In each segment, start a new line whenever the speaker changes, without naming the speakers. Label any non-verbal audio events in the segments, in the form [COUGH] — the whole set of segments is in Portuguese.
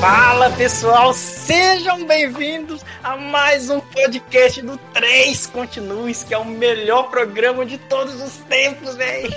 Fala pessoal, sejam bem-vindos a mais um podcast do 3 Continues, que é o melhor programa de todos os tempos, velho.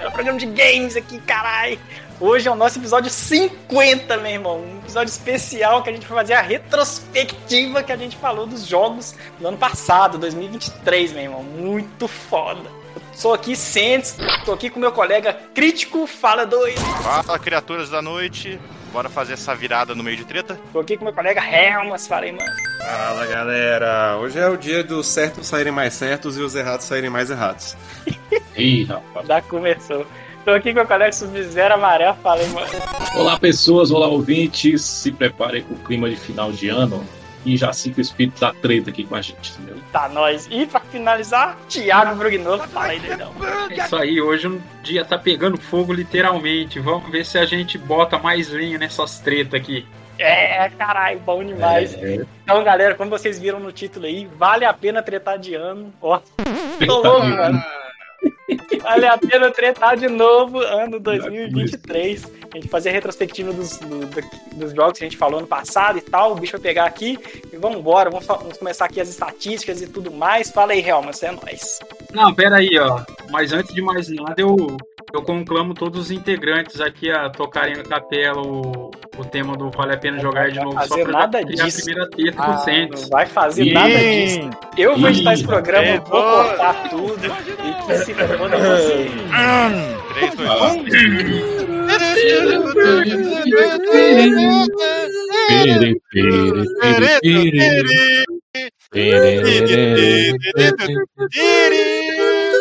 É o programa de games aqui, carai. Hoje é o nosso episódio 50, meu irmão. Um episódio especial que a gente vai fazer a retrospectiva que a gente falou dos jogos do ano passado, 2023, meu irmão. Muito foda. Eu sou aqui Sentes, tô aqui com meu colega crítico, fala dois.
Fala, criaturas da noite. Bora fazer essa virada no meio de treta?
Tô aqui com meu colega Helmas, falei, mano.
Fala galera, hoje é o dia dos certos saírem mais certos e os errados saírem mais errados.
Ih, rapaz.
Já começou. Tô aqui com meu colega Sub-Zero Amarelo, falei, mano.
Olá, pessoas, olá, ouvintes. Se preparem com o clima de final de ano e já sinta o espírito da treta aqui com a gente, entendeu?
Tá, nós. E pra finalizar, Thiago Brugnolo, falei, doidão.
É isso aí, hoje o dia tá pegando fogo literalmente. Vamos ver se a gente bota mais lenha nessas tretas aqui.
É, caralho, bom demais.
É,
Então, galera, como vocês viram no título aí, vale a pena tretar de ano. Ó, [LAUGHS]
treta
Tô louco,
de-
mano. vale a pena tretar de novo, ano 2023. A gente fazer a retrospectiva dos, do- do- dos jogos que a gente falou ano passado e tal. O bicho vai pegar aqui e vambora. Vamos, fa- vamos começar aqui as estatísticas e tudo mais. Fala aí, Helmas, é nóis.
Não, pera aí, ó. Mas antes de mais nada, eu, eu conclamo todos os integrantes aqui a tocarem na capela o, o tema do Vale a Pena Jogar de
Não
novo.
vai fazer
só pra
nada
criar
disso. Ah,
a primeira treta com o
não
Santos.
vai fazer
Ih.
nada disso. Eu vou editar esse
Ih,
programa,
é
vou cortar tudo e que se foda então, assim, você.
3, 2,
Ah.
1.
Pere, pere, pere, pere, pere, pere.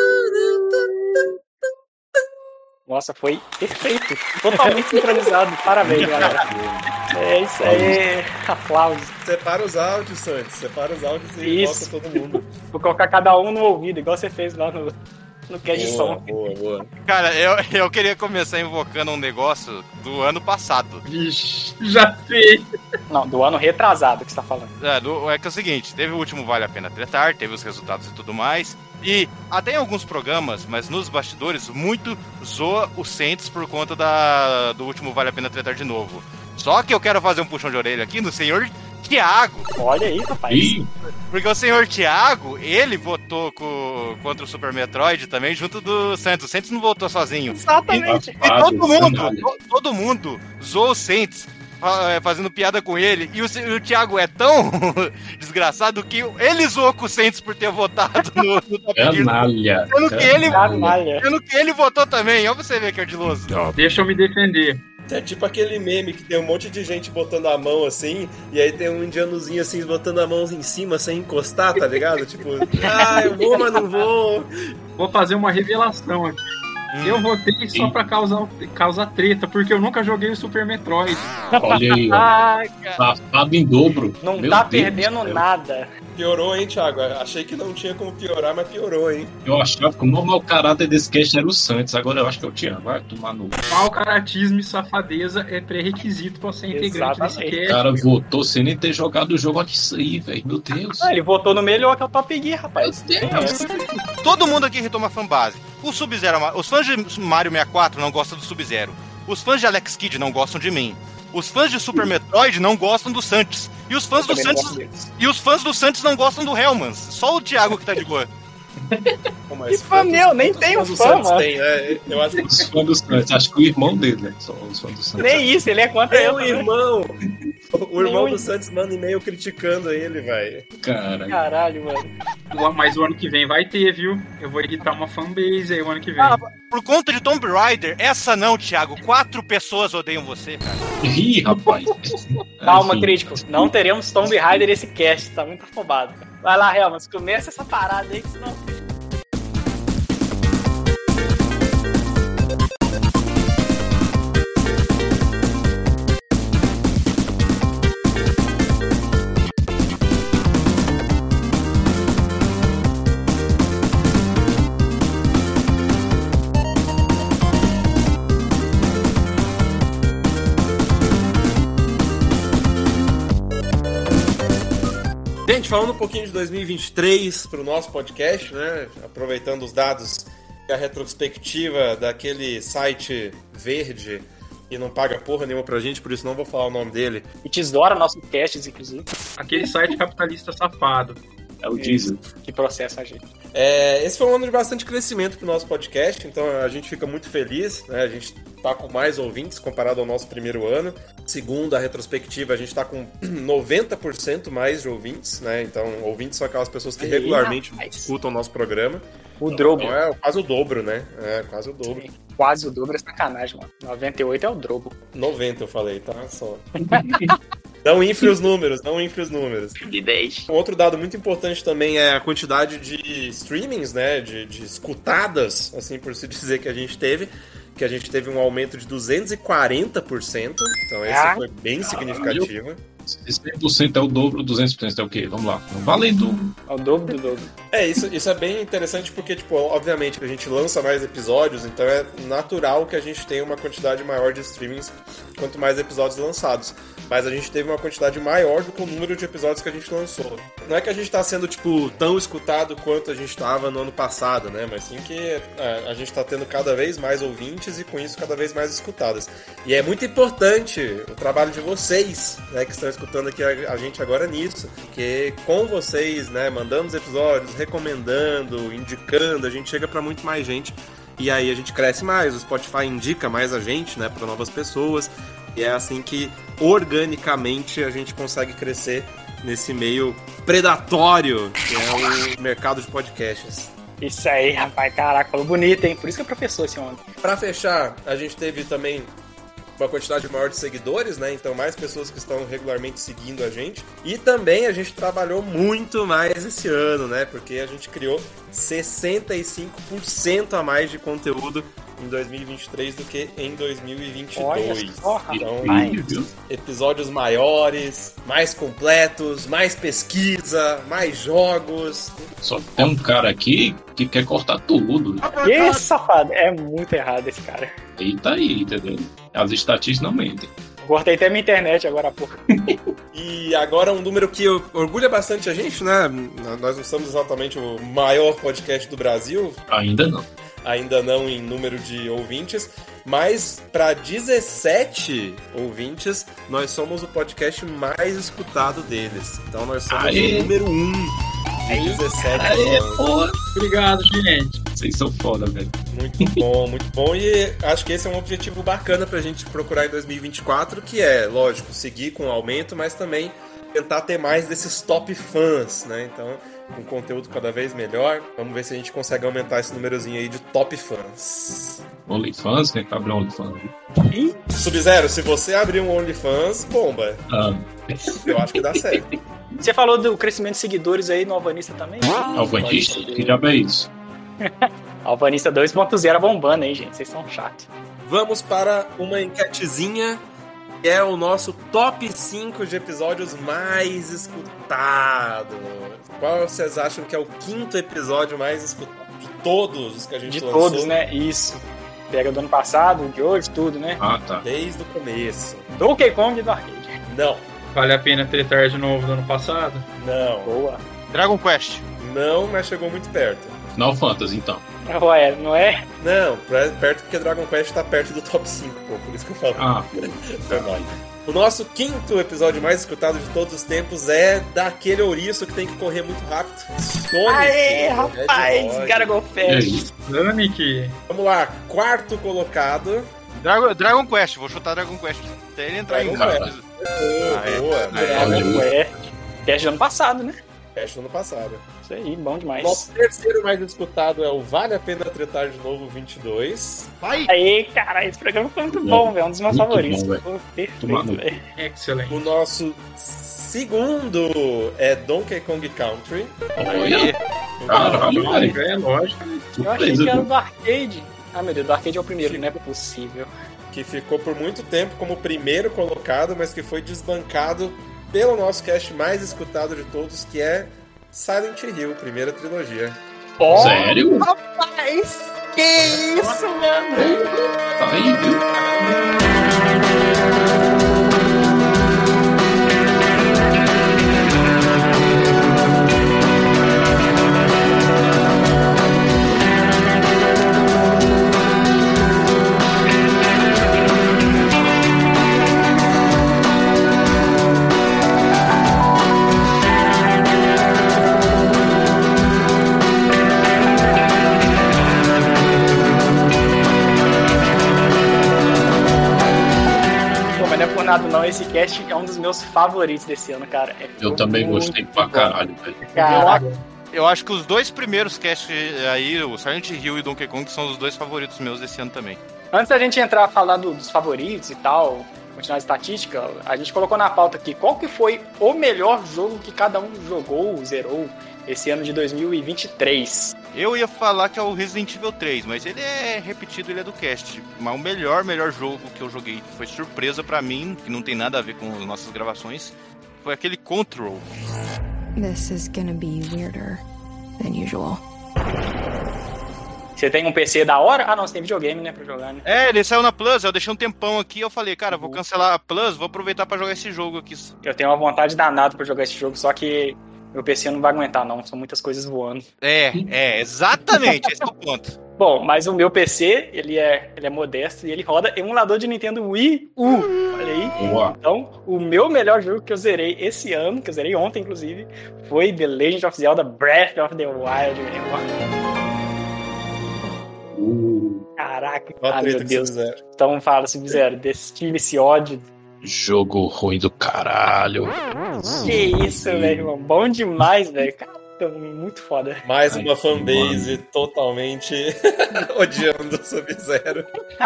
Nossa, foi perfeito. Totalmente sincronizado. Parabéns, galera. É isso aí. Aplausos.
Separa os áudios, Santos, separa os áudios e
Isso.
bota
[LAUGHS]
todo mundo.
Vou colocar cada um no ouvido, igual você fez lá no, no cast É de
boa,
som.
boa, boa.
Cara, eu, eu queria começar invocando um negócio do ano passado.
Ixi, já sei.
Não, do ano retrasado que você tá falando.
É, do- é que é o seguinte, teve o último Vale a Pena Tretar, teve os resultados e tudo mais. E até em alguns programas, mas nos bastidores, muito zoa o Saints por conta da, do último Vale a Pena Tretar de novo. Só que eu quero fazer um puxão de orelha aqui no senhor Tiago.
Olha aí, rapaz.
Ih,
Porque o senhor Thiago, ele votou co- contra o Super Metroid também, junto do Santos. O Santos não votou sozinho.
Exatamente.
E É todo mundo,
canalha.
to- todo mundo zoou o Santos fa- é, fazendo piada com ele. E o, se- o Thiago é tão [LAUGHS] desgraçado que ele zoou com o Santos por ter votado no,
[LAUGHS]
no Top Gear.
Canalha.
Sendo que ele-
É. Canalha.
Sendo que ele votou também. Olha você ver que ardiloso.
Deixa eu me defender.
É tipo aquele meme que tem um monte de gente botando a mão assim, e aí tem um indianozinho assim botando a mão em cima sem encostar, tá ligado? [LAUGHS] Tipo, ah, eu vou, mas não vou.
Vou fazer uma revelação aqui.
Hum.
Eu votei só
Sim.
pra causar, causar treta, porque eu nunca joguei o Super Metroid.
Olha aí, ó.
Ah,
safado em dobro.
não
Meu
tá
Deus
perdendo
do céu.
nada.
Piorou, hein, Thiago? Achei que não tinha como piorar, mas piorou, hein?
Eu achava que o maior mau caráter desse cast era o Santos, agora eu acho que é o Thiago. Vai tomar no. O
Mal caratismo e safadeza é pré-requisito pra ser integrante desse
Exatamente.
cast.
cara votou sem nem ter jogado o jogo. Olha isso aí, velho. Meu Deus.
Ah, ele votou no melhor que é o Top Gear,
Meu
rapaz. é
Deus.
Todo mundo aqui retoma a fanbase. O Sub-Zero, ama- os fãs de Mario 64 não gostam do Sub-Zero. Os fãs de Alex Kidd não gostam de mim. Os fãs de Super Metroid não gostam do Santos. E os fãs do
Também não
Santos
gosto deles.
e os fãs do Santos não gostam do Hellmans. Só o Thiago que tá de boa.
Pô,
Que
mas
fã
quantos-
meu, nem
quantos
tem
fãs
um
o
fã,
Santos
mano.
tem, né? Eu acho que
Os fãs do Santos, acho que o irmão dele, né? Só os fãs do Santos.
Nem isso, ele é contra eu.
Meu
também.
um irmão! O irmão
Meu
do Santos manda e-mail criticando ele, vai.
Cara,
Caralho, mano.
Mas o ano que vem vai ter, viu? Eu vou editar uma fanbase aí o ano que vem.
Ah,
Por conta de Tomb Raider, essa não, Thiago. Quatro pessoas odeiam você.
ih, rapaz.
[LAUGHS] Calma,
Ah, Enfim,
crítico. Não teremos Tomb Raider esse cast, tá muito afobado. Vai lá, Helmas, começa essa parada aí, que senão.
Gente, falando um pouquinho de 2023 pro nosso podcast, né? Aproveitando os dados e a retrospectiva daquele site verde que não paga porra nenhuma pra gente, por isso não vou falar o nome dele.
E tesoura nossos castes, inclusive,
Aquele site capitalista safado.
É o Diesel.
que processa a gente.
É, esse foi um ano de bastante crescimento pro nosso podcast, então a gente fica muito feliz, né? A gente tá com mais ouvintes comparado ao nosso primeiro ano. Segundo a retrospectiva, a gente tá com [CLEARS THROAT] 90% mais de ouvintes, né? Então, ouvintes são aquelas pessoas que
Aí,
regularmente
rapaz.
escutam o nosso programa.
O Drobo.
Então é quase o dobro, né? É quase o dobro.
Quase o dobro é sacanagem, mano. 98 é o Drobo.
90 eu falei, tá? Só. Não infle os números, não infle os números.
Me deixe.
Um outro dado muito importante também é a quantidade de streamings, né? De, de escutadas, assim por se dizer, que a gente teve. Que a gente teve um aumento de 240%. Então esse
Ah,
foi bem significativo.
100% é o dobro, 200% é o quê? Vamos lá. Valeu dobro.
É o dobro do dobro.
É, isso, isso é bem interessante porque, tipo, obviamente a gente lança mais episódios, então é natural que a gente tenha uma quantidade maior de streamings quanto mais episódios lançados. Mas a gente teve uma quantidade maior do que o número de episódios que a gente lançou. Não é que a gente tá sendo, tipo, tão escutado quanto a gente tava no ano passado, né? Mas sim que é, a gente tá tendo cada vez mais ouvintes e com isso cada vez mais escutadas. E é muito importante o trabalho de vocês, né, que estão escutando aqui a, a gente agora nisso. Porque com vocês, né, mandando os episódios, recomendando, indicando, a gente chega pra muito mais gente. E aí a gente cresce mais, o Spotify indica mais a gente, né, para novas pessoas. E é assim que organicamente a gente consegue crescer nesse meio predatório que é o mercado de podcasts.
Isso aí, rapaz. Caraca, falou bonito, hein? Por isso que é professor esse homem.
Pra fechar, a gente teve também uma quantidade maior de seguidores, né? Então mais pessoas que estão regularmente seguindo a gente. E também a gente trabalhou muito mais esse ano, né? Porque a gente criou 65% a mais de conteúdo em 2023 do que em 2022.
Olha só, rapaz.
Então,
Ah, Vai.
Incrível.
episódios maiores, mais completos, mais pesquisa, mais jogos.
Só tem um cara aqui que quer cortar tudo.
Ih, safado. É muito errado esse cara.
Eita aí, entendeu? As estatísticas não mentem.
Cortei até minha internet agora há pouco.
E agora um número que orgulha bastante a gente, né? Nós não somos exatamente o maior podcast do Brasil,
Ainda não.
ainda não em número de ouvintes, mas para 17 ouvintes, nós somos o podcast mais escutado deles. Então nós somos o
Aê.
número 1 de 17 ouvintes.
Obrigado, gente.
Vocês são foda, velho.
Muito bom, muito bom. E acho que esse é um objetivo bacana pra gente procurar em 2024, que é, lógico, seguir com o aumento, mas também tentar ter mais desses top fãs, né? Então, com conteúdo cada vez melhor. Vamos ver se a gente consegue aumentar esse númerozinho aí de top fãs.
OnlyFans, quem é que abre OnlyFans?
Sub-Zero, se você abrir um OnlyFans, bomba.
Ah,
Eu acho que dá certo.
Você falou do crescimento de seguidores aí no Alvanista também?
alvanista? Que diabo é isso?
Alvanista 2.0 bombando aí, gente. Vocês são chatos.
Vamos para uma enquetezinha, que é o nosso top 5 de episódios mais escutados. Qual vocês acham que é o quinto episódio mais escutado de todos os que a gente
De
lançou?
todos, né? Isso. Pega do ano passado, de hoje, tudo, né?
Ah, tá.
Desde o começo.
Donkey Kong do arcade.
Não,
Vale a pena tretar de novo do ano passado?
não,
Boa.
Dragon Quest.
não, mas chegou muito perto.
Final Fantasy, então.
Ué, não é?
Não, pra- perto porque Dragon Quest tá perto do top 5, pô, por isso que eu falo.
Ah,
Foi mal. O nosso quinto episódio mais escutado de todos os tempos é daquele ouriço que tem que correr muito rápido. né, Sonic.
Aê,
Red
rapaz!
Lodge.
Garagol
é
Fest.
isso.
Sonic.
Vamos lá, quarto colocado.
Dragon, Dragon Quest, vou chutar Dragon Quest até ele entrar em
Dragon
Quest.
Boa,
é.
boa.
É.
Garagol Fest. Teste do ano passado, né?
Fecha no ano passado.
É Isso aí, bom demais.
Nosso terceiro mais escutado é o Vale a Pena Tretar de Novo 22.
Vai!
Aí, cara, esse programa foi muito bom, velho. Um dos meus
Muito
favoritos.
bom, velho.
Pô,
Tomar no
perfeito, velho.
Excelente.
O nosso segundo é Donkey Kong Country.
Olha, caralho, velho.
É lógico.
Eu achei
Surpresa,
que era
viu?
do arcade. Ah, meu Deus, do arcade é o primeiro, não é possível.
que ficou por muito tempo como primeiro colocado, mas que foi desbancado pelo nosso cast mais escutado de todos, que é Silent Hill, primeira trilogia.
Ó,
Sério?
rapaz! Que isso, mano!
Tá aí, viu?
Thank
decepcionado, não. Esse cast é um dos meus favoritos desse ano, cara. É
Eu também
muito
gostei pra
bom.
caralho, velho.
Caraca,
Eu acho que os dois primeiros casts aí, o Silent Hill e Donkey Kong, são os dois favoritos meus desse ano também.
Antes da gente entrar a falar do- dos favoritos e tal, continuar a estatística, a gente colocou na pauta aqui qual que foi o melhor jogo que cada um jogou, zerou, esse ano de 2023.
Eu ia falar que é o Resident Evil 3, mas ele é repetido, ele é do cast. Mas o melhor, melhor jogo que eu joguei, que foi surpresa pra mim, que não tem nada a ver com as nossas gravações, foi aquele Control.
This is gonna be weirder than usual.
Você tem um PC da hora? Ah, não, você tem videogame, né, pra jogar, né?
É, ele saiu na Plus, eu deixei um tempão aqui, eu falei, cara, vou cancelar a Plus, vou aproveitar pra jogar esse jogo aqui.
Eu tenho uma vontade danada pra jogar esse jogo, só que meu PC não vai aguentar, não. São muitas coisas voando.
É, é, exatamente, esse é o ponto.
Bom, mas o meu PC, ele é, ele é modesto e ele roda emulador de Nintendo Wii U. Olha aí.
Boa.
Então, o meu melhor jogo que eu zerei esse ano, que eu zerei ontem, inclusive, foi The Legend of Zelda Breath of the Wild. meu.
O
Caraca,
Olha a
ah,
treta
meu
que
Deus.
vocês fizeram.
Então fala, Sub-Zero, destile esse ódio.
jogo ruim do caralho.
Que isso, velho, irmão. Bom demais, velho. Caraca, muito foda.
Mais uma
Ai,
fanbase totalmente [LAUGHS] odiando o Sub-Zero.
[LAUGHS]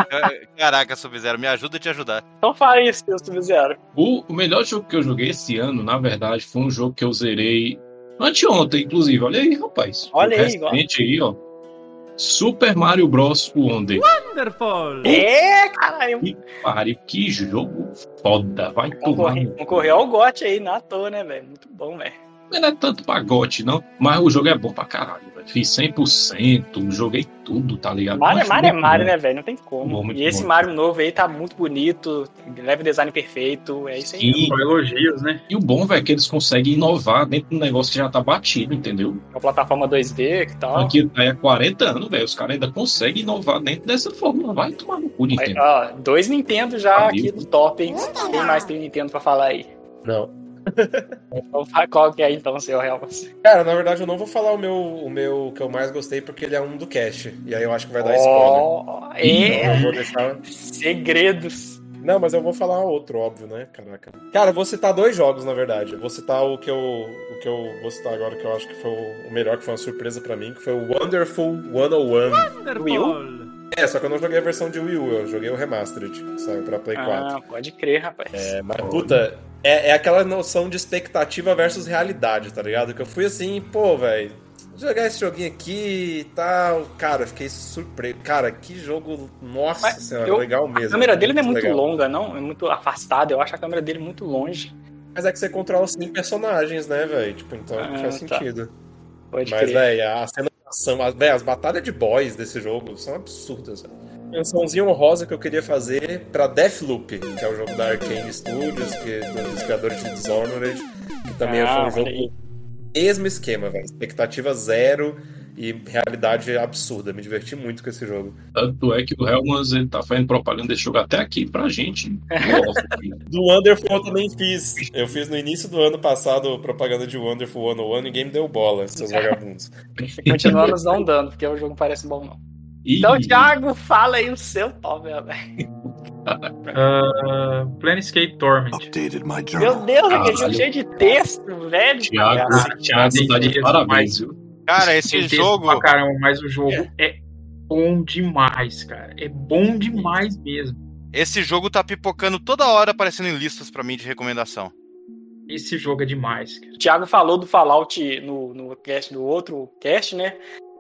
Caraca, Sub-Zero, me ajuda a te ajudar.
Então fala isso, seu Sub-Zero.
O, o melhor jogo que eu joguei esse ano, na verdade, foi um jogo que eu zerei anteontem, inclusive. Olha aí, rapaz.
Olha aí,
Recente aí, ó. Super Mario Bros. Wonder.
Wonderful!
É, caralho.
Pare, que jogo foda. Vai tomar.
Concorreu, concorreu ao gote aí, na toa, né, velho? Muito bom, velho.
Mas Não é tanto pagote, não. Mas o jogo é bom pra caralho. velho. Fiz 100%, joguei tudo, tá ligado?
Mario é
Mas
Mario, é
muito
Mario,
bom.
né, velho? Não tem como.
Bom, muito
e esse
bom.
Mario novo aí tá muito bonito, leve design perfeito, é isso aí.
Sim,
Só elogios, né?
E o bom, velho, é que eles conseguem inovar dentro do negócio que já tá batido, entendeu?
É Uma plataforma 2D que tal.
Aqui tá aí há 40 anos, velho. Os caras ainda conseguem inovar dentro dessa fórmula. Vai tomar no cu,
Aí,
Nintendo.
ó, dois Nintendo já
Amigo.
aqui do top, hein? Quem mais tem Nintendo pra falar aí?
Não.
Então fala qual que é então, seu Helmas.
Cara, na verdade eu não vou falar o meu, o meu que eu mais gostei, porque ele é um do cast. E aí eu acho que vai dar spoiler.
Ó, é,
Eu vou deixar
segredos.
Não, mas eu vou falar outro, óbvio, né? Caraca. Cara, eu vou citar dois jogos, na verdade. Eu vou citar o que eu, o que eu vou citar agora, que eu acho que foi o melhor, que foi uma surpresa pra mim, que foi o Wonderful 101.
Wonderful!
É, só que eu não joguei a versão de Wii U, eu joguei o Remastered, que saiu pra Play 4.
Ah, pode crer, rapaz.
É, mas, puta, é, é aquela noção de expectativa versus realidade, tá ligado? Que eu fui assim, pô, velho, jogar esse joguinho aqui e tal. Cara, eu fiquei surpreso. Cara, que jogo, nossa
Mas
senhora,
eu-
legal
a
mesmo. né?
câmera dele não é muito
legal.
longa, não. É muito afastada. Eu acho a câmera dele muito longe.
Mas é que você controla os cinco personagens, né, velho? Tipo, então
Ah,
faz
tá.
sentido.
Pode
Mas,
crer. [LAUGHS]
velho, a cena de ação, as, véi, as batalhas de boys desse jogo são absurdas, velho. Mençãozinha honrosa que eu queria fazer pra Deathloop, que é o jogo da Arkane Studios, que, dos criadores de Dishonored, que também
Ah,
foi um jogo
olha aí.
mesmo esquema, velho. Expectativa zero e realidade absurda. Me diverti muito com esse jogo.
Tanto é que o Helmans ele tá fazendo propaganda desse jogo até aqui pra gente.
[LAUGHS]
Nossa,
Do Wonderful eu também fiz. Eu fiz no início do ano passado propaganda de Wonderful 101, ninguém me deu bola, [LAUGHS] seus vagabundos.
Continuamos não dando, porque o jogo parece bom, não.
E-
Então, Thiago, fala aí o seu top, velho.
Ah, Planescape Torment.
Updated my
Meu
journal.
Deus, aquele
Caralho.
jogo cheio de texto, velho.
Thiago,
Caraca.
Thiago tá de
Sim,
parabéns, viu?
Cara, esse
Tem texto
jogo.
Pra caramba, mas o jogo é. bom demais, cara. É bom demais mesmo.
Esse jogo tá pipocando toda hora aparecendo em listas pra mim de recomendação.
Esse jogo é demais, cara.
O Thiago falou do Fallout no, no cast do outro cast, né?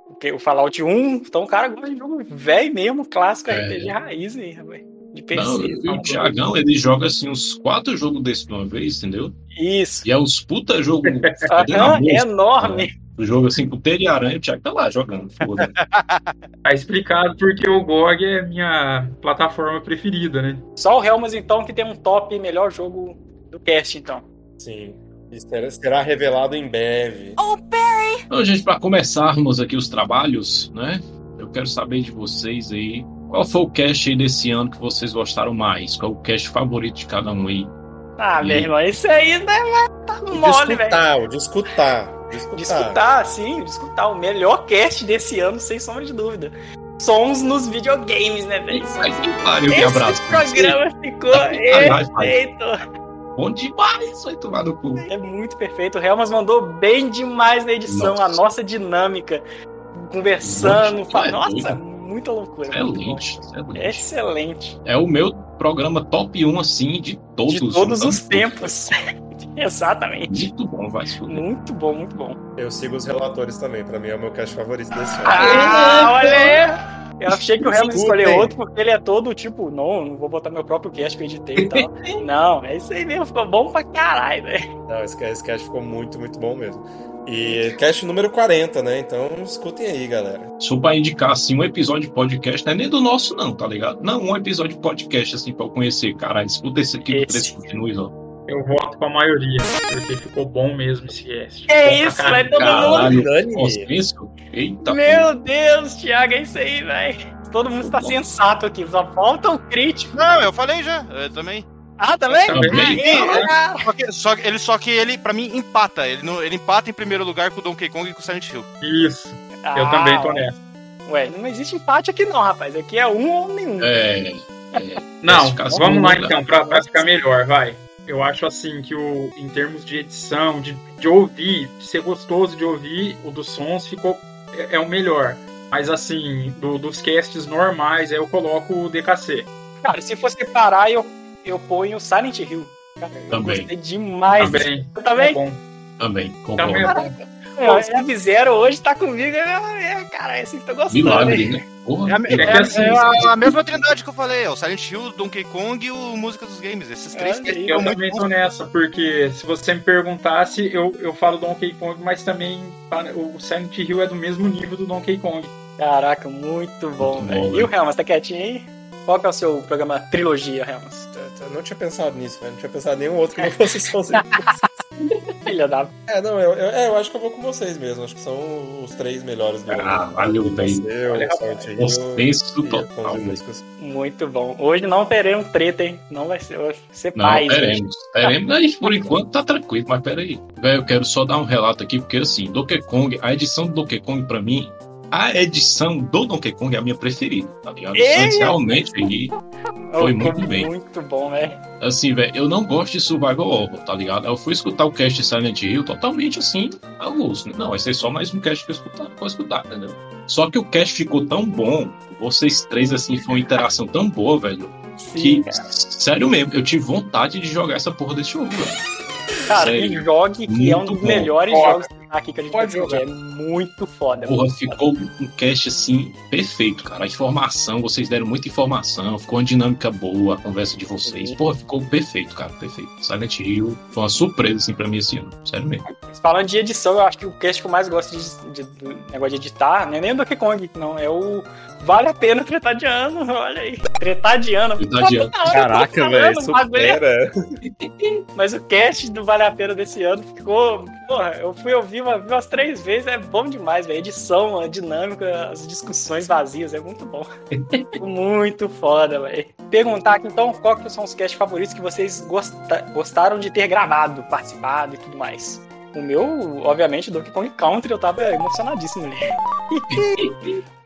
O que- O Fallout 1. Então o cara gosta de jogo velho mesmo, clássico
É.
RPG raiz aí, rapaz. De PC.
Não, e o
falando.
Thiagão, ele joga assim uns quatro jogos desse de uma vez, entendeu?
Isso.
E é uns
[LAUGHS]
puta jogo. fudendo a
Aham, é
mão,
enorme.
O jogo assim com telha e aranha, o Thiago tá lá jogando. foda.
Tá explicado porque o GOG é minha plataforma preferida, né?
Só o Helmas, então, que tem um top melhor jogo do cast, então.
Sim. Isso será- será revelado em breve.
Então, gente, pra começarmos aqui os trabalhos, né? Eu quero saber de vocês aí. Qual foi o cast aí desse ano que vocês gostaram mais? Qual o cast favorito de cada um aí?
Ah,
Ih.
meu irmão, isso aí né, tá
O
mole,
de
velho.
escutar, o de escutar. De
De
escutar.
escutar, sim, de escutar. O melhor cast desse ano, sem sombra de dúvida. sons nos videogames, né, velho?
Ai, que pariu, que
Esse
um abraço.
programa ficou
Aliás, pai.
perfeito.
é Bom demais, vai tomar no cu.
É muito perfeito. O Helmas mandou bem demais na edição,
Nossa.
a nossa dinamíca. Conversando,
Nossa,
fala-
é
nossa, muita loucura. muito bom.
Excelente, excelente.
Excelente.
É o meu programa top 1, assim, de todos.
de todos
juntando
os
tudo.
tempos. [LAUGHS] Exatamente.
Muito bom, vai se fuder.
Muito bom, muito bom.
Eu sigo os relatores também, pra mim é o meu cast favorito desse ano.
Ah, olha aí. Eu achei que o Helmas
Escutem.
escolheu outro porque ele é todo tipo, não, não vou botar meu próprio cast que eu editei e tal. não, é isso aí mesmo, ficou bom pra caralho, né? velho.
Não, esse, esse cast ficou muito, muito bom mesmo. E cast número 40, né? Então escutem aí, galera.
Só pra indicar, assim, um episódio de podcast, não é nem do nosso, não, tá ligado? Não, um episódio de podcast, assim, pra eu conhecer. Caralho, escuta esse aqui do
Esse.
Três Continuos, ó.
Eu voto com a maioria, porque ficou bom mesmo esse
Que
cast. Bom pra
É isso,
caralho.
vai todo mundo.
Caralho,
Unânime.
consenso? Eita,
Meu Deus, Thiago, é isso aí, velho. Todo mundo está sensato aqui, só falta o crítico.
Não, eu falei já, É, eu também.
Ah, também?
Também.
Ah,
Só que, só, que- ele, só que ele, pra mim, empata. Ele, não- ele empata em primeiro lugar com o Donkey Kong e com o Silent Hill.
é Isso, eu também tô nessa.
Ah, Ué, não existe empate aqui não, rapaz. Aqui é um ou nenhum.
É,
Não,
Classificação
vamos lá
nula.
então, pra, pra ficar melhor, vai. Eu acho assim que o, em termos de edição, de, de ouvir, de ser gostoso de ouvir, o dos sons ficou é, é o melhor. Mas assim, do- dos casts normais, aí eu coloco o DKC.
Cara, se for separar, eu, eu ponho Silent Hill. Cara, eu
Também.
gostei demais.
Também.
Eu também?
É bom.
também,
Tá
concordo.
Também é bom.
Pô, se fizeram hoje, tá comigo. É, é, cara, é assim que tô gostando.
Milagre,
hein?
né? Porra,
É a, me-
que
é-
assim-
é a- a mesma trindade que eu falei, é o Silent Hill, Donkey Kong e o Música dos Games. Esses três
Olha
que
aí,
são
Eu
muito
também
bons.
tô nessa, porque se você me perguntasse, eu, eu falo Donkey Kong, mas também tá- o Silent Hill é do mesmo nível do Donkey Kong.
Caraca, muito bom,
Muito bom,
velho. E
velho.
o Helmas, tá quietinho aí? Qual que é o seu programa trilogia, Helmas?
Eu- Eu não tinha pensado nisso, velho. Não tinha pensado em nenhum outro que não fosse só
[LAUGHS]
os-
Filha da...
É, não, eu, eu, é, eu acho que eu vou com vocês mesmo. Acho que são os três melhores do
Ah, valeu, velho.
Você,
Olha,
o Silent Hill
consenso
e o
total.
Conde
velho.
Músicos.
Muito bom. Hoje não teremos treta, hein? Não vai ser... Vai ser
Não,
paz. hein?
teremos. Teremos. Mas, por enquanto tá tranquilo, mas peraí. Velho, eu quero só dar um relato aqui, porque assim, Donkey Kong, a edição do Donkey Kong pra mim, a edição do Donkey Kong é a minha preferida, tá ligado?
Ei!
Antes, realmente, aí, Foi muito bem.
Muito bom, né? velho.
assim, velho, eu não gosto de Survival Horror, tá ligado? Eu fui escutar o cast de Silent Hill totalmente assim, a luz. né? Não, esse é só mais um cast que eu escutar, vou escutar, entendeu? Só que o cast ficou tão bom, vocês três, assim, foi uma interação tão boa, velho, que,
Sim,
sério mesmo, eu tive vontade de jogar essa porra desse jogo, velho.
cara.
sério.
E jogue que é um
Muito
dos
bom.
melhores
Ó,
jogos aqui que a gente
pode
discutir.
jogar.
É muito foda. É
Porra,
muito
ficou um cast assim perfeito, cara. A informação, vocês deram muita informação, ficou uma dinâmica boa a conversa de vocês.
Sim.
Porra, ficou perfeito, cara, perfeito. Silent Hill foi uma surpresa assim pra mim esse ano, sério mesmo.
Falando de edição, eu acho que o cast que eu mais gosto de, de- do negócio de editar, não é nem o Donkey Kong, não. É o Vale a Pena Tretar de Ano, [LAUGHS] olha aí. Tretar de Ano.
Tretar
Pô,
de Ano.
toda hora eu tô Tá
Caraca,
falando
velho,
o bagulho,
supera.
Mas o cast do Vale a Pena desse ano ficou... Porra, eu fui ouvir uma, umas três vezes, é bom demais, velho. Edição, a dinâmica, as discussões vazias, é muito bom. muito foda, velho. Perguntar aqui, então, qual que são os casts favoritos que vocês gosta- gostaram de ter gravado, participado e tudo mais? O meu, obviamente, Donkey Kong Country, eu tava emocionadíssimo ali.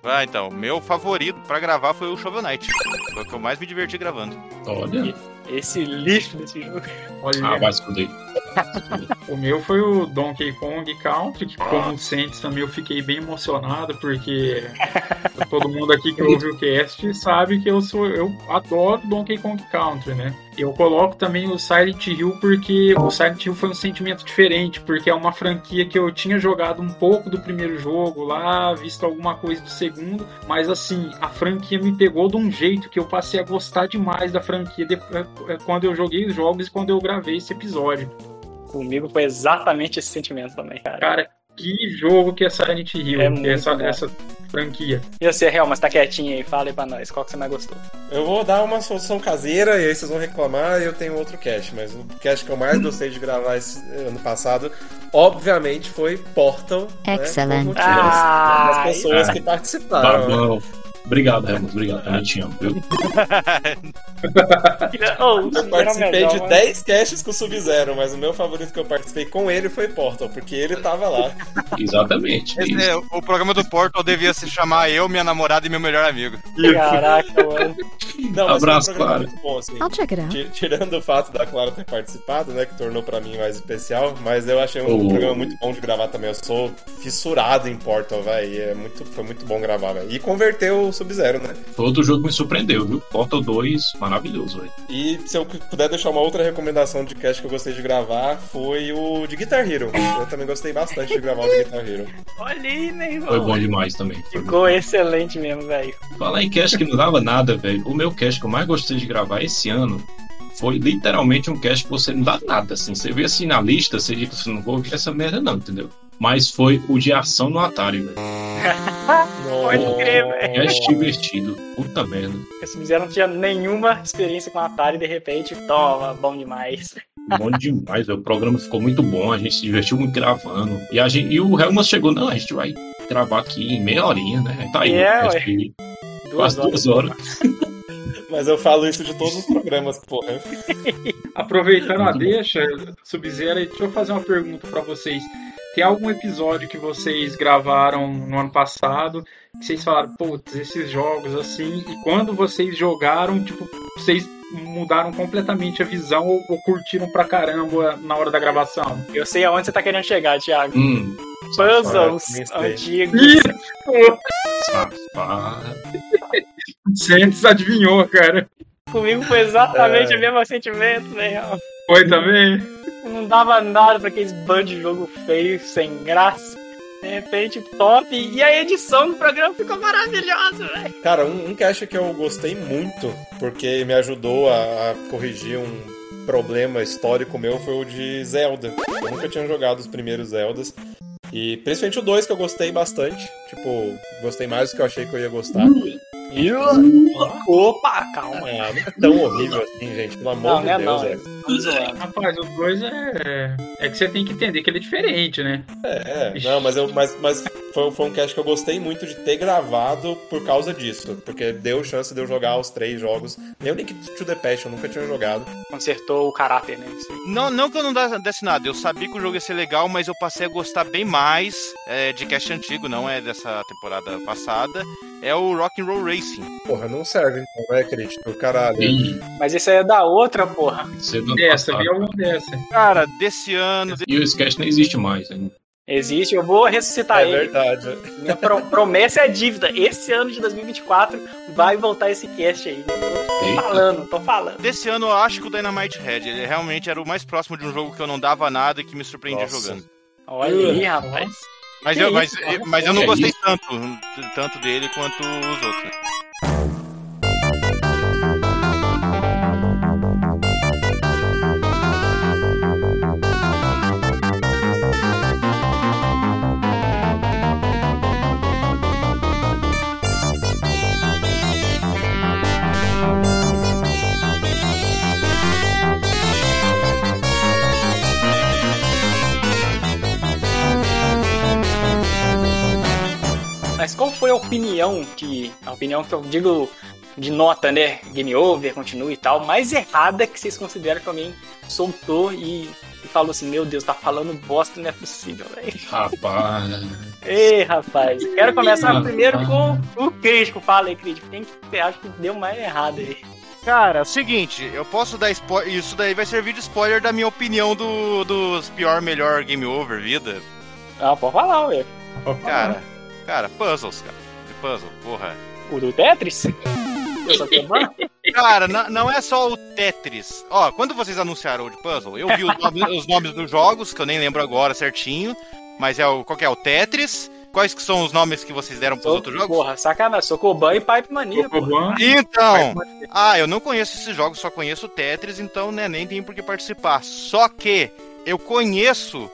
Vai então, meu favorito pra gravar foi o Shovel Knight. Foi o que eu mais me diverti gravando.
Olha,
Esse lixo desse jogo.
Olha,
ah, vai esconder.
O meu foi o Donkey Kong Country, que como o Saints também eu fiquei bem emocionado, porque [LAUGHS] todo mundo aqui que ouve o cast sabe que eu sou eu adoro Donkey Kong Country, né? Eu coloco também o Silent Hill porque o Silent Hill foi um sentimento diferente, porque é uma franquia que eu tinha jogado um pouco do primeiro jogo lá, visto alguma coisa do segundo, mas assim, a franquia me pegou de um jeito que eu passei a gostar demais da franquia depois- quando eu joguei os jogos e quando eu gravei esse episódio.
Comigo foi exatamente esse sentimento também, cara.
Cara, que jogo que é Silent Hill,
É
que
muito
é essa,
bom.
essa franquia.
E você, Real, mas tá quietinho aí, fala aí pra nós, qual que você mais gostou?
Eu vou dar uma solução caseira e aí vocês vão reclamar e eu tenho outro cast, mas o cast que eu mais gostei de gravar esse eh, ano passado, obviamente, foi Portal. né, por
Excellent.
motivos
Ah,
das pessoas
ah.
que participaram. né?
Babão, Obrigado, Ramos. Obrigado. Também te amo, viu?
Oh, isso
Eu
era
participei
melhor,
de
mas-
10 caches com o Sub-Zero, mas o meu favorito que eu participei com ele foi Portal, porque ele tava lá.
Exatamente.
Esse é- o programa do Portal devia se chamar Eu, Minha Namorada e Meu Melhor Amigo.
Caraca, mano.
Não, mas
Abraço,
foi um programa
Clara.
muito bom, assim.
I'll check it out.
Ti- Tirando o fato da Clara ter participado, né, que tornou pra mim mais especial, mas eu achei um
Oh.
programa muito bom de gravar também. Eu sou fissurado em Portal, velho. É muito, foi muito bom gravar, velho. E converteu o Sub-Zero, né?
Foi outro jogo que me surpreendeu, viu? Portal 2, maravilhoso, velho.
E se eu puder deixar uma outra recomendação de cast que eu gostei de gravar, foi o de Guitar Hero. Eu também gostei bastante de gravar o de Guitar Hero.
Olha aí, né, irmão?
Foi bom demais também. Foi
Ficou excelente mesmo, velho.
Falar em cast que não dava nada, velho. O meu cast que eu mais gostei de gravar esse ano foi literalmente um cast que você não dá nada, assim. Você vê assim na lista, você diz assim, não vou ouvir essa merda não, entendeu? Mas foi o de ação no Atari, velho.
Pode crer, velho.
Cast divertido. Puta merda.
Esse miséria não tinha nenhuma experiência com a Atari, de repente, toma, bom demais.
Um Bom demais, velho. O programa ficou muito bom, a gente se divertiu muito gravando. E, a gente, e o Helmut chegou, não, a gente vai gravar aqui em meia horinha, né? Tá aí,
É,
o cast de
Duas
quase
horas.
duas horas.
Mas eu falo isso de todos os programas, porra.
Aproveitando a
Muito bom.
deixa, Sub-Zero, aí, deixa eu fazer uma pergunta pra vocês. Tem algum episódio que vocês gravaram no ano passado que vocês falaram, putz, esses jogos assim, e quando vocês jogaram, tipo, vocês mudaram completamente a visão ou, ou curtiram pra caramba na hora da gravação?
Eu sei aonde você tá querendo chegar, Thiago.
Hum,
Puzzles
Sabe,
é
sabe,
antigos.
safado.
Sentes adivinhou, cara.
Comigo foi
É.
exatamente o mesmo sentimento, velho.
Foi também?
Não dava nada pra aqueles bando de jogo feio, sem graça. De repente, top. E a edição do programa ficou maravilhosa, velho.
Cara, um, um cast que eu gostei muito, porque me ajudou a, a corrigir um problema histórico meu, foi o de Zelda. Eu nunca tinha jogado os primeiros Zeldas. E principalmente o 2 que eu gostei bastante. Tipo, gostei mais do que eu achei que eu ia gostar.
Opa, calma.
Ah, não é tão horrível assim, gente. Pelo
Não,
amor
não é
de Deus,
não,
velho.
Rapaz, o 2 é. É que você tem que entender que ele é diferente, né?
É,
Ixi.
não, mas, eu, mas, mas foi, foi um cast que eu gostei muito de ter gravado por causa disso. Porque deu chance de eu jogar os três jogos. Nem o Link to the Past eu nunca tinha jogado.
Consertou o caráter, né?
Não, não que eu não dá- desse nada, eu sabia que o jogo ia ser legal, mas eu passei a gostar bem mais é, de cast antigo, não é dessa temporada passada. É o Rock'n'Roll Racing.
Porra, não serve então, né, crítico? Caralho.
Ih,
Mas isso aí é da outra, porra.
cedo ano
Dessa,
passado.
vi alguma dessa.
Cara, desse ano. de-
tá E o sketch não existe mais. Né?
Existe, eu vou ressuscitar
é
ele.
verdade.
Minha pro- promessa é dívida. Esse ano de 2024 vai voltar esse cast aí. Tô
Eita.
falando, tô falando.
Desse ano eu acho que o Dynamite Head, ele realmente era o mais próximo de um jogo que eu não dava nada e que me surpreendia
Nossa.
jogando.
Olha aí, rapaz.
Mas
Que
eu,
isso,
mas,
cara?
mas eu não
Que
gostei
isso?
tanto, t- tanto dele quanto os outros.
Mas qual foi a opinião que. A opinião que eu digo de nota, né? Game over, continue e tal, mais errada que vocês consideram que alguém soltou e, e falou assim, meu Deus, tá falando bosta, não é possível, velho. [LAUGHS]
Rapaz.
Ei, rapaz, quero começar
Ih,
primeiro
rapaz.
com o crítico. Fala aí, crítico. Quem que você acha que deu mais errado aí?
Cara, é o seguinte, eu posso dar spoiler. Isso daí vai servir de spoiler da minha opinião do, dos pior, melhor game over, vida.
Ah, pode falar, velho.
Cara, cara, puzzles, cara. De puzzle, porra.
O do Tetris? Eu só tenho uma.
Cara, na- não é só o Tetris. Ó, quando vocês anunciaram o de puzzle, eu vi os nomes,
[LAUGHS]
os nomes dos jogos, que eu nem lembro agora certinho. Mas é o. Qual que é? O Tetris? Quais que são os nomes que vocês deram pros
Sou-
outros jogos?
Porra, sacanagem. Socoban e Pipe Mania. porra.
Cocoban,
Então, ah, eu não conheço esses jogos, só conheço o Tetris, então né, nem tem por que participar. Só que eu conheço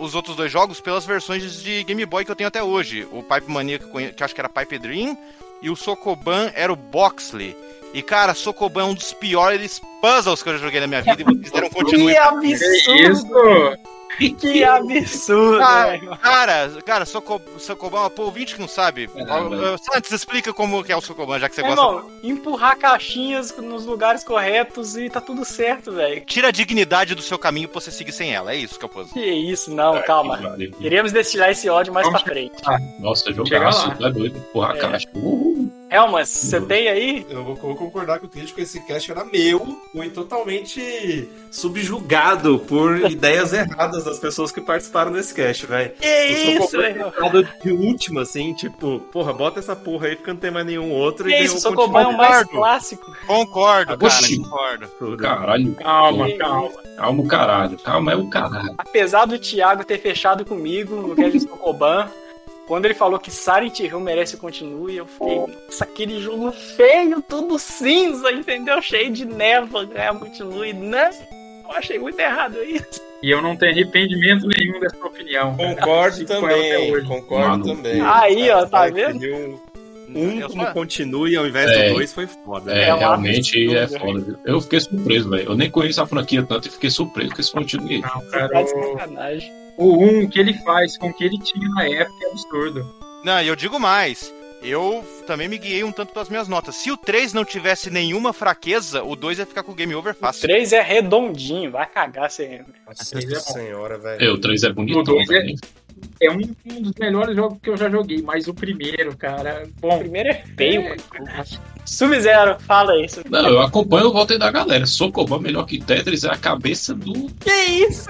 os outros dois jogos pelas versões de Game Boy que eu tenho até hoje. O Pipe Mania, que, eu conhe- que eu acho que era Pipe Dream, e o Sokoban era o Boxley. E cara, Sokoban é um
[LAUGHS]
dos piores puzzles que eu já joguei na minha vida e vocês deram continue.
Que absurdo!
isso!
Que absurdo,
Ah,
velho.
Cara, cara, Soco- Socoban, pô, ouvinte que não sabe.
Caramba.
Ó, ó, Santos, explica como que é o Socoban, já que você
Meu
gosta.
irmão, empurrar caixinhas nos lugares corretos e tá tudo certo, velho.
Tira a dignidade do seu caminho pra você seguir sem ela. É isso que eu puzzle.
Que isso,
Tá
É,
não, calma.
Vale.
Iremos destilar esse ódio mais pra
Vamos-
frente.
Nossa,
lá.
jogaço, tá doido. Porra, a
É.
caixa. Uhul.
Helmas, você tem aí?
Eu vou, vou concordar com o crítico, esse cast era meu, fui totalmente subjugado por [LAUGHS] ideias erradas das pessoas que participaram desse cast, velho.
Que
Eu sou
isso,
completamente
velho.
errado de última, assim, tipo, porra, bota essa porra aí porque não tem mais nenhum outro.
Que
e daí
isso,
eu
Socoban é o
continuo
mais
Concordo.
clássico.
Concordo,
Oxi.
cara, concordo.
tudo.
Caralho,
Calma,
Que
calma.
calma o caralho. Calma é o caralho.
Apesar do Thiago ter fechado comigo no cast do Socoban, quando ele falou que Silent Hill merece o continue, eu fiquei, nossa, aquele jogo feio, tudo cinza, entendeu? Cheio de névoa, ganhar o continue, né? Eu achei muito errado isso.
E eu não tenho arrependimento nenhum dessa opinião. cara.
Concordo
Fico com ela até
também,
hoje.
concordo
Mano.
também.
Aí, ó, tá
Cara,
vendo?
pediu
Um
Eu
como
só-
continue ao invés
É.
do dois foi foda. né?
É,
É um
realmente é
absurdo,
foda. Eu fiquei surpreso, velho. Eu nem conheço a franquia tanto e fiquei surpreso com esse conteúdo.
Não,
Você
cara,
tá de
o,
sacanagem.
o um, o que ele faz com o que ele tinha na época é absurdo.
Não, e eu digo mais. Eu também me guiei um tanto pelas minhas notas. Se o 3 não tivesse nenhuma fraqueza, o 2 ia ficar com o game over fácil.
3 é redondinho, vai cagar você.
Nossa senhora, velho.
É, o 3 é bonitão,
dois é-
velho.
É um, um dos melhores jogos que eu já joguei, mas o primeiro, cara,
O
bom.
primeiro é feio.
é,
Sub-Zero, fala isso.
Não, eu acompanho o voto aí da galera. Socoban melhor que Tetris é a cabeça do.
Que isso?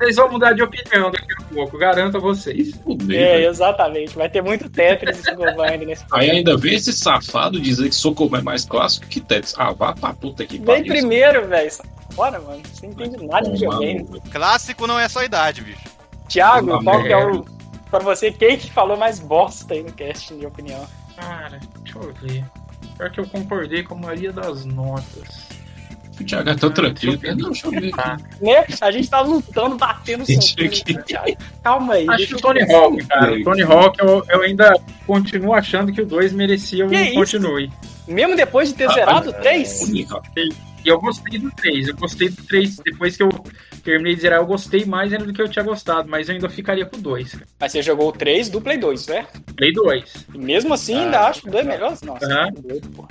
Vocês vão mudar de opinião daqui a pouco, garanto a vocês.
Fudeu,
É,
né?
velho.
exatamente. Vai ter muito Tetris e Sugoban ainda nesse
Aí ainda vem esse safado dizer que Socoban é mais clássico que Tetris. Ah, vá pra puta que
Vem primeiro, velho. Sai Fora, mano. Você não entende nada de
Toma,
videogame.
mano.
Clássico não é só idade, bicho.
Thiago,
Toma
qual que é o.
merda.
Pra você, quem que falou mais bosta aí no cast, na minha opinião?
Cara, deixa eu ver. Pior que eu concordei com a maioria das notas.
O Thiago é tão
Ah,
tranquilo.
deixa eu ver.
Não, deixa eu ver.
Tá.
Né? A gente tá lutando,
[LAUGHS]
batendo
Gente,
sangue,
que-
né, Thiago. Calma aí.
Acho
deixa
que
eu
o Tony
pensar.
Hawk, cara. O Tony Hawk, eu, eu ainda continuo achando que o 2 merecia um
Que isso?
continue.
Mesmo depois de ter
Ah,
zerado o 3?
Única.
E eu gostei do 3. Eu gostei do 3. Depois que eu terminei de zerar, eu gostei mais ainda do que eu tinha gostado. Mas eu ainda ficaria com o 2. cara.
Mas você jogou o 3 do Play 2, né?
Play 2.
E mesmo assim, ainda
Ah,
acho que o 2 é melhor? Nossa,
Aham.
tá doido, pô.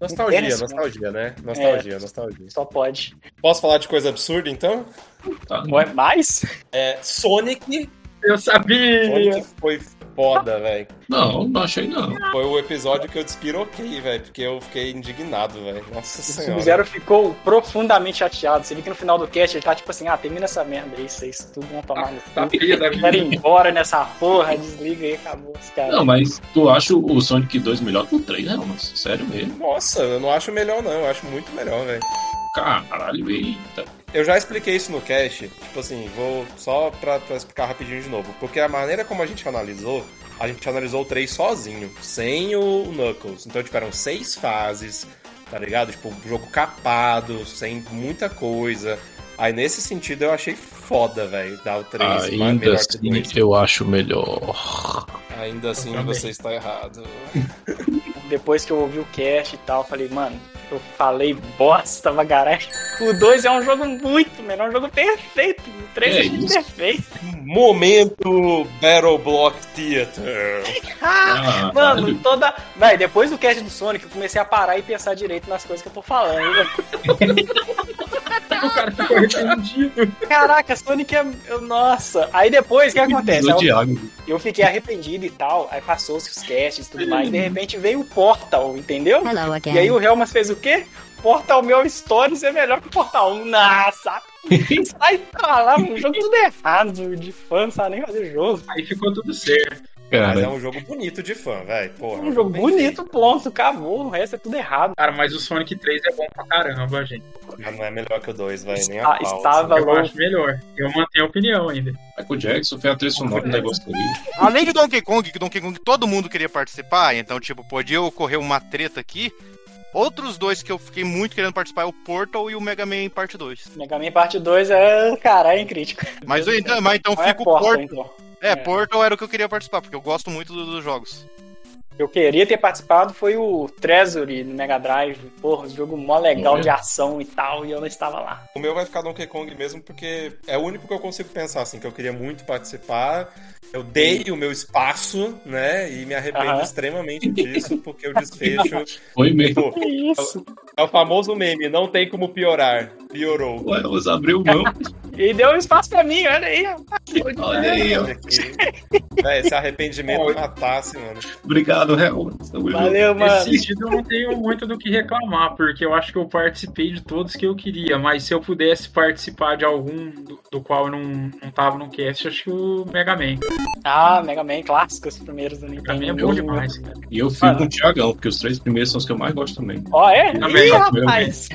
Nostalgia,
Interessante.
nostalgia, né? Nostalgia, nostalgia.
Só pode.
Posso falar de coisa absurda, então?
Tá.
Não é mais?
É, Sonic.
Eu sabia!
Sonic foi foda, velho.
Não, não achei não.
Foi o episódio que eu despiroquei, velho, porque eu fiquei indignado, velho. Nossa
é
O
senhora.
Sub-Zero ficou profundamente chateado. Você viu que no final do cast ele tá tipo assim: ah, termina essa merda aí, vocês tudo vão tomar no
Ah, tá.
cu.
Sabia da vida.
Quero ir embora nessa porra, desliga aí, acabou os caras.
Não, mas tu acha o Sonic 2 melhor que o 3, né, mano? Sério mesmo.
Nossa, eu não acho melhor, não. Eu acho muito melhor, velho.
Caralho, eita.
Eu já expliquei isso no cast, tipo assim, vou só pra, pra explicar rapidinho de novo. Porque a maneira como a gente analisou, a gente analisou o 3 sozinho, sem o Knuckles. Então, tipo, eram seis fases, tá ligado? Tipo, um jogo capado, sem muita coisa. Aí, nesse sentido, eu achei foda, velho, dar o 3 mais-
Ah, Ainda
melhor que o
assim,
2.
eu acho melhor.
Ainda assim,
também.
você está errado.
Depois que eu ouvi o cast e tal, eu falei, mano, eu falei bosta pra caralho. O 2 é um jogo muito melhor, é um jogo perfeito. O 3 é,
Que isso?
perfeito.
Momento Battle Block Theater.
Ah, [LAUGHS]
Caralho.
Mano, toda. Véi, depois do cast do Sonic, eu comecei a parar e pensar direito nas coisas que eu tô falando.
O cara ficou arrependido.
Caraca, Sonic é. eu- Nossa! Aí depois, o que
[LAUGHS]
acontece?
Precisou
Eu,
de água.
eu fiquei arrependido e tal, aí passou os castes e tudo mais, de repente veio o Portal, entendeu?
Hello
E aí
again.
o Helmas fez o quê? Portal Meu Stories é melhor que o Portal 1.
[LAUGHS]
Nossa! Sai pra lá, um jogo tudo errado, de fã, não sabe nem fazer jogo.
Ah,
Aí ficou tudo certo.
Mas é
Cara,
um jogo bonito de fã, velho.
É
Porra.
um jogo
bem
bonito, ponto, acabou, o resto é tudo errado.
Cara, mas o Sonic 3 é bom pra caramba, gente.
feito. Ah, Não é melhor que o 2, velho. Nem
Ah,
a pau. assim.
estava
Eu
louco.
acho melhor. Eu mantenho a opinião ainda.
Michael Jackson fez a trilha sonora do negócio ali.
Além de Donkey Kong, que Donkey Kong todo mundo queria participar, então, tipo, podia ocorrer uma treta aqui. Outros dois que eu fiquei muito querendo participar é o Portal e o Mega Man Parte 2.
Mega Man Parte 2 é. Caralho, crítico.
Mas, eu- então, mas então
Não é
fica o Portal.
então.
É,
É.
Portal era o que eu queria participar, porque eu gosto muito do- dos jogos.
Eu queria ter participado foi o Treasury no Mega Drive. Porra, um jogo mó legal
Uhum.
Olha.
de ação e tal, e eu não estava lá.
O meu vai ficar Donkey Kong mesmo, porque é o único que eu consigo pensar, assim, que eu queria muito participar. Eu dei o meu espaço, né? E me arrependo
Aham.
extremamente disso, porque o
[LAUGHS]
desfecho.
Foi mesmo.
Tipo,
Isso.
é o famoso meme, não tem como piorar. Piorou.
Ué, elas abriu mão.
E deu espaço pra mim, olha aí.
Olha aí, ó.
Olha aqui. Véi, esse arrependimento matasse, mano.
Obrigado, Real. Tamo junto.
Valeu,
Nesse
mano.
sentido, eu não tenho muito do que reclamar, porque eu acho que eu participei de todos que eu queria, mas se eu pudesse participar de algum do, do qual eu não, não tava no cast, acho que o Mega Man.
é
Ah, Mega Man clássico, os primeiros do
Pra mim
Nintendo.
é bom demais, cara.
E eu fico com o Tiagão, porque os três primeiros são os que eu mais gosto também.
Ó, é?
Também,
Ih,
também.
rapaz!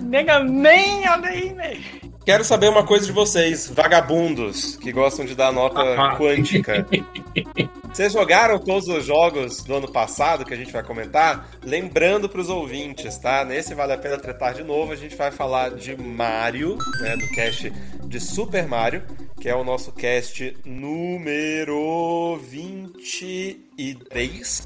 Mega Man, olha aí, velho.
Quero saber uma coisa de vocês, vagabundos, que gostam de dar nota
Ah.
quântica. Vocês jogaram todos os jogos do ano passado que a gente vai comentar? Lembrando pros ouvintes, tá? Nesse Vale a Pena Tretar de novo, a gente vai falar de Mario, né, do cast de Super Mario, que é o nosso cast número 23.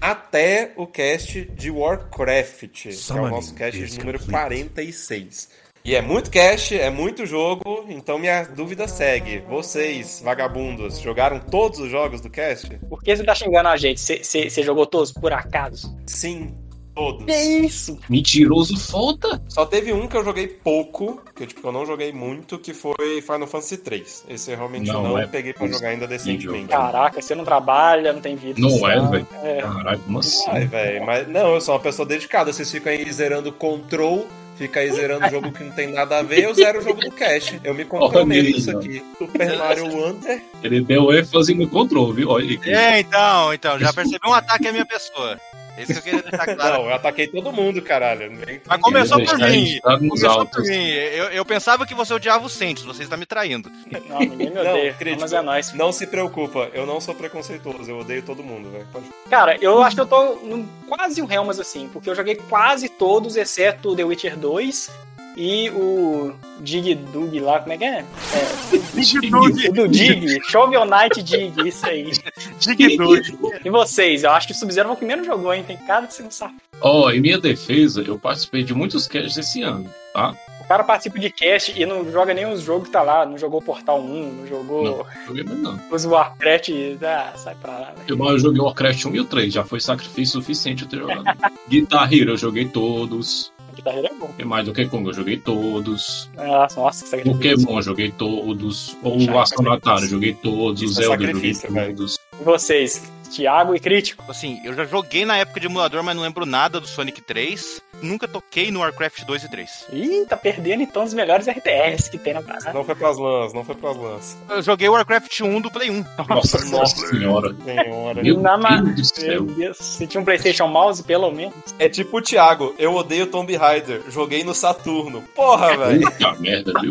Até o cast de Warcraft, que é o nosso cast de número 46. E é muito cash, é muito jogo, então minha dúvida segue. Vocês, vagabundos, jogaram todos os jogos do cast?
Por que você tá xingando a gente? Você- Você você jogou todos por acaso?
Sim, todos.
Que isso?
Mentiroso foda!
Só teve um que eu joguei pouco, que eu, tipo, que eu não joguei muito, que foi Final Fantasy 3. Esse eu realmente
Não,
não,
é
peguei pra jogar ainda decentemente.
Caraca, você não trabalha, não tem vida.
Não
social.
é, velho.
É.
Caralho, como assim?
Ai, velho, mas não, eu sou uma pessoa dedicada. Vocês ficam aí zerando control, fica aí
[LAUGHS]
zerando jogo que não tem nada a ver, eu zero o jogo do cash. Eu me comprometo
Olha,
isso aqui. Super Mario Wonder.
Ele deu ênfase no controle, viu? Olha aí.
É, então, então, já percebi um ataque à minha pessoa. É isso que eu queria deixar claro.
Não, eu ataquei todo mundo, caralho. Nem-
Mas começou
Ele
por
tá
mim.
registrado nos
Começou por
altos.
mim. Eu, eu pensava que você odiava o Sentes, você está me traindo.
Não, ninguém me
[LAUGHS] Não,
odeia.
acredito.
mas é nóis.
Não se preocupa, eu não sou preconceituoso, eu odeio todo mundo, velho. Pode-
Cara, eu acho que eu tô num- quase um Helmas assim, porque eu joguei quase todos, exceto The Witcher 2 e o Dig Dug lá, como é que é? O do Dig,
[LAUGHS]
Shovel Knight Dig, isso aí. E vocês? Eu acho que o Sub-Zero foi o primeiro jogou, hein? Tem cara de ser um safado.
Ó, em minha defesa, eu participei de muitos casts esse ano, tá?
O cara participa de cast e não joga nem os jogos que tá lá, não jogou Portal 1, não jogou
Joguei, mas não.
os Warcraft, ah, sai pra lá, velho.
Eu, mas eu joguei Warcraft 1 e o 3, já foi sacrifício suficiente eu ter
[LAUGHS]
jogado. Guitar Hero eu joguei todos.
Guitarreiro é bom.
E mais do que Kong eu joguei todos.
Nossa, nossa, que sacrifício.
Pokémon eu joguei todos.
Chato, né?
O Astronatara eu joguei todos. O
Isso é
Zelda eu joguei
sacrifício, velho.
todos.
E vocês? Thiago e Crítico?
Assim, eu já joguei na época de emulador, mas não lembro nada do Sonic 3. Nunca toquei no Warcraft 2 e 3.
Ih, tá perdendo então os melhores RTS que tem na parada.
Não foi pras lãs, não foi pras lãs.
Eu joguei Warcraft 1 do Play 1.
Nossa, nossa senhora.
Senhora.
Meu
Na ma-
Deus do
Meu
céu.
Deus, se tinha um Playstation Mouse, pelo menos.
É tipo o Thiago, eu odeio Tomb Raider, joguei no Saturno. Porra, velho.
Puta merda, viu?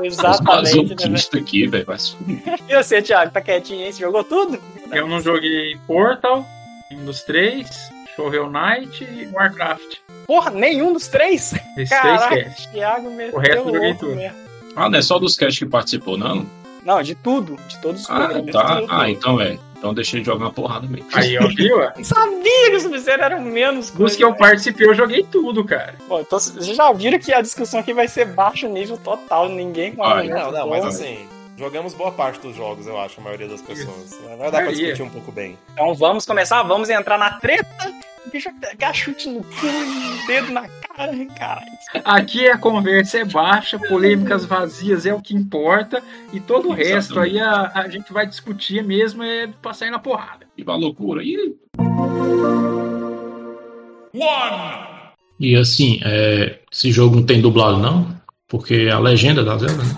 Os
Exatamente, né, velho?
masoquistas aqui, velho. vai se fuder.
E você, Thiago, tá quietinho aí? Você jogou tudo?
Eu não joguei Portal, um dos três, Shovel Knight e Warcraft.
Porra, nenhum dos três?
Esses três
Caraca,
é.
cast.
Thiago meteu
O resto eu joguei
louco né?
tudo.
mesmo.
Ah, não é só dos casts que participou, não?
Não, de tudo, de todos os
Ah,
programas, de
tá.
tudo.
Ah, então é. Então deixei de jogar uma porrada mesmo.
Aí, ó, viu? ó?
Sabia que os Sub-Zero eram menos
Dos
coisa,
que eu
né?
participei, eu joguei tudo, cara.
Bom, então vocês já viram que a discussão aqui vai ser baixo nível total, ninguém com então
Vai.
argumento
Não, não,
bom.
mas assim, jogamos boa parte dos jogos, eu acho, a maioria das pessoas. Vai dar pra
Maioria.
discutir um pouco bem.
Então vamos começar, vamos entrar na treta. Deixa eu pegar chute no cu, dedo na cara, cara.
Aqui a conversa é baixa, polêmicas vazias é o que importa, e todo o resto aí a, a gente vai discutir mesmo é pra sair na porrada.
E uma loucura. E
E assim, é, esse jogo não tem dublado, não? Porque é a legenda da Zelda. né?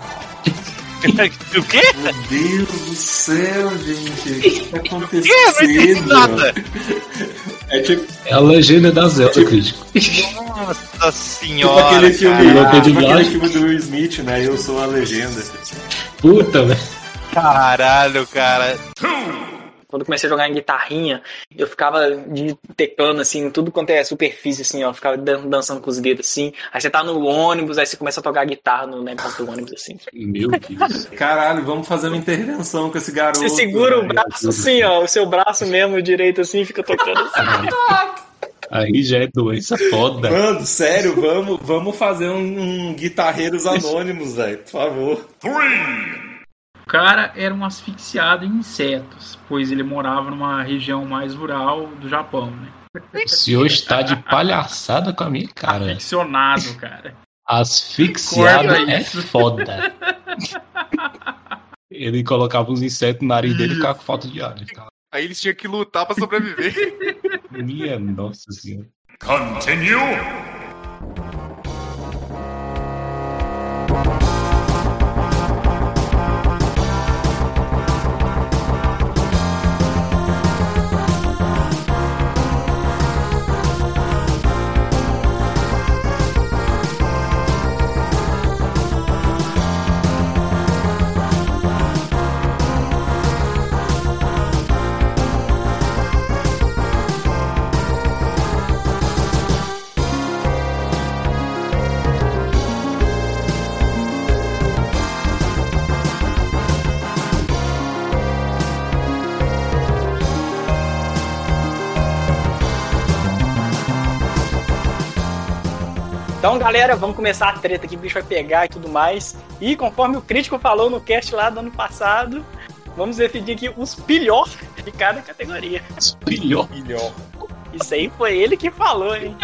o quê?
Meu Deus do céu, gente. O que tá acontecendo?
Nada.
É tipo,
É a legenda da Zelda, [LAUGHS] crítico.
Nossa
tipo
senhora.
aquele filme,
cara.
ah, tipo
Dublagem.
aquele filme do Will Smith, né? Eu sou a legenda.
né? Puta, velho.
Caralho, cara.
Quando eu comecei a jogar em guitarrinha, eu ficava de teclando, assim, tudo quanto é superfície, assim, ó. Eu ficava dan- dançando com os dedos, assim. Aí você tá no ônibus, aí você começa a tocar guitarra no negócio do ônibus, assim.
Meu Deus.
Caralho, vamos fazer uma intervenção com esse garoto.
Você segura o
velho.
braço, assim, ó. O seu braço mesmo direito, assim, fica tocando. assim.
Aí já é doença
[LAUGHS]
foda.
Mano, sério, vamos, vamos fazer um, um Guitarreiros Anônimos, velho, por favor.
O cara era um asfixiado em insetos, pois ele morava numa região mais rural do Japão, né?
O senhor está de palhaçada com a minha cara.
Aficionado,
[LAUGHS]
cara.
Asfixiado
Corta
é
isso.
foda.
[LAUGHS]
Ele colocava os insetos no nariz dele e ficava com falta de ar. Ele ficava,
Hum. Aí eles tinham que lutar pra sobreviver.
Minha nossa senhora.
Então, galera, vamos começar a treta que o bicho vai pegar e tudo mais. E conforme o crítico falou no cast lá do ano passado, vamos decidir aqui os pior de cada categoria.
Melhor.
Milhão.
Isso aí foi ele que falou, hein?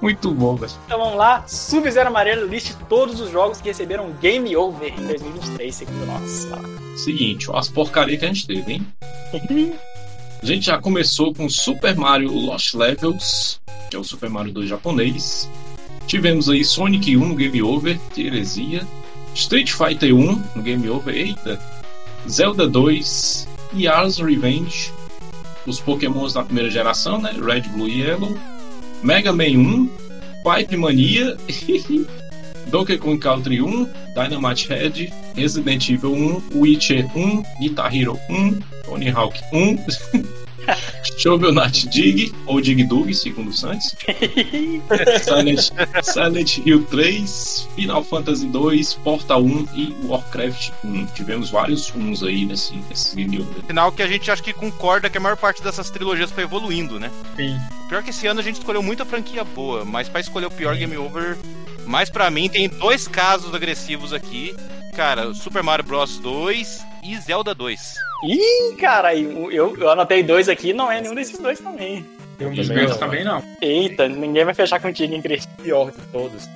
Muito bom, velho.
Então vamos lá, Sub-Zero Amarelo liste todos os jogos que receberam Game Over em 2023, segundo nós.
Seguinte, ó, as porcarias que a gente teve, hein? A gente já começou com Super Mario Lost Levels, que é o Super Mario 2 japonês. Tivemos aí Sonic 1 no Game Over, que heresia. Street Fighter 1 no Game Over, eita. Zelda 2, Yars Revenge. Os Pokémons da primeira geração, né? Red, Blue e Yellow. Mega Man 1, Pipe Mania. [LAUGHS] Donkey Kong Country 1, Dynamite Head, Resident Evil 1, Witcher 1, Guitar Hero 1, Tony Hawk 1, [LAUGHS] Shovel Knight Dig, ou Dig Dug, segundo
[LAUGHS]
o Santos, Silent, Silent Hill 3, Final Fantasy 2, Portal 1 e Warcraft 1. Tivemos vários uns aí nesse, nesse vídeo.
Sinal que a gente acho que concorda que a maior parte dessas trilogias foi evoluindo, né?
Sim.
Pior que esse ano a gente escolheu muita franquia boa, mas pra escolher o pior Game Over, mais pra mim, tem dois casos agressivos aqui. Cara, Super Mario Bros 2 e Zelda 2.
Ih, cara, eu, eu anotei dois aqui, não é nenhum desses dois também.
Eu
Os
também,
meus
não,
também não.
Eita, ninguém vai fechar contigo, hein, Cris?
é o pior de todos.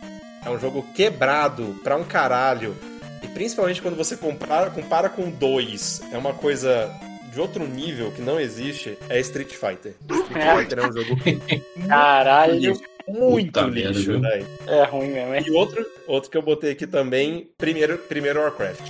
É um jogo quebrado pra um caralho. E principalmente quando você compara, compara com dois, é uma coisa de outro nível que não existe, é Street Fighter. Street Fighter é um jogo
Caralho,
muito
Puta merda,
lixo,
viu?
velho.
é ruim mesmo, hein?
E outro, outro que eu botei aqui também, primeiro, primeiro Warcraft.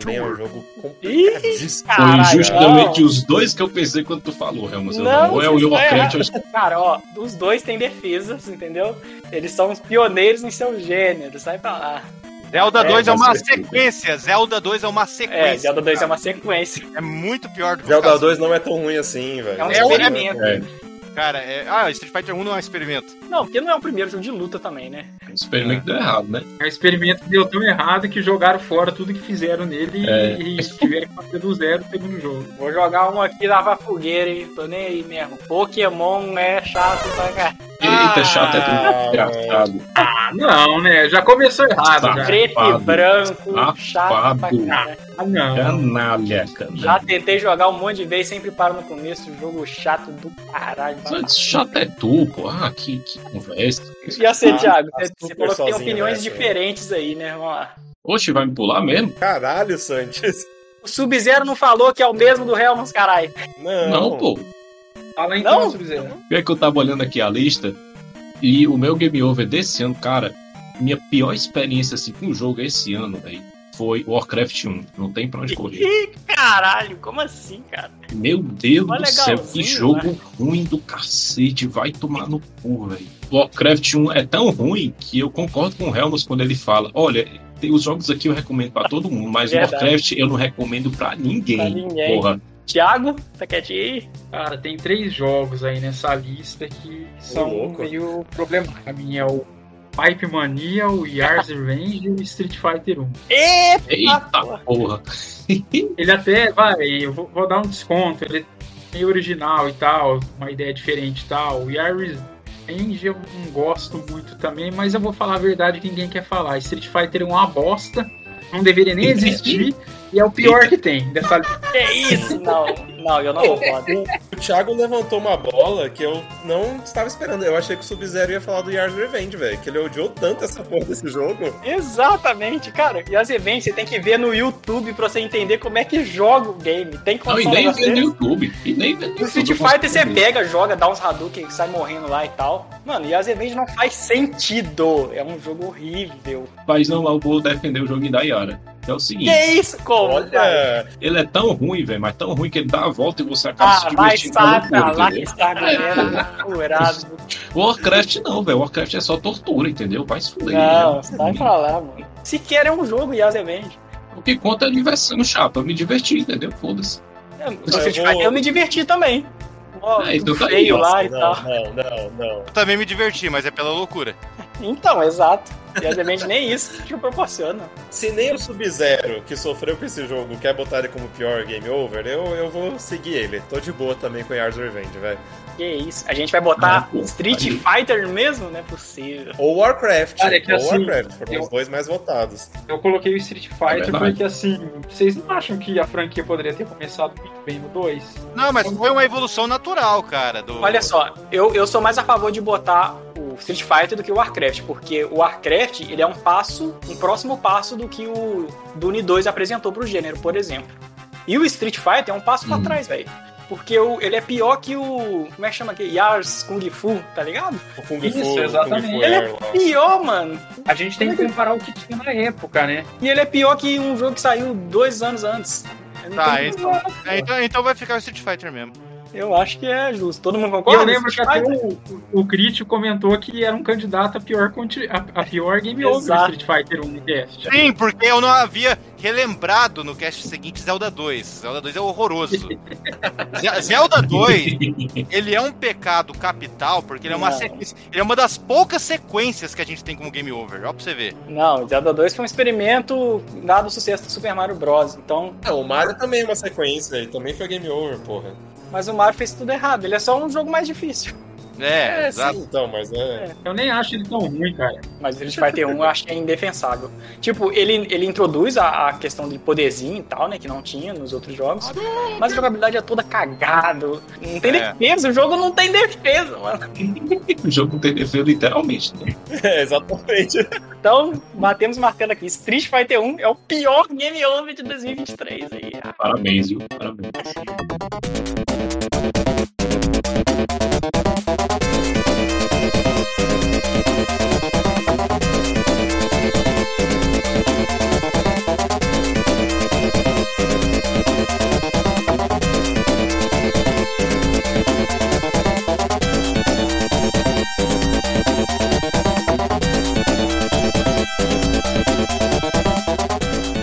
Também é um jogo
Ih,
complicadíssimo.
Caralho,
Foi justamente
não.
os dois que eu pensei quando tu falou, Helmut. Eu
Não,
não- Ou é
você
o
está
Warcraft
errado.
ou
Cara, ó, os dois têm defesas, entendeu? Eles são os pioneiros em seu gênero, sai pra lá.
Zelda
É,
2 é
mas
uma
eu-
sequência. Zelda 2 é uma sequência.
É, Zelda 2 é uma sequência.
É muito pior do que o
Zelda
caso-
2 não é tão ruim assim, velho.
É um
É o-
experimento.
Cara, é... ah, Street Fighter 1 não é um experimento.
Não, porque não é o primeiro jogo de luta também, né?
o experimento deu errado, né?
É um experimento que deu tão errado que jogaram fora tudo que fizeram nele
É.
e, e tiveram que fazer do zero no segundo jogo.
Vou jogar um aqui lavar fogueira, hein? Tô nem aí mesmo. Pokémon é chato pra cá.
Eita,
Ah,
chato é tudo engraçado.
Ah, não, né? Já começou errado,
Tá.
já.
Preto e
Safado.
branco, chato pra
Safado.
cara.
Ah, não.
Canalha, canalha.
É. Já tentei jogar um monte de vez, sempre paro no começo, jogo chato do caralho.
Mas Chato é tu, pô. Ah, que, que conversa.
E assim,
Ah,
Thiago,
tá
você, você
super
falou que tem
sozinho
opiniões
nessa, né?
diferentes aí, né? Vamos lá.
Oxe, vai me pular mesmo?
Caralho, Sanches.
O Sub-Zero não falou que é o mesmo do Helmons, caralho.
[LAUGHS] Não,
Não, pô.
Fala então,
Não?
Sub-Zero.
Pior que eu tava olhando aqui a lista e o meu game over desse ano, cara, minha pior experiência assim, com o jogo esse ano, velho, foi Warcraft 1. Não tem pra onde
[LAUGHS]
correr.
Caralho, como assim, cara?
Meu Deus
Mas
do céu, que
legalzinho, né?
jogo ruim do cacete. Vai tomar no cu, velho. Warcraft 1 é tão ruim que eu concordo com o Helmut quando ele fala: olha. tem Os jogos aqui eu recomendo pra todo mundo, mas o
Verdade.
Warcraft eu não recomendo pra ninguém.
Pra ninguém.
Porra,
Thiago, tá quietinho aí?
Cara, tem três jogos aí nessa lista que são
louco.
meio problemáticos. Pra mim é o Pipe Mania, o Yars Revenge e o Street Fighter 1.
E
Eita porra.
Ele até, vai, eu vou, vou dar um desconto, ele é meio original e tal, uma ideia diferente e tal. O Yars Revenge eu não gosto muito também, mas eu vou falar a verdade que ninguém quer falar. Street Fighter é uma bosta, não deveria nem existir, e é o pior que tem dessa lista.
que isso? [LAUGHS] Não, não, eu não vou falar dele.
O Thiago levantou uma bola que eu não estava esperando. Eu achei que o Sub-Zero ia falar do Yard Revenge, velho. Que ele odiou tanto essa porra desse jogo.
Exatamente, cara. E as events você tem que ver no YouTube pra você entender como é que joga o game. Tem que
Não, e nem vê no YouTube. E nem vê no
No
YouTube.
Street Fighter é você pega, joga, dá uns Hadouken, sai morrendo lá e tal. Mano, e as events não faz sentido. É um jogo horrível.
Mas não, eu vou defender o joguinho da Yara. É o seguinte,
Que isso? Como? cara?
Olha,
ele é tão ruim, velho, mas tão ruim que ele dá a volta e você acaba se
Ah, vai
divertindo com a
estar pra
loucura,
lá que
entendeu?
está a galera tá furado.
Warcraft não, velho. Warcraft é só tortura, entendeu? Vai se fuder.
Não,
né?
sai pra lá, mano. Sequer é um jogo e as events.
O que conta é a diversão, chapa. Eu me diverti, entendeu? Foda-se.
É, no
Eu
Street
vou-
Fighter eu me diverti também. Ó,
É, então tá aí,
feio lá e tal.
não, não, não, não.
Eu também me diverti, mas é pela loucura.
Então, exato. E as events nem isso te proporciona.
Se nem o Sub-Zero, que sofreu com esse jogo, quer botar ele como pior game over, eu, eu vou seguir ele. Tô de boa também com o Yard Revenge, velho.
Que isso? A gente vai botar
Ah, pô,
Street
aí.
Fighter mesmo? Não é possível.
Ou Warcraft.
Cara, é que
ou
assim,
Warcraft. Foram
eu-
os dois mais votados.
Eu coloquei o Street Fighter
verdade.
porque assim, vocês não acham que a franquia poderia ter começado muito bem no 2?
Não, mas foi uma evolução natural, cara. Do...
Olha só, eu, eu sou mais a favor de botar o Street Fighter do que o Warcraft, porque o Warcraft ele é um passo, um próximo passo do que o Dune 2 apresentou pro gênero, por exemplo. E o Street Fighter é um passo pra
Uhum.
Hum.
trás, velho. Porque o, ele é pior que o. Como é que chama aqui? Yars Kung Fu, tá ligado?
O Kung
Isso,
Fu, é o
exatamente.
Kung Fu
Ele
Air lá.
Pior, mano.
A gente tem que comparar o que tinha na época, né?
E ele é pior que um jogo que saiu dois anos antes. Eu não
Tá,
tenho-
um
então. É, então, então vai ficar o Street Fighter mesmo.
Eu acho que é justo. Todo mundo
E
concorda?
eu lembro que
Street
até
Fighter?
o, o crítico comentou que era um candidato a pior, conti- a, a pior Game Over do
Exato.
Street Fighter 1 cast.
Sim, porque eu não havia relembrado no cast seguinte Zelda 2. Zelda 2 é horroroso. Ze- Zelda 2, ele é um pecado capital, porque ele é uma
Não.
sequência. Ele é uma das poucas sequências que a gente tem como game over. Ó, pra você ver.
Não, Zelda 2 foi um experimento dado o sucesso do Super Mario Bros. Então,
Ah, o Mario também é uma sequência, ele também foi game over, porra.
mas o Mario fez tudo errado. Ele é só um jogo mais difícil.
É, exato.
sim, então, mas é.
Eu nem acho ele tão ruim, cara.
Mas o Street Fighter 1 eu acho que é indefensável. Tipo, ele, ele introduz a, a questão de poderzinho e tal, né? Que não tinha nos outros jogos. Mas a jogabilidade é toda cagado. Não tem
É.
defesa, o jogo não tem defesa, mano.
[LAUGHS] O jogo tem defesa literalmente, né?
É, [LAUGHS] exatamente.
Então, batemos martelo aqui. Street Fighter 1 é o pior game over de 2023 aí. Ah,
Parabéns, viu? Parabéns.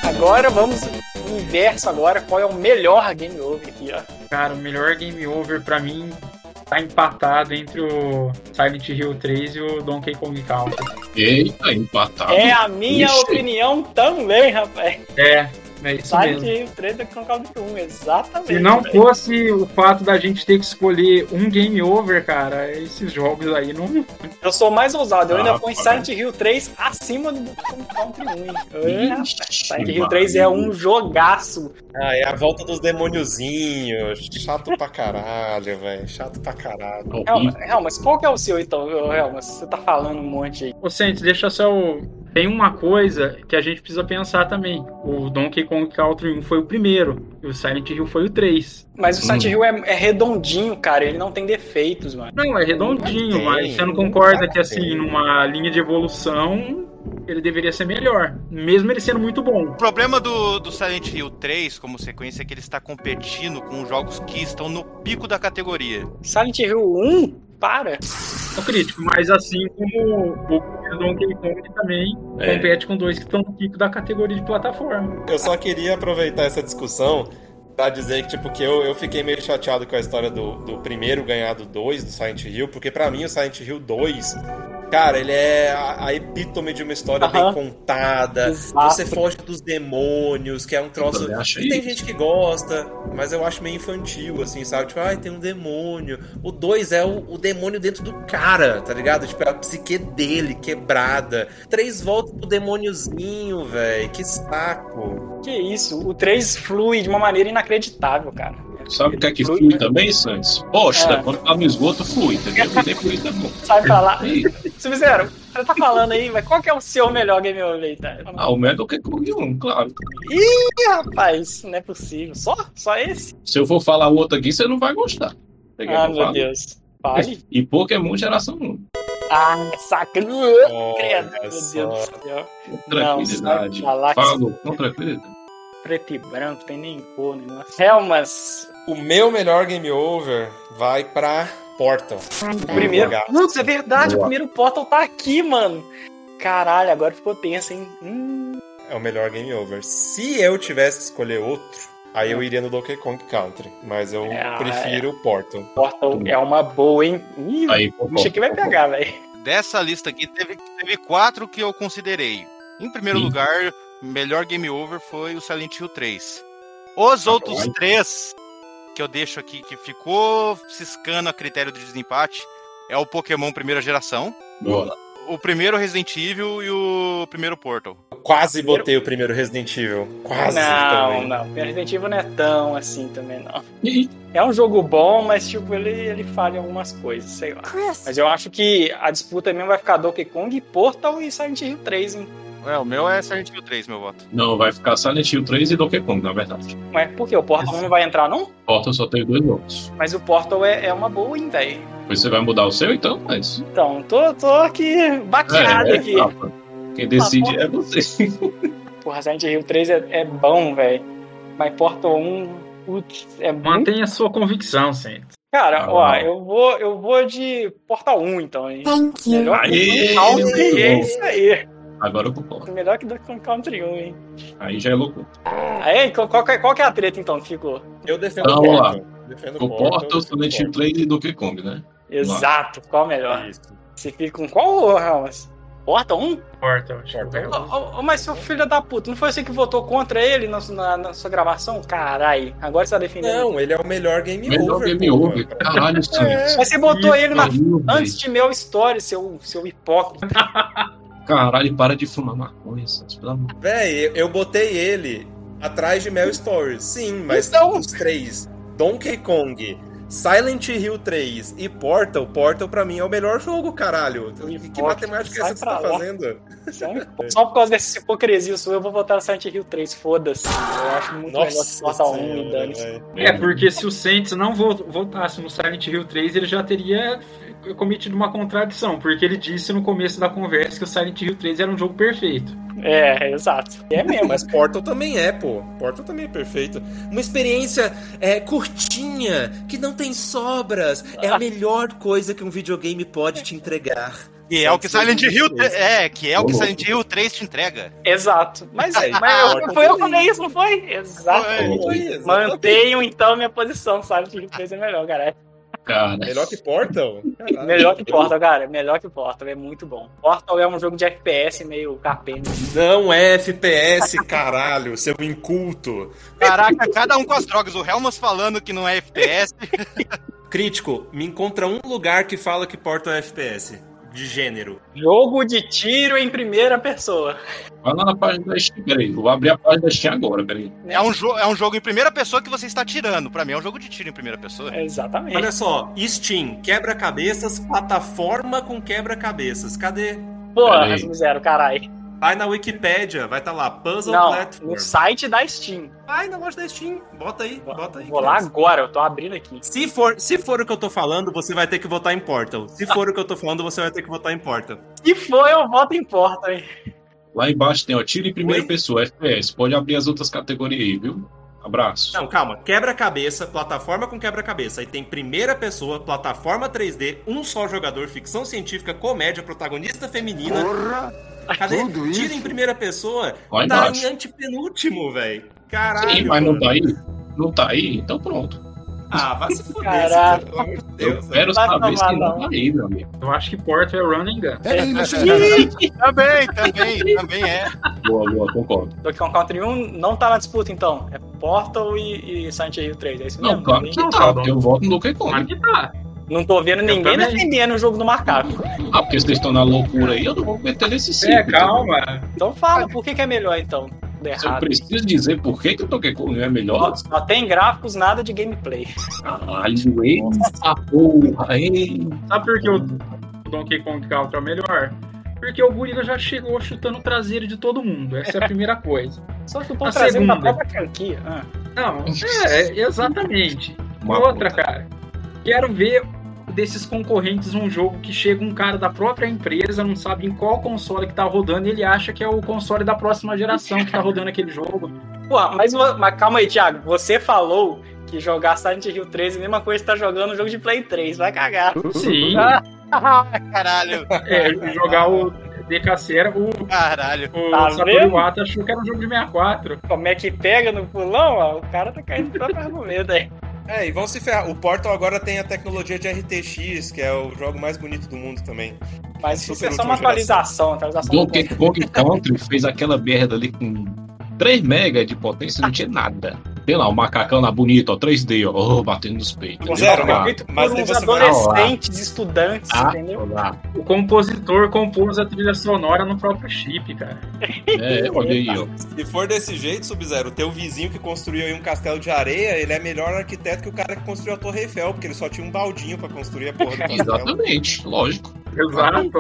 Agora vamos no inverso agora. Qual é o melhor game over aqui, ó?
Cara, o melhor Game Over pra mim tá empatado entre o Silent Hill 3 e o Donkey Kong Country.
Eita,
Ah,
empatado.
É a minha
Ixi.
opinião também, rapaz.
É, é isso
Silent
mesmo.
Hill 3 com Caldo 1, exatamente.
Se não
velho.
fosse o fato da gente ter que escolher um Game Over, cara, esses jogos aí não,
Eu sou mais ousado, eu
Ah,
ainda ponho
rapaz.
Silent Hill 3 acima do Donkey Country 1. hein? É, rapaz.
Ixi,
Silent Hill 3 é um jogaço.
Ah, é a volta dos demôniozinhos. Chato pra caralho, velho. Chato pra caralho.
horrível.
Helmas, Helmas, qual que é o seu então, ô, Helmas? Você tá falando um monte aí.
Ô, Sentes, deixa só. eu- Tem uma coisa que a gente precisa pensar também. O Donkey Kong Country 1 foi o primeiro, e o Silent Hill foi o 3.
Mas o Silent
Hum.
Hill é, é redondinho, cara, ele não tem defeitos, mano.
Não, é redondinho,
Tem,
mas você não concorda que, assim,
tem.
numa linha de evolução, ele deveria ser melhor, mesmo ele sendo muito bom.
O problema do, do Silent Hill 3 como sequência é que ele está competindo com jogos que estão no pico da categoria.
Silent Hill 1? Para.
É crítico, mas assim como o primeiro Donkey Kong também
É.
compete com dois que estão no pico da categoria de plataforma.
Eu só queria aproveitar essa discussão pra dizer que, tipo, que eu, eu fiquei meio chateado com a história do, do primeiro ganhar do 2 do Silent Hill, porque pra mim o Silent Hill 2, cara, ele é a, a epítome de uma história bem
Aham.
É.
contada.
Exato.
Você foge dos demônios, que é um troço.
também acho
E tem
isso.
gente que gosta, mas eu acho meio infantil, assim, sabe? Tipo, ai, tem um demônio. O 2 é o, o demônio dentro do cara, tá ligado? Tipo, é a psique dele quebrada. Três voltas pro demôniozinho, velho. Que saco.
Que isso, o 3 flui de uma maneira inacreditável, cara.
Sabe o que é que
Flui,
flui
né?
também, Santos? Posta,
É.
quando tá no esgoto, flui, entendeu? E depois tá bom.
Sabe
[LAUGHS]
falar?
E,
Sub-Zero, você tá falando aí, mas qual que é o seu melhor gameplay, tá?
ah, o melhor que Kong 1, claro.
Ih, rapaz, não é possível. Só? Só esse?
Se eu for falar outro aqui, você não vai gostar. Você quer que
Ah,
eu
meu
fale?
Deus. Fale.
E Pokémon geração 1.
[LAUGHS] Ah, saca. Credo, meu
Olha
Deus
só.
do céu.
Tranquilidade.
Não, sabe falar que-
Falo com tranquilidade.
Preto e branco, tem nem cor, nem nada. Helmas.
O meu melhor game over vai pra Portal.
Primeiro.
Legal.
Putz, é verdade,
Boa.
o primeiro Portal tá aqui, mano. Caralho, agora ficou tenso, hein? Hum.
É o melhor game over. Se eu tivesse que escolher outro, aí eu iria no Donkey Kong Country. Mas eu
Ah. É,
prefiro o Portal.
Portal é uma boa, hein? Ih,
Aí,
o bicho aqui vai pegar,
[LAUGHS]
velho.
Dessa lista aqui, teve, teve quatro que eu considerei. Em primeiro
Sim.
lugar, melhor game over foi o Silent Hill 3. Os outros
bom.
três que eu deixo aqui, que ficou ciscando a critério do desempate, é o Pokémon primeira geração,
Boa.
o primeiro Resident Evil e o primeiro Portal.
Eu quase botei o primeiro Resident Evil. Quase
Não,
também.
não. Resident Evil não é tão assim também, não.
E,
É um jogo bom, mas tipo, ele, ele falha em algumas coisas, sei lá. Mas eu acho que a disputa mesmo vai ficar Donkey Kong, Portal e Silent Hill 3, hein?
É, o meu é Silent Hill 3, meu voto.
não, vai ficar Silent Hill 3 e Donkey Kong, na verdade.
Ué, por quê? O Portal não vai entrar, não?
Portal só tem dois jogos.
Mas o Portal é, é uma boa, hein, velho?
Pois você vai mudar o seu, então? É, Mas.
Então, tô, tô aqui baqueado aqui. Tá
Rafa, tá, Quem decide é você. [LAUGHS]
Porra, Silent Hill 3 é, é bom, velho. Mas Portal 1, putz, é bom.
Mantenha a sua convicção, Santos.
Cara,
Ah,
ó,
não.
eu vou, eu vou de Portal 1, então, hein?
Thank you.
Melhor
Aê,
que Country, é
meu
isso aí.
Agora eu concordo.
Melhor que Donkey Kong Country 1, hein?
Aí já é louco.
Aí, qual, qual, que é- qual que é a treta então que ficou?
Eu defendo
Então,
o
vamos lá.
Portal. Defendo
O Portal, Silent Hill
defendo
3 e Donkey Kong, né?
Exato, qual o
o Portal.
melhor?
Isso.
Você fica com qual, Ramas? Porta 1?
Portal, acho que
Portal.
é o-
mas seu filho da puta, não foi você que votou contra ele na, su- na- na sua gravação? Carai, agora você tá defendendo.
Não, ele é o melhor game
Melhor
over.
game
pô.
over. Caralho, Santos.
Mas você botou ele na...
Caralho,
antes de meu story, seu, seu hipócrita.
velho. Caralho, para de fumar maconha, Santos. Pelo amor de
Véi, eu- eu botei ele atrás de Mel Stories. Sim, mas
Então-
os três: Donkey Kong, Silent Hill 3 e Portal. Portal pra mim é o melhor jogo, caralho.
Me
Que
bote,
matemática é
sai
essa que você
pra
tá
lá.
fazendo?
Você é um hipócrita. Só por causa dessa hipocrisia sua, eu vou votar no Silent Hill 3, foda-se. Eu acho muito melhor que um, Porta 1 e
Senhora,
dane
véi.
É,
Deus.
porque se o Saints não vo- votasse no Silent Hill 3, ele já teria cometido uma contradição, porque ele disse no começo da conversa que o Silent Hill 3 era um jogo perfeito.
É, exato. É
[LAUGHS]
mesmo.
Mas Portal também é, pô. Portal também é perfeito. Uma experiência é, curtinha, que não tem sobras. É a melhor coisa que um videogame pode te entregar.
Que é o que Silent Hill 3, é, que é o que
Ô,
Silent Hill 3 te entrega.
Exato. Mas,
É,
mas eu-
Portal
foi eu que
também.
falei isso, não foi? Exato.
É,
Pois,
Mantenham então minha posição, sabe? Que 3 é melhor, cara.
Cara,
Melhor que Portal?
É
Caralho.
Melhor que Portal, cara. Melhor que Portal. É muito bom. Portal é um jogo de FPS meio capenga.
Não é FPS, caralho, seu inculto.
Caraca, [LAUGHS] cada um com as drogas. O Helmas falando que não é FPS.
Crítico, me encontra um lugar que fala que Portal é FPS. De gênero.
Jogo de tiro em primeira pessoa.
vai lá na página da Steam. Peraí, vou abrir a página da Steam agora, peraí.
É um, jo- é um jogo em primeira pessoa que você está tirando. Pra mim, é um jogo de tiro em primeira pessoa.
É Exatamente.
Olha só, Steam, quebra-cabeças, plataforma com quebra-cabeças. Cadê?
Porra,
Peraí.
Sub-Zero, caralho.
Vai na Wikipédia, vai estar tá lá, Puzzle
Não,
Platform.
no site da Steam.
Vai na loja da Steam, bota aí, bota aí.
Vou lá
cara.
agora, eu tô abrindo aqui.
Se for, se for o que eu tô falando, você vai ter que votar em Portal. Se for o que eu tô falando, você vai ter que votar em Portal.
Se for, eu voto em Portal, hein?
Lá embaixo tem, ó, tiro em primeira
Oi?
pessoa, FPS. Pode abrir as outras categorias aí, viu? Abraço.
Não, calma. Quebra-cabeça, plataforma com quebra-cabeça. Aí tem primeira pessoa, plataforma 3D, um só jogador, ficção científica, comédia, protagonista feminina. Cadê?
Tudo
Tira em primeira pessoa.
Lá
tá né?
embaixo.
em antepenúltimo, velho. Caralho.
Sim, mas não
mano.
tá aí. não tá aí, então pronto.
Ah, vai se fuder,
Caraca.
pelo amor de
Eu
Deus.
quero
vai
saber
tomar,
se não
não.
tá aí, meu amigo.
Eu acho que Porto é running gun.
É lindo,
Também, também, também é.
Boa, boa, concordo.
Donkey Kong Country 1 não tá na disputa, então. É Portal e, e Silent Hill 3, é isso
Não,
mesmo?
claro
Ninguém-
que tá, porque eu voto no Donkey Kong.
Claro que tá.
Não tô vendo ninguém
também.
defendendo o jogo do macaco.
Ah, porque vocês estão na loucura aí, eu não vou meter nesse ciclo.
É, calma.
Então fala, por que, que é melhor, então? Deu
entendeu? Se eu
errado.
preciso dizer por que, que o Donkey Kong é melhor,
Só tem gráficos, nada de gameplay.
caralho, eita porra, hein?
Sabe por que o Donkey Kong Country é o melhor? Porque o Guriga já chegou chutando o traseiro de todo mundo. Essa é a primeira coisa.
Só que o Pão
A
trazer uma
segunda.
própria franquia. Ah,
Não, é, é, exatamente. E
Uma
outra,
puta.
cara. Quero ver desses concorrentes um jogo que chega um cara da própria empresa, não sabe em qual console que tá rodando, e ele acha que é o console da próxima geração que tá rodando aquele jogo.
Pô, mas, uma- mas calma aí, Thiago. Você falou que jogar Silent Hill 3 é a mesma coisa que tá jogando um jogo de Play 3. Vai cagar.
Sim,
Caralho,
é, jogar o DKC era o,
caralho.
o
Tá
Satoru
vendo?
Iwata achou que era um jogo de 64.
Como é que pega no pulão? Ó, o cara tá caindo no próprio argumento aí.
É, e vão se ferrar. O Portal agora tem a tecnologia de RTX, que é o jogo mais bonito do mundo também.
Mas isso
Super
é só uma
última geração.
atualização. atualização do
Donkey Kong Country fez aquela merda ali com 3 mega de potência e não tinha nada. Sei lá, o macacão na bonita, ó, 3D, ó, ó, batendo nos peitos.
Com
entendeu?
zero,
Tá lá,
Feito
Mas
por
aí
uns
você vai-
adolescentes, estudantes,
Ah,
entendeu?
ó lá.
O compositor compôs a trilha sonora no próprio chip, cara.
É, olha aí, ó.
Se for desse jeito, Sub-Zero, teu vizinho que construiu aí um castelo de areia, ele é melhor arquiteto que o cara que construiu a Torre Eiffel, porque ele só tinha um baldinho pra construir a porra do castelo.
Exatamente, lógico.
Exato.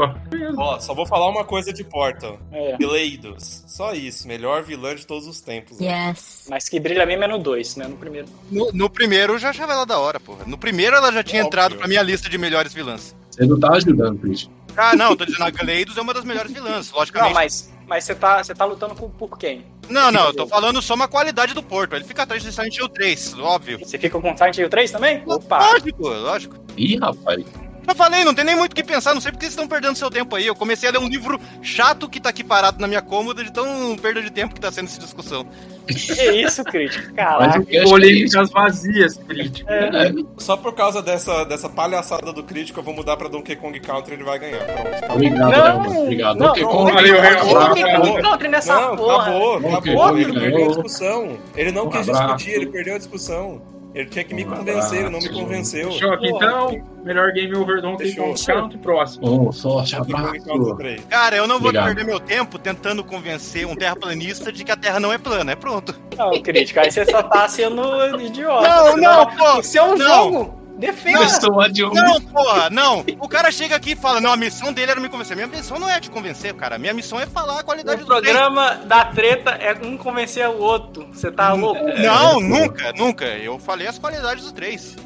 Ó, só vou falar uma coisa de Portal.
É.
Gleidos. Só isso. Melhor vilã de todos os tempos. né?
Yes.
Mas que brilha mesmo é no 2, né? No primeiro.
No, no primeiro eu já achava ela da hora, porra. No primeiro ela já tinha
Óbvio.
entrado pra minha lista de melhores vilãs.
Você não tá ajudando, Cris.
Ah, não, tô dizendo, a Gleidos é uma das melhores vilãs,
Não,
logicamente.
mas, mas você tá, você tá lutando por, por quem?
Não, não, eu tô falando só uma qualidade do Porto. Ele fica atrás de Silent Hill 3, óbvio.
Você fica com Silent Hill 3 também? Opa!
Lógico, lógico.
Ih, rapaz.
Eu falei, não tem nem muito o que pensar, não sei porque vocês estão perdendo seu tempo aí. Eu comecei a ler um livro chato que tá aqui parado na minha cômoda de tão perda de tempo que tá sendo essa discussão.
Que isso, crítico?
Mas
Caraca.
o cast é isso.
Polêmicas vazias, crítico.
É,
Só por causa dessa, dessa palhaçada do crítico, eu vou mudar pra Donkey Kong Country ele vai ganhar. Pronto.
é. obrigado,
Não,
Delma. Obrigado.
não,
Donkey Kong.
valeu,
um
Por que
abraço.
que tem country nessa
Não,
porra?
acabou,
Donkey
acabou.
Kong
Ele perdeu a
ganhou.
discussão. Ele não
Um
quis
abraço.
discutir, ele perdeu a discussão. Ele tinha que me
Um
convencer, ele não me
abraço.
convenceu.
Fechou aqui,
Porra.
então. Melhor game over Donkey
Fechou.
Kong Country, próximo.
Um forte
Donkey Kong
abraço.
Country 3.
Cara, eu não vou
Obrigado.
perder meu tempo tentando convencer um terraplanista de que a Terra não é plana, é pronto.
Não, crítico, aí você só tá sendo idiota.
[LAUGHS] Não, não, pô,
Isso é um
não.
jogo! Defenda!
Pessoa de um.
Não, porra, não. O cara chega aqui e fala, não, a missão dele era me convencer. Minha missão não é te convencer, cara. Minha missão é falar a qualidade
O
do treino.
um programa da treta é um convencer o outro. Você tá louco?
Não, nunca, nunca. Eu falei as qualidades do 3.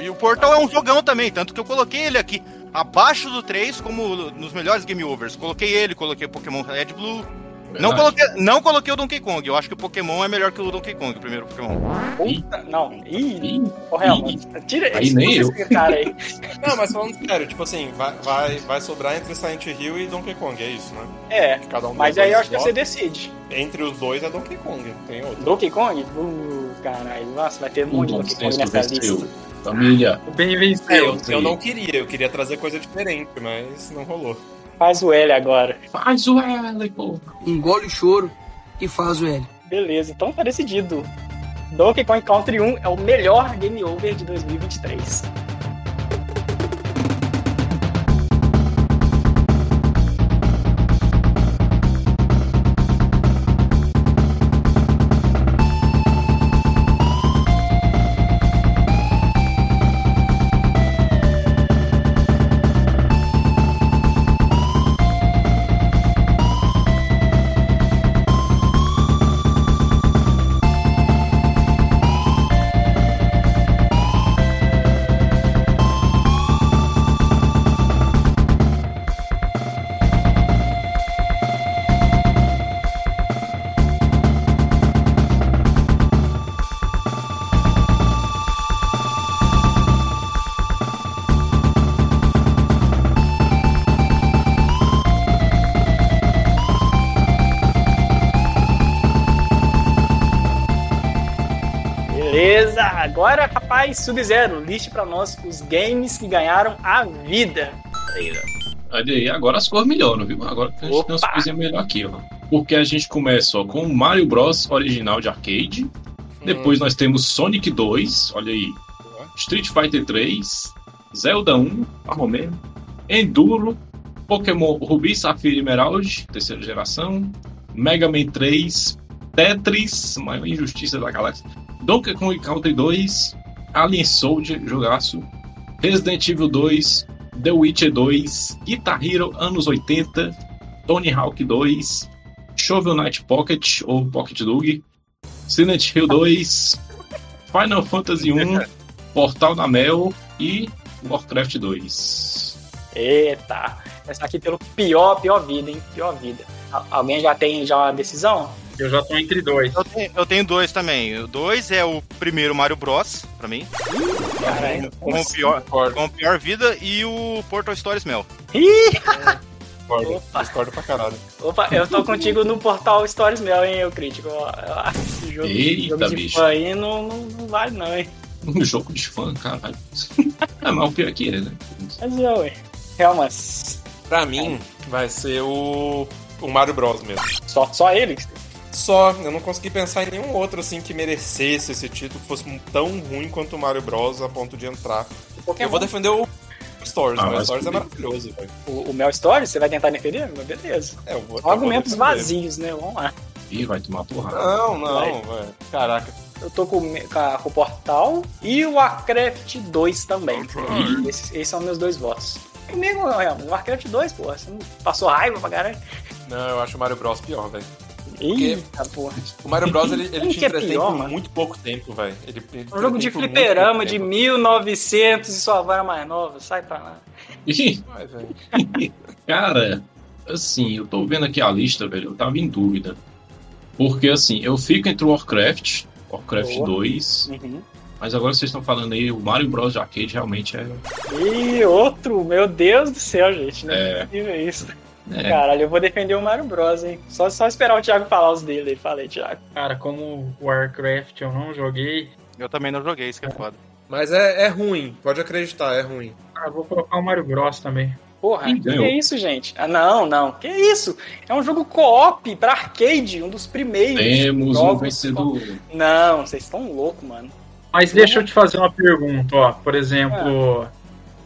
E o Portal é um jogão também, tanto que eu coloquei ele aqui abaixo do 3 como nos melhores game overs. Coloquei ele, coloquei Pokémon Red Blue. Não coloquei, não coloquei o Donkey Kong. Eu acho que o Pokémon é melhor que o Donkey Kong, o primeiro Pokémon.
Puta, não. Ih,
Ih,
porra, mano. Tira
Aí nem
expulsa esse cara aí.
Não, mas falando sério, tipo assim, vai, vai, vai sobrar entre Silent Hill e Donkey Kong, é isso, né?
É,
Cada um
mas
tem
aí eu
dois
acho que você
votos.
decide.
Entre os dois é Donkey Kong, não tem outro.
Donkey Kong? Uh, caralho. Nossa, vai ter
um
muito
bom
Donkey Kong
senso
nessa lista.
venceu. Família.
O bem
É,
venceu.
eu, eu não queria, eu queria trazer coisa diferente, mas não rolou.
Faz o L agora.
Faz o L, pô.
Engole o choro e faz o L.
Beleza, então tá decidido. Donkey Kong Country 1 é o melhor game over de 2023. Beleza, agora, rapaz, Sub-Zero, liste pra nós os games que ganharam a vida. Aí, ó.
Olha aí, agora as coisas melhoram, viu? Agora a gente tem umas coisinhas melhor aqui, ó. Porque a gente começa ó, com o Mario Bros. original de arcade. Depois nós temos Sonic 2, olha aí. Street Fighter 3, Zelda 1, Arma Man, Enduro, Pokémon Rubi, Safira e Emerald, terceira geração, Mega Man 3, Tetris, maior injustiça da galáxia, Donkey Kong Country 2, Alien Soldier, jogaço, Resident Evil 2, The Witcher 2, Guitar Hero anos 80, Tony Hawk 2, Shovel Knight Pocket ou Pocket Dog, Silent Hill 2, Final Fantasy 1, Portal da Mel e Warcraft 2.
Eita, essa aqui pelo pior, pior vida, hein? Pior vida. Al- Alguém já tem já a decisão?
Eu já tô entre dois.
Eu tenho, eu tenho dois também. O dois é o primeiro Mario Bros, pra mim.
Caralho.
Com o pior, com o pior vida e o Portal Stories Mel.
Ih,
Discordo, discordo pra caralho.
opa, eu tô contigo no portal Stories Mel, hein, eu crítico. ó. Esse jogo,
Eita,
jogo de
bicho.
fã aí não, não, não vale, não, hein?
Um jogo de fã, caralho. É, mas o pior que é, né?
Mas eu, hein? Helmas,
Pra mim, vai ser o, o Mario Bros mesmo.
só, só ele?
Só, eu não consegui pensar em nenhum outro assim que merecesse esse título, que fosse tão ruim quanto o Mario Bros a ponto de entrar.
É
eu vou defender o Stories,
Ah,
mas o
mas
Stories é
tudo bem.
maravilhoso, velho.
O, o Mel Stories, você vai tentar interferir? Mas beleza.
É, eu vou,
Só
eu vou
argumentos
defender.
vazios, né? Vamos lá.
Ih, vai tomar porrada.
Não, não, velho. Caraca.
Eu tô com, o- com a- com o Portal e o Warcraft 2 também.
Tá
Hum,
Ih.
Esses, esses são meus dois votos. Comigo, Helmas, o Warcraft 2, porra. Você não passou raiva pra caralho?
Não, eu acho o Mario Bros pior, velho.
Eita, porra.
O Mario Bros ele, ele
Como
te
que é
entretém
pior,
por
mano?
muito pouco tempo, velho. Ele, ele
Um jogo
entretém
de
por muito
fliperama
pouco
de
né?
tempo.
1900 e sua vara mais nova. Sai pra lá.
Ih,
Vai, velho.
Cara, assim, eu tô vendo aqui a lista, velho. Eu tava em dúvida. Porque, assim, eu fico entre o Warcraft, Warcraft
Boa.
2,
Uhum.
mas agora vocês estão falando aí, o Mario Bros. de arcade realmente é.
E outro, meu Deus do céu, gente. Não é
É.
possível isso.
é,
Caralho, eu vou defender o Mario Bros, hein? Só, só esperar o Thiago falar os dele aí. Falei, Thiago.
Cara, como Warcraft eu não joguei,
Eu também não joguei, isso que é foda.
Mas é, é ruim, pode acreditar, é ruim.
ah, eu vou colocar o Mario Bros também.
Porra,
Quem
que
ganhou?
é isso, gente? Ah, não, não. Que isso? É um jogo co-op pra arcade, um dos primeiros.
Temos um
jogos.
vencedor.
Não, vocês estão loucos, mano.
Mas deixa eu É. te fazer uma pergunta, ó. Por exemplo,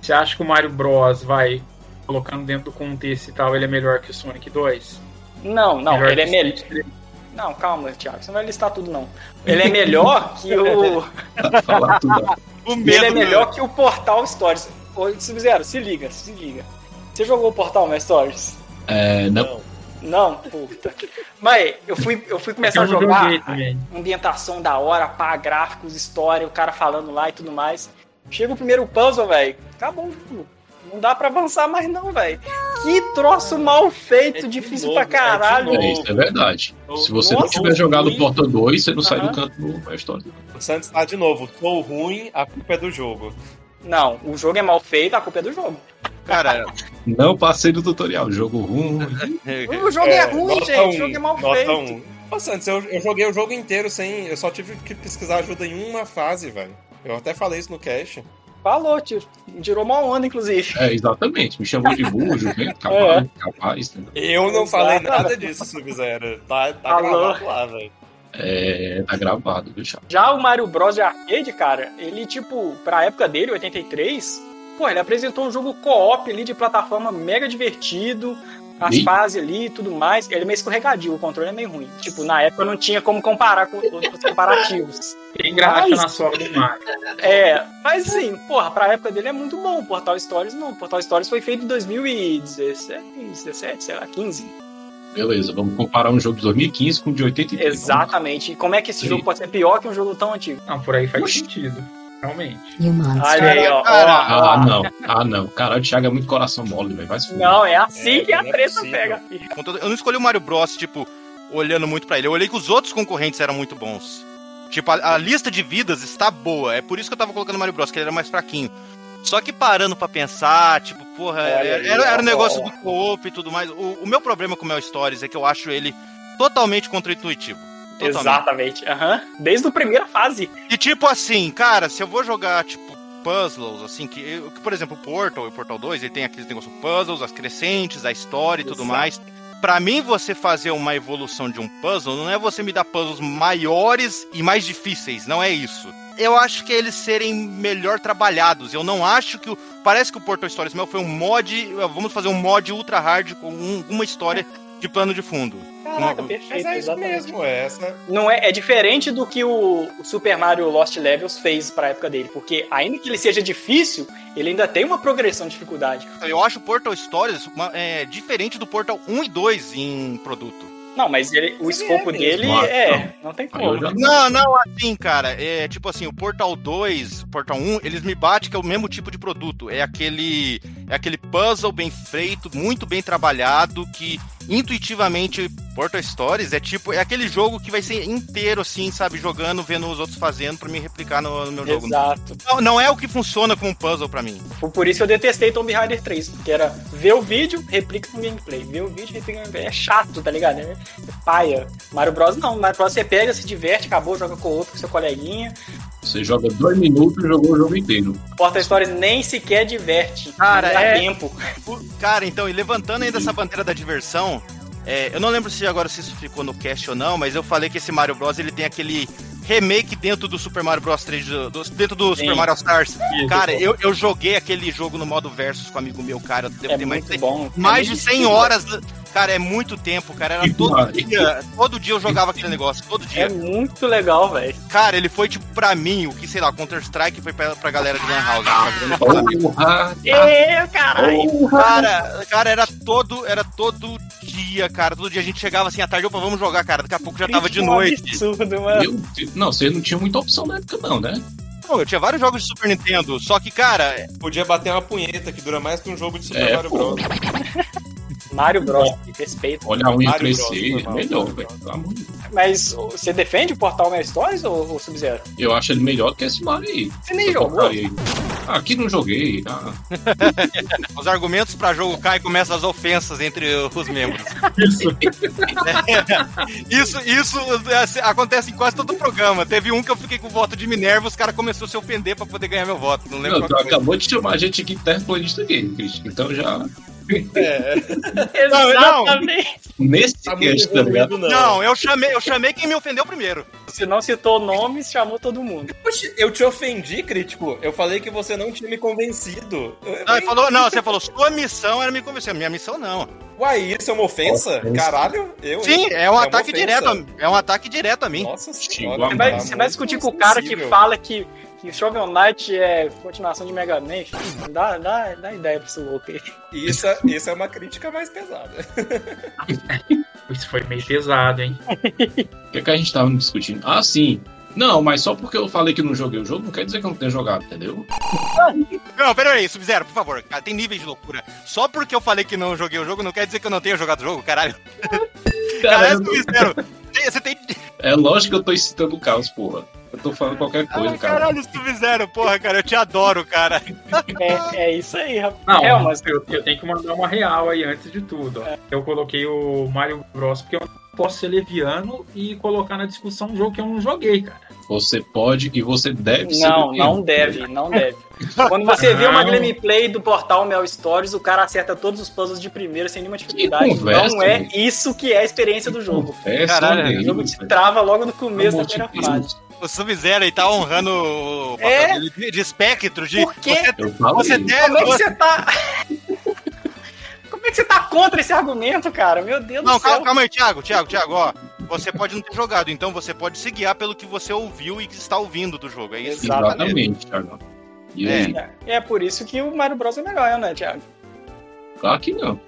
você acha que o Mario Bros vai, colocando dentro do contexto e tal, ele é melhor que o Sonic 2?
Não, não,
Melhor
ele é
que
melhor. Não, calma, Thiago, você não vai listar tudo, não. Ele é
[LAUGHS]
melhor que o.
Tá falando tudo.
O
E ele é
do-
melhor que o Portal Stories. Ô, Sub-Zero, se liga, se liga. Você jogou o Portal no Stories?
É, não.
Não, puta. Mas eu fui, eu fui começar a
eu não
jogar.
joguei também.
ambientação da hora, pá, gráficos, história, o cara falando lá e tudo mais. Chega o primeiro puzzle, velho. Acabou. pô. Não dá pra avançar mais, não, velho. Que troço mal
É
feito,
de
difícil
novo,
pra caralho.
de
É, isso é verdade. Se você não
Nossa,
tiver jogado
ruim.
o Porta 2, você não sai
Aham.
do canto do da história.
O Santos tá de novo, tô ruim, a culpa é do jogo.
não, o jogo é mal feito, a culpa é do jogo.
[LAUGHS] Cara,
Não passei do tutorial, jogo ruim.
O jogo é, ruim,
nota
gente.
um,
o jogo é mal
nota
feito.
um. Ô, Santos, eu, eu joguei o jogo inteiro sem. Eu só tive que pesquisar ajuda em uma fase, velho. Eu até falei isso no cast.
Falou, tio. Tirou mal onda, inclusive.
É, exatamente. Me chamou de
[LAUGHS]
burro,
É.
jumento, capaz, capaz. né? entendeu?
Eu não falei
Exato.
nada disso, Sub-Zero. Tá, tá
Falou.
gravado lá, velho.
É, tá gravado, viu, Chá?
Já o Mario Bros. de arcade, cara, ele, tipo, pra época dele, 83, pô, ele apresentou um jogo co-op ali de plataforma mega divertido, as
Ih.
fases ali e tudo mais. Ele é meio escorregadio, o controle é meio ruim. Tipo, na época não tinha como comparar com outros comparativos.
Tem graxa
Mas-
na sola do Mario.
É, mas sim, porra, pra época dele é muito bom. O Portal Stories não. O Portal Stories foi feito em 2016, 17, sei lá, 15.
Beleza, vamos comparar um jogo de 2015 com o de 83.
Exatamente. E como é que esse
Sim.
jogo pode ser pior que um jogo tão antigo?
Não, por aí faz
Oxi.
sentido. Realmente.
You monster.
Olha aí, ó.
Cara,
ó, ó.
Ah, não. Ah, não. Caralho, o Thiago é muito coração mole, velho. Vai se fuder.
Não, é assim
É,
que a
não é
treta
possível.
pega.
com todo- eu não escolhi o Mario Bros, tipo, olhando muito pra ele. Eu olhei que os outros concorrentes eram muito bons. Tipo, a, a lista de vidas está boa. É por isso que eu tava colocando o Mario Bros, que ele era mais fraquinho. Só que parando pra pensar, tipo, porra,
Olha
era,
aí,
era, era
ó,
um negócio
ó.
do co-op e tudo mais. O, o meu problema com o Mel Stories é que eu acho ele totalmente contra-intuitivo. Totalmente.
Exatamente. aham. Desde a primeira fase.
E tipo assim, cara, se eu vou jogar, tipo, puzzles, assim, que, eu- que, por exemplo, o Portal e o Portal 2, ele tem aqueles negócios puzzles, as crescentes, a história e tudo
Exato.
mais. Pra mim, você fazer uma evolução de um puzzle não é você me dar puzzles maiores e mais difíceis, não é isso. Eu acho que é eles serem melhor trabalhados. Eu não acho que o. Parece que o Portal Stories Mel foi um mod. Vamos fazer um mod ultra hard com um- uma história de plano de fundo.
Caraca,
Hum.
Uma-
perfeito.
Mas é isso
exatamente.
mesmo, é essa.
Não é, é diferente do que o, o Super Mario Lost Levels fez pra época dele, porque ainda que ele seja difícil, ele ainda tem uma progressão de dificuldade.
Eu acho o Portal Stories uma- é, diferente do Portal 1 e 2 em produto.
Não, mas ele- o escopo dele
Claro,
é, não tem
Aí eu
como.
já
Não, não, assim, cara. É tipo assim, o Portal 2, o Portal 1, eles me batem que é o mesmo tipo de produto. É aquele, é aquele puzzle bem feito, muito bem trabalhado, que intuitivamente Portal Stories é tipo, é aquele jogo que vai ser inteiro, assim, sabe, jogando, vendo os outros fazendo pra me replicar no, no meu jogo.
Exato.
Não, não é o que funciona como um puzzle pra mim.
Foi por isso que eu detestei Tomb Raider 3, porque era ver o vídeo, replica com gameplay. Ver o vídeo, replica com gameplay. É chato, tá ligado? É, é paia. Mario Bros não. Mario Bros você pega, se diverte, acabou, joga com outro, com seu coleguinha.
Você joga dois minutos e jogou o
[LAUGHS]
jogo inteiro.
Porta Stories nem sequer diverte.
Cara,
não dá
é-
tempo.
O- Cara, então, e levantando ainda essa bandeira da diversão, é, eu não lembro se agora se isso ficou no cast ou não, mas eu falei que esse Mario Bros. ele tem aquele remake dentro do Super Mario Bros. 3, do- do- dentro do Super Mario Stars. Cara, eu, eu joguei aquele jogo no modo versus com um amigo meu, cara, eu devo
É
ter mais,
muito bom.
mais de
É
100
muito-
horas. Cara, é muito tempo, cara, era
Que
todo
maravilha.
dia, todo dia eu jogava aquele negócio, todo
É
dia.
muito legal, velho.
Cara, ele foi, tipo, pra mim, o que, sei lá, Counter-Strike foi pra, pra galera de Lan House. né, pra galera do
Porra!
É, caralho.
Cara, cara, era todo, era todo dia, cara. Todo dia a gente chegava assim à tarde, opa, vamos jogar, cara. Daqui a pouco já tava de
Que
noite.
é um Absurdo,
É.
mano.
Meu Deus. Não, vocês não tinham muita opção na época, não, né?
Não, eu tinha vários jogos de Super Nintendo, só que, cara,
Podia bater uma punheta que dura mais que um jogo de Super
É,
Mario
pô.
Bros.
Mario Bros, respeito.
Olha a unha
Mario
crescer,
Bros, normal,
melhor,
Mario
velho. Pelo amor de Deus.
Mas você defende o Portal Mario Stories ou, ou Sub-Zero?
Eu acho ele melhor do que esse Mario aí.
Você nem
Essa
jogou.
porcaria aí. Ah, aqui não joguei. Ah,
os argumentos pra jogo caem e começam as ofensas entre os membros.
[LAUGHS]
Isso.
Isso, isso assim, acontece em quase todo programa. Teve um que eu fiquei com voto de Minerva, os caras começaram a se ofender pra poder ganhar meu voto. Não lembro
não, tu
qual que foi.
acabou de chamar a gente aqui de terraplanista gay, Cristian. Então já.
É,
Exatamente.
Nesse
tá muito
cast também.
evoluído, não.
Não, eu chamei, eu chamei quem me ofendeu primeiro.
Você não citou nomes, chamou todo mundo.
Poxa, eu te ofendi, crítico. Eu falei que você não tinha me convencido. Eu-
Não, ele falou, não, você falou, sua missão era me convencer. Minha missão não.
Uai, isso é uma ofensa?
Ofensa.
Caralho, eu.
Sim,
hein?
é um
uma
ataque
ofensa.
direto. a- É um ataque direto a mim.
Nossa
Xingou
senhora.
a
Você
tá
vai,
Tá
você
muito
vai
é
discutir com o cara que
sensível.
fala que, que Shovel Knight é continuação de Mega Man. Dá, dá, dá ideia pra esse louco aí.
Isso, é- isso é uma crítica mais pesada.
Isso foi meio pesado, hein?
O que, é que a gente tava discutindo? Ah, sim. Não, mas só porque eu falei que não joguei o jogo, não quer dizer que eu não tenha jogado, entendeu?
Não, peraí, Sub-Zero, por favor. Cara, tem níveis de loucura. Só porque eu falei que não joguei o jogo, não quer dizer que eu não tenha jogado o jogo, caralho. Caralho,
[LAUGHS]
Sub-Zero. tem- Você tem.
É lógico que eu tô excitando o Carlos, porra. Eu tô falando qualquer coisa,
Ah,
cara.
caralho, Sub-Zero, porra, cara, eu te adoro, cara.
É, é isso aí, rapaz.
Não,
É, mas-
mas eu, eu tenho que mandar uma real aí antes de tudo. ó. Eu coloquei o Mario Bros. porque eu não posso ser leviano e colocar na discussão um jogo que eu não joguei, cara.
Você pode e você deve ser.
Não,
do
não deve, não deve. Quando você vê uma
Não.
gameplay do portal Mel Stories, o cara acerta todos os puzzles de primeira sem nenhuma dificuldade.
conversa,
não é
gente.
isso que é a experiência do jogo.
É,
Caralho,
caralho,
O jogo te trava logo no começo da primeira fase.
O Sub-Zero aí tá honrando o papel
É?
dele de, de espectro, de.
Por quê?
Eu falei.
Você deve.
Como é que
você-
você tá. [LAUGHS] Como é que você tá contra esse argumento, cara? Meu Deus
Não,
do céu.
calma, calma aí, Thiago, Thiago, Thiago, ó. Você pode não ter jogado, então você pode se guiar pelo que você ouviu e que está ouvindo do jogo. É isso. que tá valendo.
Exatamente, Thiago. E
É.
aí?
É por isso que o Mario Bros é melhor, né, Thiago?
Claro que não.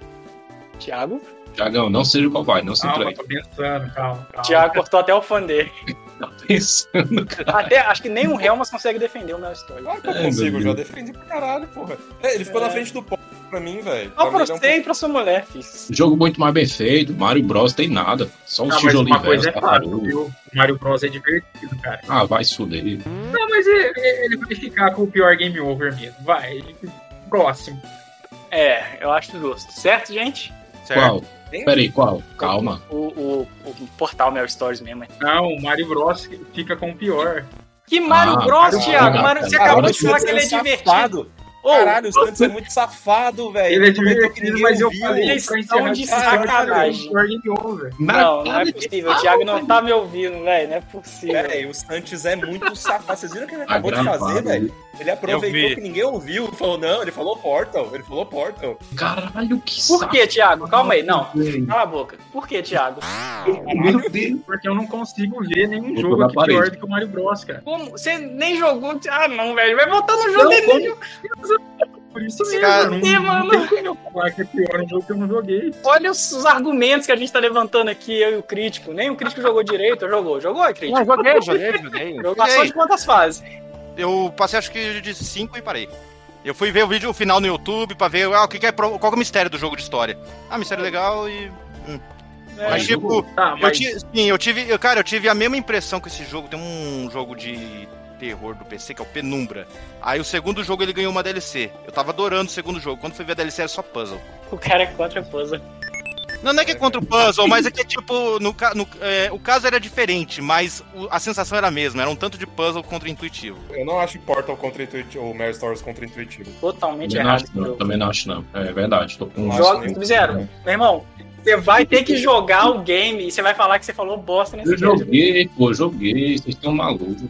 Thiago?
Thiagão, não seja o covarde, não se
Calma,
entregue.
tô pensando, calma, calma.
Thiago cortou até o fã dele.
Tá pensando, cara.
Até, acho que nem o Helmas consegue defender o Mel Stories.
Claro que eu
Ai,
consigo,
É, meu
já
Deus.
defendi pra caralho, porra. É, ele ficou na frente do pó pra mim, velho.
Só
Pra
pra
mim, ele é um
você e pra sua mulher, filho.
Um Jogo muito mais bem feito, Mario Bros tem nada. Só um
Não,
uns
mas uma
tijolinhos velhos,
coisa é fácil,
tartaruga.
viu? O Mario Bros é divertido, cara.
Ah, vai suder.
Não, mas ele, ele vai ficar com o pior game over mesmo. Vai, próximo.
É, eu acho justo. Certo, gente?
Certo.
Qual? Peraí, qual? Calma.
O, o, o portal Mel Stories mesmo. é.
Não, o Mario Bros fica com o pior.
Que Mario
Ah,
Bros,
cara,
Thiago?
cara,
Mario, você
cara,
acabou
agora
de falar
você
que ele é divertido. Ô,
tá Caralho, o Santos é muito safado, velho.
Ele é
Aproveitou que
divertido,
ninguém
mas eu
ouviu.
falei
Eles
pra
estão
encerrar
de
esse episódio,
sacanagem.
cara, ele não ouve.
Não, não é possível. O Thiago não tá me ouvindo, velho. Não é possível.
Véi, o Santos é muito [LAUGHS] safado. Vocês viram o que ele
Tá
acabou de
gravado,
fazer, velho? Ele
Eu
aproveitou
vi.
que ninguém ouviu. Falou, não, ele falou Portal. Ele falou Portal.
Caralho, que
Por que, Thiago? Calma aí, não.
velho.
Cala a boca. Por que, Thiago?
Meu Deus.
Porque eu não consigo ver nenhum
Botou
jogo
na
aqui
parede.
pior do que o Mario Bros, cara.
Como? Você nem jogou. Ah, não, velho. Vai voltar no jogo e nem jogou.
Por isso
Esse
mesmo,
cara-
eu não,
Ih, mano.
não tem como eu falar que é pior um jogo que eu não joguei.
Olha os, os argumentos que a gente tá levantando aqui, eu e o crítico. Nem o crítico jogou direito. Jogou? Jogou, crítico?
Não, joguei, joguei, joguei.
Passou de quantas fases?
Eu passei acho que de 5 e parei. Eu fui ver o vídeo final no YouTube pra ver ah, o que que é, pro- qual que é o mistério do jogo de história. Ah, mistério legal e.
É.
Mas tipo,
Tá,
eu
mas
tive, sim, eu tive. eu- Cara, eu tive a mesma impressão que esse jogo tem um jogo de terror do PC, que é o Penumbra. Aí o segundo jogo ele ganhou uma DLC. Eu tava adorando o segundo jogo. Quando fui ver a DLC era só puzzle.
O cara é contra a puzzle.
Não, não é que é contra o puzzle, mas é que tipo, no, ca- no- é, o caso era diferente, mas o- a sensação era a mesma, era um tanto de puzzle contra-intuitivo.
Eu não acho Portal contra-intuitivo, ou Mary Stories contra-intuitivo.
Totalmente
Também não
errado.
acho
esse
não,
jogo.
também não acho não. É verdade, tô com...
Joga zero. Meu irmão, você vai ter que jogar o game e você vai falar que você falou bosta nesse
Eu
jogo.
joguei, pô, joguei, vocês estão malucos.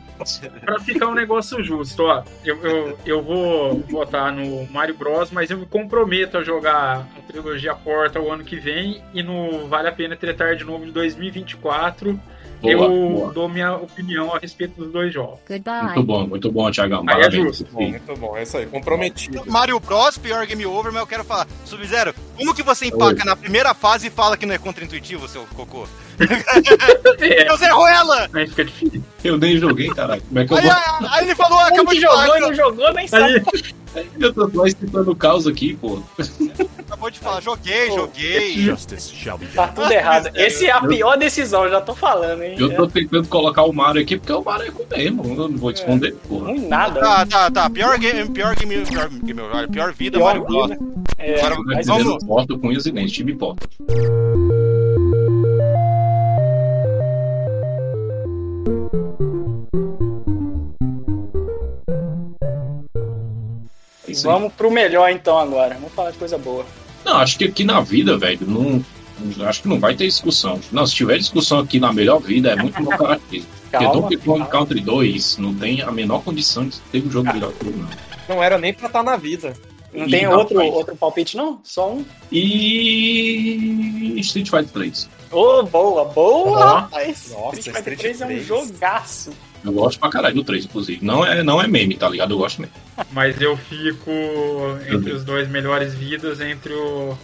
pra ficar um negócio justo, ó, eu, eu, eu vou votar no Mario Bros, mas eu me comprometo a jogar a trilogia Porta o ano que vem e no Vale a Pena Tretar de novo de 2024.
Boa,
eu
boa.
dou minha opinião a respeito dos dois jogos.
Goodbye.
Muito bom, muito bom, Tiagão.
Aí é
Parabéns.
justo.
Bom, muito bom, é isso aí, comprometido.
Então, Mario Bros, pior game over, mas eu quero falar. Sub-Zero, como que você empaca na primeira fase e fala que não é contra-intuitivo, seu
[LAUGHS]
cocô? [LAUGHS]
É,
Deus errou ela!
aí fica é difícil.
Eu nem joguei, caralho. Como é que eu
Aí,
vou.
aí- aí ele falou, ah,
Como
acabou
que
de falar,
jogou né? e
que
não jogou, nem sabe.
Aí,
Eu tô só escutando o caos aqui, pô.
eu- acabou de falar, joguei,
Pô, é
joguei.
Justice shall be
Tá
done.
tudo errado. Essa é a pior decisão, eu já tô falando, hein? É
Eu
é.
tô tentando colocar o Mario aqui porque o Mario é com mesmo. Eu não vou te esconder, porra.
Não, nada. né?
Tá, tá, tá. Pior game, pior game, pior game over, pior vida,
Pior
Mario Bros.
vida. É,
Agora,
Vai
mas
dizer no
vamos,
porto com unhas e dentes, time porta. É isso aí.
vamos pro melhor então agora. Vamos falar de coisa boa.
Não, acho que aqui na vida, velho, não. Acho que não vai ter discussão. Não, se tiver discussão aqui na melhor vida, é muito
[LAUGHS]
mau característico. Porque
Calma. Tá.
Donkey Kong Country 2 não tem a menor condição de ter um jogo melhor que ele, não.
Não era nem pra estar na vida.
Não tem
Ih,
outro,
rapaz.
outro palpite, não? Só um.
E. Street Fighter 3.
Ô, boa, boa,
Ó.
rapaz.
Nossa,
Street Fighter
Street
3 é um
3.
jogaço.
Eu gosto pra caralho do 3, inclusive. Não é, não é meme, tá ligado? Eu gosto mesmo.
mas eu fico entre os dois melhores vidas, entre o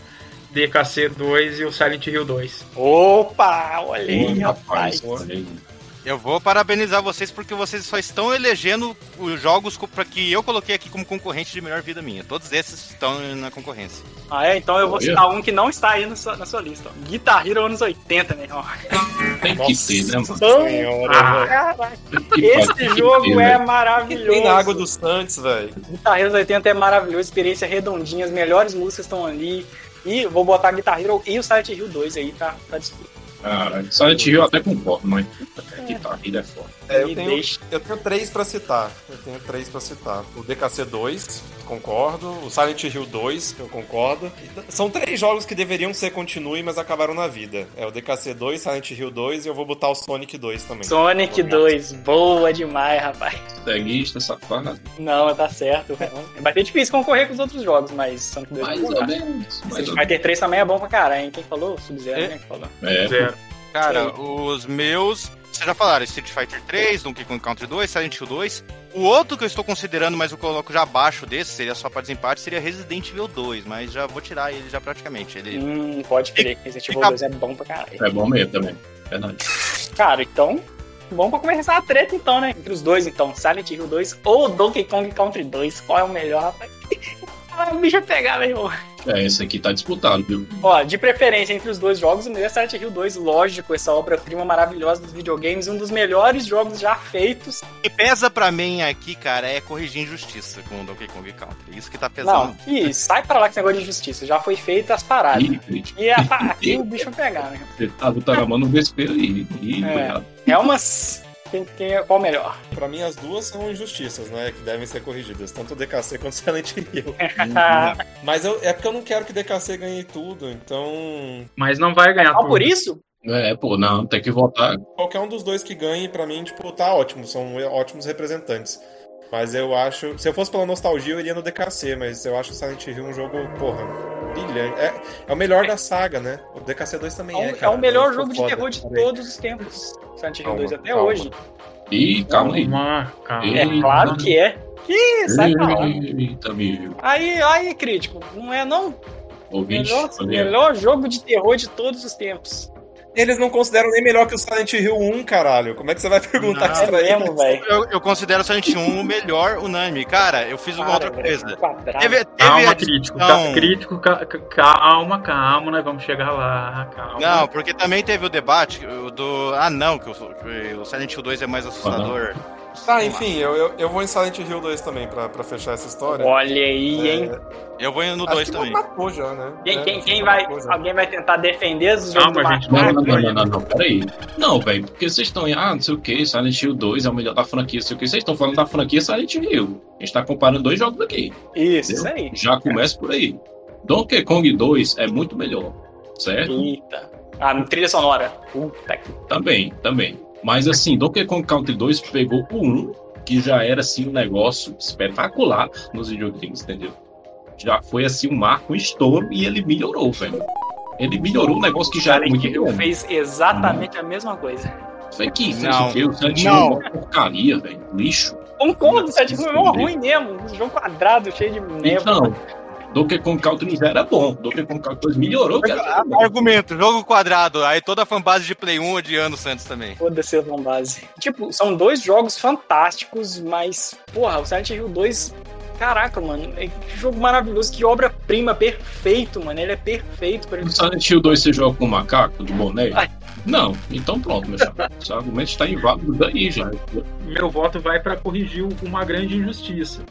DKC 2 e o Silent Hill 2.
Opa, olha aí, rapaz.
eu vou parabenizar vocês porque vocês só estão elegendo os jogos co- pra que eu coloquei aqui como concorrente de melhor vida minha. Todos esses estão na concorrência.
Ah, é? Então eu vou
Olha.
citar um que não está aí na sua, na sua lista. ó. Guitar Hero anos 80, meu irmão.
Tem que
Nossa
ter, né, mano?
senhora,
Ah,
velho.
Caraca,
Tem que-
esse
tem que ter,
jogo é
velho.
Que
maravilhoso.
Hum. tem na água do Santos, velho.
Guitar Hero 80 é maravilhoso, experiência redondinha, as melhores músicas estão ali. E vou botar Guitar Hero e o Silent Hill 2 aí, tá? Tá disputando.
Caralho, Silent Hill eu até concordo, mas. Que tá, ele é foda.
É, eu
Me
tenho-
deixa.
um.
Eu tenho três pra citar. Eu tenho três pra citar. O DKC 2, concordo. O Silent Hill 2, eu concordo. São três jogos que deveriam ser continue, mas acabaram na vida. É o DKC 2, Silent Hill 2 e eu vou botar o Sonic 2 também.
Sonic 2, boa demais, rapaz.
Ceguista, safado.
Não, tá certo. Vai ter difícil concorrer com os outros jogos, mas Sonic é 2
Mais
não
ou
dá.
menos. Mais ou
Vai ter 3 também é bom pra caralho, hein? Quem falou? Sub-Zero,
É.
né? Que falou.
menos. É,
zero.
Cara, os meus. Vocês já falaram, Street Fighter 3, Donkey Kong Country 2, Silent Hill 2. O outro que eu estou considerando, mas eu coloco já abaixo desse, seria só pra desempate, seria Resident Evil 2, mas já vou tirar ele já praticamente. Ele...
Hum, pode crer. Resident Evil
Fica-
2 é bom pra caralho.
é bom mesmo também. Verdade.
Cara, então, vamos pra começar a treta então, né? Entre os dois, então, Silent Hill 2 ou Donkey Kong Country 2, qual é o melhor, rapaz? [LAUGHS] O bicho é pegar, meu irmão.
É, esse aqui tá disputado, viu?
Ó, de preferência entre os dois jogos, o melhor é Silent Hill 2, lógico, essa obra-prima maravilhosa dos videogames, um dos melhores jogos já feitos.
E pesa pra mim aqui, cara, é corrigir injustiça com o Donkey Kong Country. Isso que tá pesando.
Não, e sai pra lá com esse negócio de injustiça, já foi feita as paradas.
[LAUGHS]
Ih, gente,
E a, aqui o bicho vai pegar, né?
você tá botando a mão no vespeiro aí. Ih,
É.
cuidado.
É umas. Quem, quem é- qual o melhor?
Pra mim, as duas são injustiças, né? Que devem ser corrigidas, tanto o DKC quanto o Silent Hill.
Tá,
Mas eu- é porque eu não quero que o DKC ganhe tudo, então.
Mas não vai ganhar
Ah, por
tudo.
isso?
É, pô, não, tem que votar.
Qualquer um dos dois que ganhe, pra mim, tipo, tá ótimo, são ótimos representantes. Mas eu acho. Se eu fosse pela nostalgia, eu iria no DKC, mas eu acho o Silent Hill um jogo, porra, brilhante. É, é o melhor da saga, né? O DKC 2 também
É,
é.
o- é
cara.
o melhor
Ficou
jogo de
foda.
terror de todos os tempos. Silent Hill
Calma,
2 até
calma.
hoje.
Ih, calma aí.
Calma, calma.
É claro que é. Que sai pra lá.
Eita, meu.
Aí, aí, crítico, não é não?
Ouvinte,
Melhor,
olha aí.
melhor jogo de terror de todos os tempos.
Eles não consideram nem melhor que o Silent Hill 1, caralho. Como é que você vai perguntar
Não,
isso
É
pra ele?
mesmo, velho.
Eu, eu considero o Silent Hill o melhor unânime. Cara, eu fiz é uma outra
Cara, tá
coisa.
quadrado.
Teve, teve a
Calma,
dis-
crítico.
não.
ca- Crítico, ca- ca- calma, calma, nós vamos chegar lá, calma.
Não, porque também teve o debate o do. Ah, não, que o, que o Silent Hill 2 é mais assustador.
Tá, enfim, eu, eu, eu vou em Silent Hill 2 também, pra, pra fechar essa história. É,
Olha aí,
É,
hein?
Eu vou
Assim
no
Acho
2
que
também.
matou já, né?
Quem,
É,
quem,
acho
quem
que
vai.
matou já.
Alguém vai tentar defender os jogos
Calma,
do
gente,
macaco?
Não, não, não, não, não, não, peraí. Não, velho, porque vocês estão aí, ah, não sei o que, Silent Hill 2 é o melhor da franquia, não sei o que. Vocês estão falando da franquia Silent Hill. A gente tá comparando dois jogos aqui.
Isso,
Entendeu?
isso aí.
Já começa por aí. Donkey Kong 2 é muito melhor, certo?
Eita. Ah, trilha sonora. Puta que.
Também, também. Mas assim, Donkey Kong Country 2 pegou o 1, que já era assim um negócio espetacular nos videogames, entendeu? Já foi assim um marco, um estouro, e ele melhorou, velho. Ele melhorou um negócio que já era
Silent
muito
Hill
bom.
fez exatamente a mesma coisa.
Foi que fez
Não.
o quê? O Silent Hill é
Não.
uma porcaria, velho. Lixo.
Concordo, o Silent Hill Um é mó
Entendeu?
ruim mesmo. Um jogo quadrado, cheio de neve.
Então, Donkey Kong Country já era bom. Donkey Kong Country 2 melhorou, cara.
Argumento, jogo quadrado. Aí toda a fanbase de Play 1 odiando o Santos também.
Foda-se o base. Tipo, são dois jogos fantásticos, mas, porra, o Silent Hill 2. Caraca, mano, é que jogo maravilhoso, que obra-prima, perfeito, mano. Ele é perfeito pra ele.
No Silent Hill 2 você joga com o macaco, do boné?
Ai.
Não, então pronto, meu chapa. Esse argumento está inválido daí já.
Meu voto vai pra corrigir uma grande injustiça.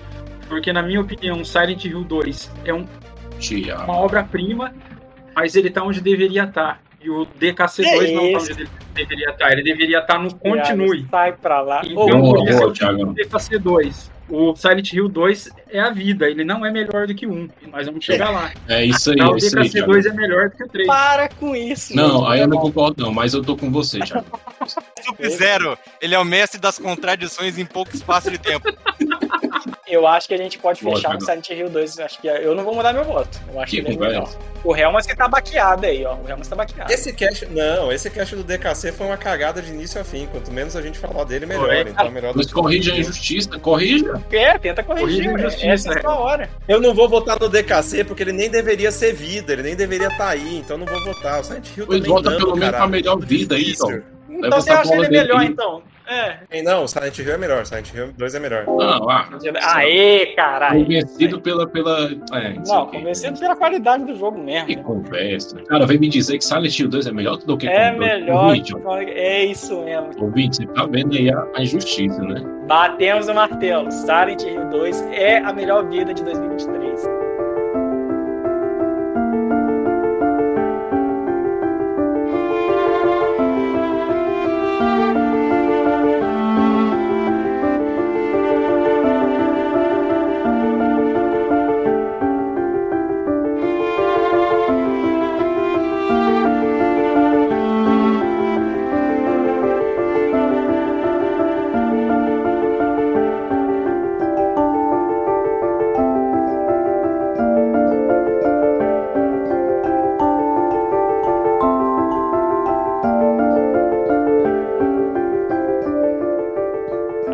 Porque, na minha opinião, Silent Hill 2 é um-
Tia.
uma obra-prima, mas ele tá onde deveria estar. E o DKC2
Que
não tá
isso?
onde ele deveria estar. Ele deveria estar no continue.
Sai pra lá.
Então,
Ô,
Boa,
por isso,
boa,
eu
Thiago.
digo o DKC2. O Silent Hill 2 é a vida, ele não é melhor do que um. Nós vamos chegar lá.
É isso aí,
Então, o
é isso aí, Thiago.
DKC2 é melhor do que o 3.
para com isso.
Não,
gente.
aí eu não concordo, não, mas eu tô com você, Thiago.
Sub Zero, ele é o mestre das contradições em pouco espaço de tempo.
Eu acho que a gente pode
Lógico,
fechar com
não.
Silent Hill 2. Acho que eu não vou mudar meu voto. Eu acho que,
Que
ele é melhor.
conversa.
O Helmas que tá baqueado aí, ó. O Helmas tá baqueado.
Esse cast. Não, esse cast do DKC foi uma cagada de início a fim. Quanto menos a gente falar dele, melhor.
Foi.
Então, melhor
Mas corrija a injustiça, corrija.
É, tenta corrigir.
Corrija a né?
ué.
injustiça,
Essa é a sua hora.
Eu não vou votar no DKC porque ele nem deveria ser vida, ele nem deveria estar aí, então não vou votar. O Silent Hill
Pois
também
volta
não,
pelo menos
caralho.
pra melhor vida aí,
Difícil.
Então você
essa
acha
bola
ele
dele
melhor,
aí.
então? É.
Ei, Não, Silent Hill é melhor, Silent Hill 2 é melhor.
Não, ah,
Aê, caralho.
convencido pela. pela é, isso
Não,
aqui.
convencido pela qualidade do jogo
Que
mesmo.
conversa. Cara, vem me dizer que Silent Hill 2 é melhor do que
É
Kong
melhor.
Ouvinte,
É isso mesmo.
ouvinte, você tá vendo aí a, a injustiça, né?
Batemos o martelo. Silent Hill 2 é a melhor vida de 2023.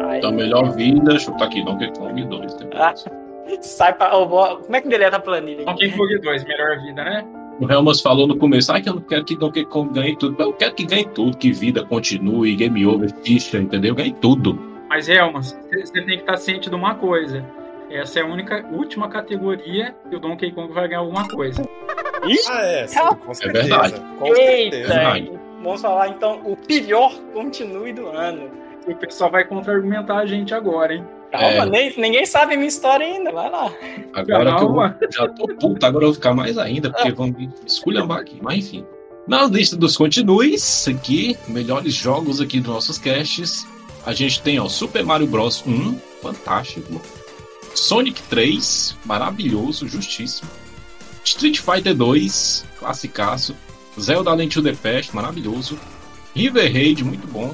Aí,
Então, melhor vida, deixa eu botar aqui, Donkey Kong 2. né?
Ah. Sai pra. Ô, vou- Como é que deleta a planilha?
Donkey Kong 2, melhor vida, né?
O Helmas falou no começo, ai que eu não quero que Donkey Kong ganhe tudo. Eu quero que ganhe tudo, que vida continue, game over, ficha, entendeu? Ganhe tudo.
Mas, Helmas, você tem que estar ciente de tá uma coisa. Essa é a única, última categoria que o Donkey Kong vai ganhar alguma coisa.
Ah, é, sim, com
É
certeza.
verdade.
Com certeza.
Eita.
Eita! Vamos falar então o pior continue do ano.
E o pessoal vai contra-argumentar a gente agora, hein?
Calma,
É.
nem- ninguém sabe a minha história ainda, vai lá.
Agora que eu vou-
Calma.
já tô puto, agora eu vou ficar mais ainda, porque vão me esculhambar aqui. Mas enfim. Na lista dos continues, aqui, melhores jogos aqui dos nossos casts, a gente tem, ó, Super Mario Bros 1, fantástico. Sonic 3, maravilhoso, justíssimo. Street Fighter 2, classicaço. Zelda Link to the Past, maravilhoso. River Raid, muito bom.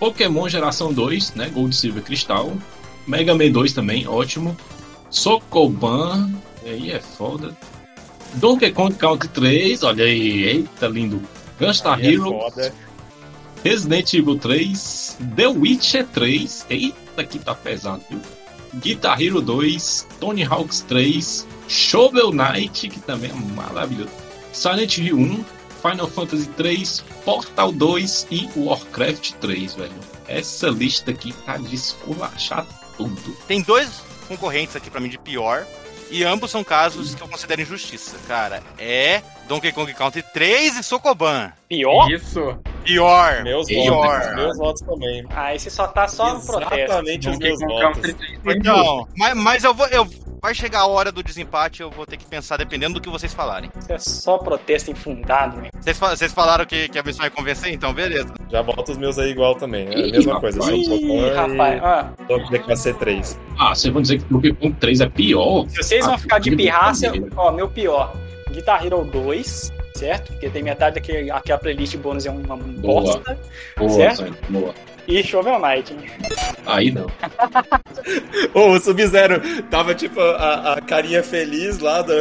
Pokémon Geração 2, né, Gold, Silver, Cristal. Mega Man 2 também, ótimo. Sokoban, aí é foda. Donkey Kong Country 3, olha aí, eita lindo. Gunstar
Aí é
Hero,
foda.
Resident Evil 3, The Witcher 3, eita que tá pesado, viu? Guitar Hero 2, Tony Hawks 3, Shovel Knight, que também é maravilhoso, Silent Hill 1, Final Fantasy 3, Portal 2 e Warcraft 3, velho. Essa lista aqui tá de esculachar tudo.
Tem dois concorrentes aqui pra mim de pior. E ambos são casos que eu considero injustiça, cara. É Donkey Kong Country 3 e Sokoban.
Pior?
Isso.
Pior.
Meus
pior.
votos. Meus votos também.
Ah, esse só tá só no protesto.
Exatamente os
Donkey
meus
Kong é um
votos.
Country 3 tem muito.
Então, mas, mas eu vou. Eu, vai chegar a hora do desempate, eu vou ter que pensar dependendo do que vocês falarem.
Isso é só protesto infundado, meu.
Vocês, fa- vocês falaram que, que a missão é convencer, então beleza.
Já bota os meus aí igual também. É a
um Ih,
mesma coisa.
rapaz.
São
Ih, rapaz,
Pokémon
ah,
e Donkey DKC 3.
Ah, vocês vão dizer que Donkey Kong 3 é pior?
se vocês vão
Ah,
ficar de
que
pirraça,
brincadeira.
ó, meu pior. Guitar Hero 2, certo? Porque tem metade daquele, aquela playlist bônus é uma
Boa.
bosta.
Boa,
Certo?
Zé, boa.
E Shovel Knight, hein?
Aí não.
Ô, o Sub-Zero tava tipo a, a carinha feliz lá
[LAUGHS]
do,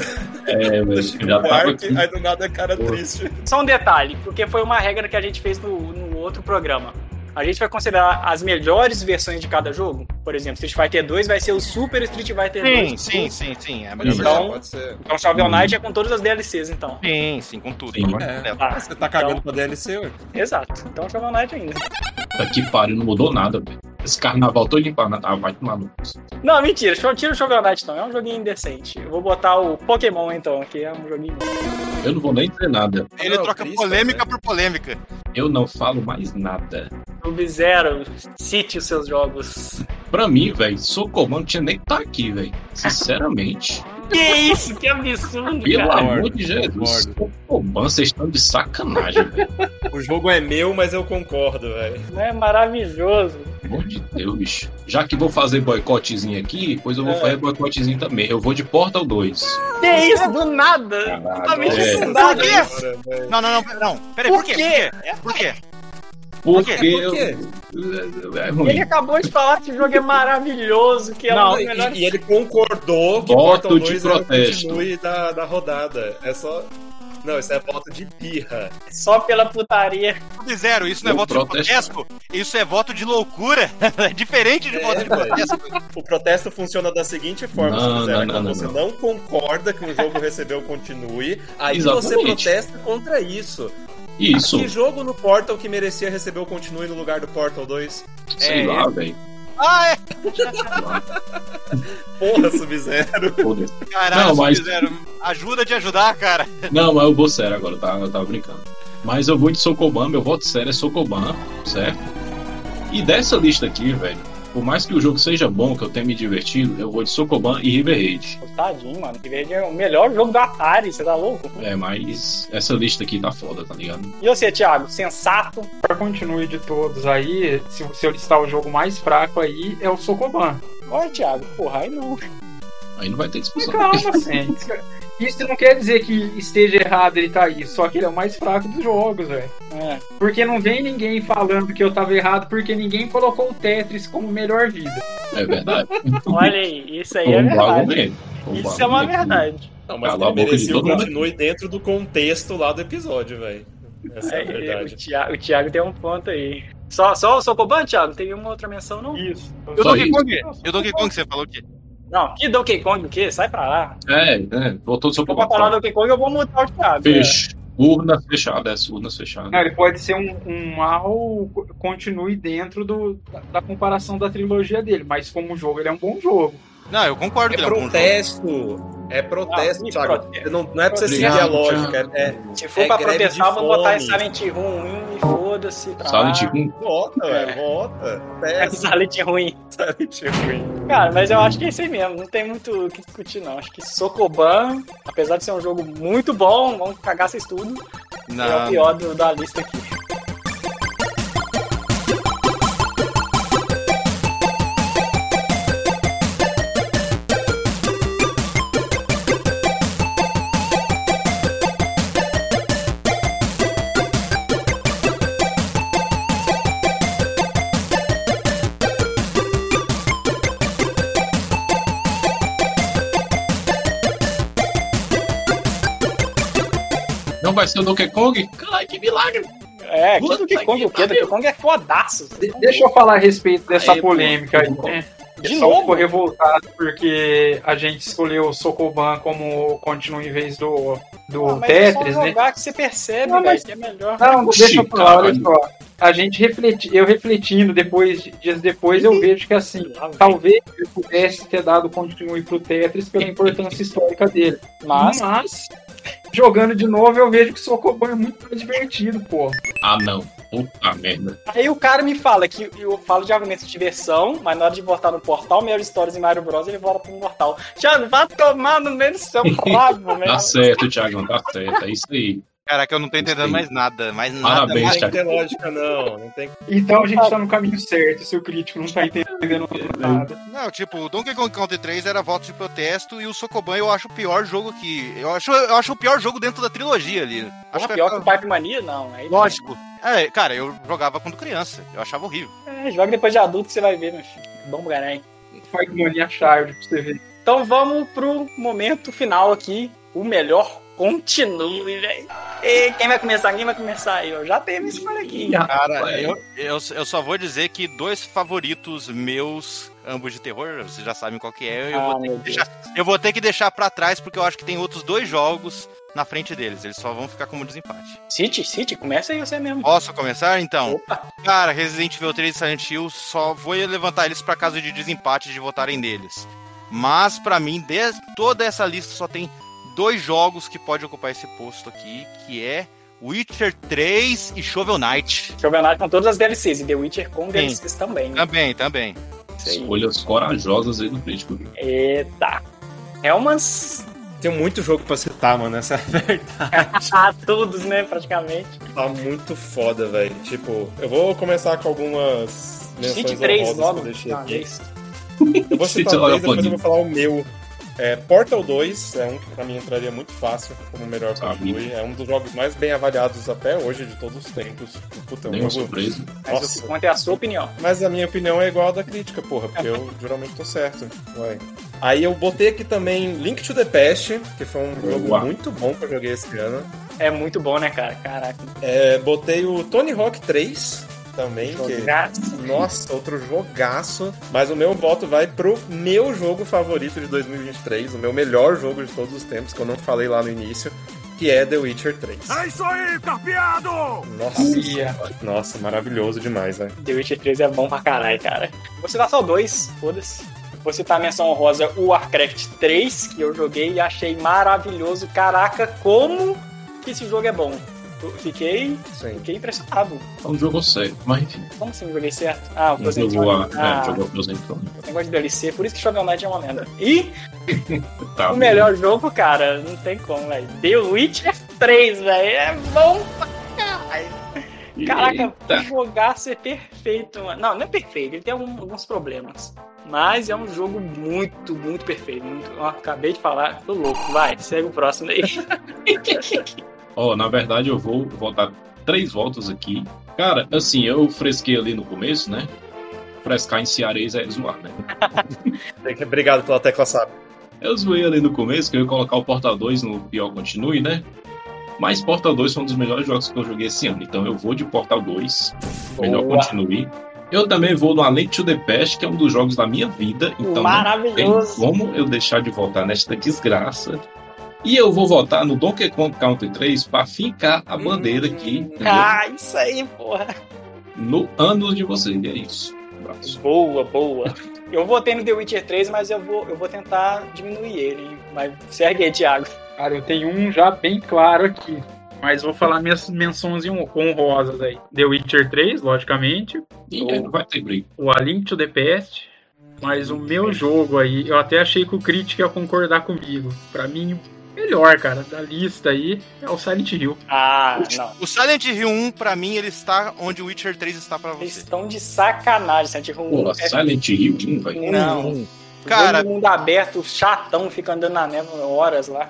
É,
do
velho,
Chico
já tava
Buarque,
aqui.
aí do nada é cara
Boa.
triste.
Só um detalhe, porque foi uma regra que a gente fez no, no outro programa. A gente vai considerar as melhores versões de cada jogo. Por exemplo, Street Fighter 2 vai ser o Super Street Fighter 2.
sim, sim, sim. É a melhor
Sim.
versão.
Então-
pode ser.
Então Shovel
Uhum.
Knight é com todas as DLCs, então.
Sim, sim, com tudo. Né?
Sim.
com a
É.
dela.
Tá,
Você tá cagando pra DLC, ué?
exato. Então Shovel Knight ainda.
Puta que pariu, não mudou nada, velho. Esse carnaval todo empanado. Ah, vai tomar no. cu.
Não, mentira. Só Tira o Shovel Knight, então. É um joguinho indecente. Eu vou botar o Pokémon, então, que é um joguinho...
Eu não vou nem dizer nada.
Ele
Não,
troca
Cristo,
polêmica por polêmica.
Eu não falo mais nada.
Sub-Zero, cite os seus jogos.
Pra mim, velho, Socorro não tinha nem que tá aqui, velho. Sinceramente.
Que isso? Que absurdo,
Pelo
cara.
amor de Jesus. Socorro, vocês estão de sacanagem, velho.
O jogo é meu, mas eu concordo, velho.
É maravilhoso.
Pelo amor de Deus, bicho. Já que vou fazer boicotezinho aqui, pois eu vou
É.
fazer boicotezinho também. Eu vou de Portal 2.
Que isso? Do nada.
Caralho,
Tá
Totalmente
é.
infundado.
Por quê?
Agora, velho.
Não, não, não, pera- não. Peraí,
Por
por quê? É, Por quê?
Porque
Por quê?
eu...
quê?
É
Ele
ruim.
acabou de falar que o jogo é maravilhoso, que é
Não,
um dos
e-
melhores.
e, ele concordou que
Voto
Portal
de
2 era o
protesto.
continue da, da rodada. É só. Não, isso é voto de pirra.
Só pela putaria.
Sub-Zero, isso não é
Eu
voto de
protesto.
protesto, isso é voto de loucura. [LAUGHS] É diferente de
É,
voto de
velho.
protesto.
O protesto funciona da seguinte forma,
Não,
se quiser, né?
não,
quando
não,
você
não,
não concorda que um jogo recebeu continue, aí você
Exatamente.
protesta contra isso.
é
Isso,
Que jogo no Portal que merecia receber o continue no lugar do Portal 2?
sei
É,
lá, velho.
Ah, é!
[LAUGHS]
Porra, Sub-Zero.
Foda-se.
Caralho,
Não, mas-
Sub-Zero, ajuda de ajudar, cara.
Não, mas eu vou sério agora, tá? Eu tava brincando. Mas eu vou de Sokoban, meu voto sério é Sokoban, certo? E dessa lista aqui, velho, por mais que o jogo seja bom, que eu tenha me divertido, eu vou de Sokoban e River Raid.
Tadinho, mano. Que verde é o melhor jogo do Atari, você tá louco?
É, mas essa lista aqui tá foda, tá ligado?
E você, Thiago? Sensato?
Pra continue de todos aí, se, se eu listar o jogo mais fraco aí, é o Sokoban.
Olha, Thiago, porra, aí não.
Aí não vai ter discussão.
Calma, gente. Isso não quer dizer que esteja errado ele tá aí, só que ele é o mais fraco dos jogos, velho.
É.
Porque não vem ninguém falando que eu tava errado, porque ninguém colocou o Tetris como melhor vida.
É verdade. Um
Olha aí, isso aí é
Vamos lá,
verdade.
argumento. Vamos lá,
Isso é uma
argumento.
verdade.
Não, mas
Cala a
ele
boca de
merecia o
todo mundo.
continue dentro do contexto lá do episódio, velho. Essa é
É,
a
o,
verdade.
Thiago, o Thiago tem um ponto aí. Só, só o Sokoban, Thiago? Não Teve uma outra menção, não?
Isso.
Eu
Só
Donkey
isso.
Kong. Eu Donkey Kong, você falou o quê?
Não, que Donkey Kong o quê? Sai pra lá.
É, é, voltou do
Eu vou falar
Sokoban.
Donkey Kong, eu vou multar o Thiago.
Fecha. Urna fechada, essa urna fechada.
Não, ele pode ser um, um mal continue dentro do, da, da comparação da trilogia dele, mas como jogo ele é um bom jogo.
Não, eu concordo
É
que ele é um bom jogo.
protesto. É protesto,
Não,
Thiago.
protesto.
Não, não é pra você
Obrigado,
seguir a lógica. É, é,
Se for
É
pra
greve de
protestar, eu vou
fome.
botar em Silent Room e foda-se. pra
Silent
lá.
Hill.
vota, é. vota. tipo,
É
[LAUGHS] Protesta,
Silent ruim.
Silent Hill.
Cara, mas eu acho que é isso aí mesmo. Não tem muito o que discutir, não. Acho que Sokoban, apesar de ser um jogo muito bom, vamos cagar vocês tudo, é o
Não,
pior do- da lista aqui.
Não vai ser o Donkey Kong? Caralho, que milagre!
É, que
Puta
Donkey Kong
que
o quê? Donkey
pariu.
Kong é fodaço.
De- deixa eu falar a respeito dessa
Aê, pô.
polêmica um aí, né?
De
Pessoal
novo?
ficou revoltado porque a gente escolheu o Sokoban como continua em vez do, do
Ah, mas é
Tetris,
só
né?
jogar que você percebe,
Não,
velho,
mas-
que é melhor.
Não,
Oxi,
deixa eu falar,
caralho.
olha só. A gente refleti, eu refletindo depois, dias depois, eu vejo que assim,
Lá, velho.
talvez eu pudesse ter dado continue pro Tetris pela importância histórica dele.
Mas,
jogando de novo, eu vejo que o Sokoban é muito mais divertido, pô.
Ah, não. Puta merda.
aí o cara me fala que eu falo de argumentos de diversão, mas na hora de voltar no portal, melhor histórias em Mario Bros, ele volta pro mortal. Tiago, vá tomar no meio do
[LAUGHS]
seu rabo, né? velho.
Tá certo, Thiagão, tá certo. É isso aí.
Caraca, eu não tô entendendo mais nada, mais nada.
Parabéns,
mais-
Não
Thiago.
tem lógica, não. Não tem
Então a gente tá no caminho certo, se o crítico não tá entendendo nada.
Não, tipo, o Donkey Kong Country 3 era voto de protesto e o Sokoban eu acho o pior jogo que. Eu acho, eu acho o pior jogo dentro da trilogia ali. Acho é
Porra, É pior que o Pipe Mania, não. Aí,
Lógico. É, cara, eu jogava quando criança. Eu achava horrível.
É, joga depois de adulto que você vai ver, meu filho. Bom garai.
Faz mania Child pra você ver.
Então vamos pro momento final aqui. O melhor continue, velho. E Quem vai começar? Quem vai começar? Eu já tenho minha escolha aqui.
Cara, eu, eu, eu só vou dizer que dois favoritos meus, ambos de terror, vocês já sabem qual que é. Eu, vou,
Ah, meu Deus.
eu vou ter que deixar pra trás porque eu acho que tem outros dois jogos na frente deles. Eles só vão ficar como desempate.
City, City, começa aí você mesmo.
Posso começar então? Cara, Resident Evil 3 e Silent Hill, só vou levantar eles pra caso de desempate de votarem neles. Mas pra mim, de toda essa lista só tem dois jogos que podem ocupar esse posto aqui, que é Witcher 3 e Shovel Knight.
Campeonato com todas as DLCs e The Witcher com DLCs também. né?
Também, também.
Sim.
Escolhas corajosas aí do crítico.
Eita. É Helmans.
Tem muito jogo pra citar, mano. Essa [LAUGHS] é a verdade.
[LAUGHS] Ah, todos, né, praticamente.
tá muito foda, velho. Tipo, eu vou começar com algumas menções
City 3
honrosas
logo. Tá,
que eu deixei
de uma
aqui.
vez.
Eu vou citar
City
três,
logo,
depois eu
Paulinho.
vou falar o meu. É, Portal 2 é um que pra mim entraria muito fácil como melhor
Tá,
continue. É um dos jogos mais bem avaliados até hoje de todos os tempos. Puta, é um
Nenhuma
jogo-
surpresa.
Mas o que
Nossa.
conta é a sua opinião.
Mas a minha opinião é igual a da crítica, porra, porque eu geralmente tô certo. Ué. Aí eu botei aqui também Link to the Past, que foi um jogo
Boa.
muito bom que eu joguei esse ano.
É muito bom, né, cara? Caraca.
É, botei o Tony Hawk 3 também, que.
Graças.
Nossa, outro jogaço. Mas o meu voto vai pro meu jogo favorito de 2023, o meu melhor jogo de todos os tempos, que eu não falei lá no início, que é The Witcher 3.
É isso aí, carpeado!
Nossa,
Ia.
nossa, maravilhoso demais, né?
The Witcher 3 é bom pra caralho, cara. Vou citar só dois, foda-se. Vou citar a menção honrosa o Warcraft 3, que eu joguei e achei maravilhoso. Caraca, como que esse jogo é bom. Eu Fiquei,
Sim.
fiquei impressionado.
É um jogo sério, mas enfim.
Como assim eu joguei certo? Ah, o
Não
Frozen
jogou a.
Throne. Ah,
É, jogou o Frozen Throne.
o negócio de DLC, por isso que Shovel Knight é uma merda. E
Tá,
o melhor jogo, cara, não tem como, velho. The Witcher 3, velho, é bom pra caralho. Caraca,
Eita.
o jogaço é perfeito, mano. Não, não é perfeito, ele tem algum- alguns problemas. Mas é um jogo muito, muito perfeito. muito- ó, acabei de falar, tô louco. Vai, segue o próximo aí.
Ó, na verdade eu vou voltar três voltas aqui. Cara, assim, eu fresquei ali no começo, né? Frescar em cearês é zoar, né?
Obrigado pela tecla SAP.
Eu zoei ali no começo que eu ia colocar o Porta 2 no pior continue, né? Mas Porta 2 foi um dos melhores jogos que eu joguei esse ano, então eu vou de Porta 2. Melhor
Boa.
continue. Eu também vou no Além to the Past, que é um dos jogos da minha vida, então não tem
Maravilhoso.
como eu deixar de votar nesta desgraça. E eu vou votar no Donkey Kong Country 3 pra fincar a bandeira aqui entendeu?
Ah, isso aí, porra.
no ano de vocês. E é isso. Um abraço.
Boa, boa. Eu votei no The Witcher 3, mas eu vou, eu vou tentar diminuir ele. Mas segue aí, Thiago.
Cara, eu tenho um já bem claro aqui. Mas vou falar minhas menções honrosas aí. The Witcher 3, logicamente.
Ninguém não vai ter briga.
O A Link to the Past. Mas o meu jogo aí, eu até achei que o crítico ia concordar comigo. Pra mim, o melhor, cara, da lista aí é o Silent Hill.
Ah, não.
O Silent Hill 1, pra mim, ele está onde o Witcher 3 está pra
Vocês
você.
estão de sacanagem, Silent Hill 1.
Pô,
é
Silent Hill hum, 1, velho.
Não.
Cara-
Todo mundo aberto, chatão, fica andando na neva horas lá.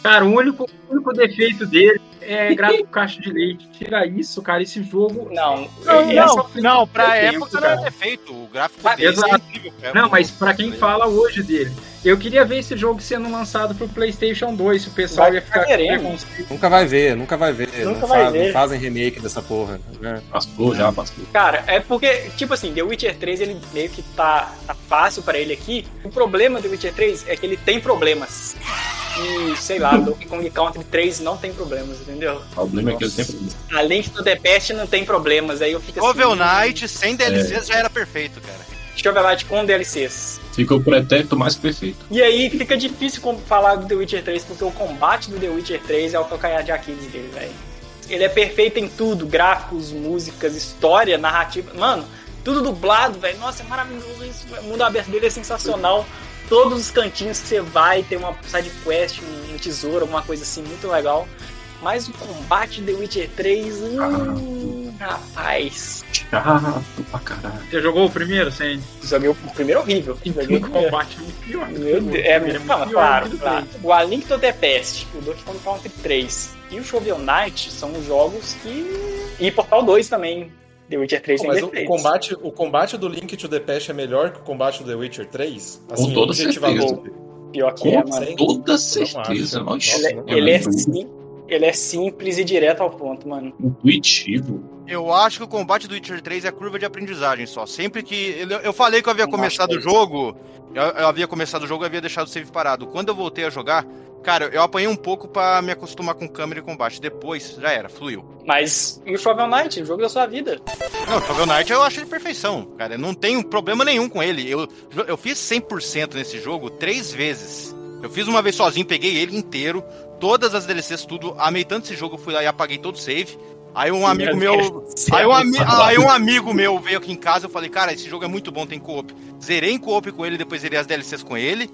Cara, o único, o único defeito dele é gráfico caixa de leite. Tira isso, cara, esse jogo.
Não,
Não,
é-
não.
essa-
Não, pra
Perfeito,
época
cara.
não é defeito. O gráfico
Ah,
dele é
exato.
incrível. cara.
Não, mas pra quem fala hoje dele, eu queria ver esse jogo sendo lançado pro PlayStation 2, se o pessoal
Vai
ia ficar com
querendo.
preconceito.
Nunca vai ver, nunca vai ver.
Nunca
não,
vai
faz-
ver.
não fazem remake dessa porra.
É.
né?
Passou já, passou.
Cara, é porque, tipo assim, The Witcher 3 ele meio que tá, tá fácil pra ele aqui. O problema do Witcher 3 é que ele tem problemas. E, sei lá, Donkey Kong Country 3 não tem problemas, entendeu?
O problema é que eu sempre.
Além de The Pest não tem problemas. Aí eu
é
fico assim.
Shovel Knight sem DLCs já era perfeito, cara.
Shovel Knight com DLCs.
Fica o pretérito mais perfeito.
E aí fica difícil com- falar do The Witcher 3, porque o combate do The Witcher 3 é o calcanhar de Aquiles dele, velho. Ele é perfeito em tudo: gráficos, músicas, história, narrativa. Mano, tudo dublado, velho. Nossa, é maravilhoso isso. velho. O mundo aberto dele é sensacional. Todos os cantinhos que você vai, tem uma side quest, um, um tesouro, alguma coisa assim, muito legal. Mas o combate The Witcher 3, hum, rapaz.
Chato pra caralho.
Você jogou o primeiro, sem
Joguei o primeiro horrível. Joguei [LAUGHS]
O
o primeiro.
combate é muito pior.
Meu Deus, é, não, claro, claro. O A Link to the Past, o Donkey Kong Country 3 e o Shovel Knight são os jogos que... E Portal 2 também. The Witcher 3
Pô,
tem
mas o, o
defeitos.
combate, o combate do Link to the Past é melhor que o combate do The Witcher 3?
toda
objetivamente.
Pior que é,
Com
mano.
toda certeza.
Não acho.
Nossa,
Ele,
Nossa,
é- ele é
mano.
sim, ele é simples e direto ao ponto, mano.
intuitivo.
Eu acho que o combate do Witcher 3 é curva de aprendizagem só. Sempre que. Eu, eu falei que eu havia
Combate
começado o
três.
jogo. Eu, eu havia começado o jogo e havia deixado o save parado. Quando eu voltei a jogar, cara, eu apanhei um pouco pra me acostumar com câmera e combate. Depois, já era, fluiu.
Mas e o Shovel Knight, o jogo da sua vida.
Não, Shovel Knight eu acho de perfeição, cara. Eu não tenho problema nenhum com ele. Eu, eu fiz 100% nesse jogo três vezes. Eu fiz uma vez sozinho, peguei ele inteiro, todas as DLCs, tudo. Amei tanto esse jogo, eu fui lá e apaguei todo o save. Aí um
é
amigo meu, Aí um, ami- aí um amigo meu veio aqui em casa, eu falei, cara, esse jogo é muito bom, tem co-op. Zerei em co-op com ele, depois zerei as DLCs com ele.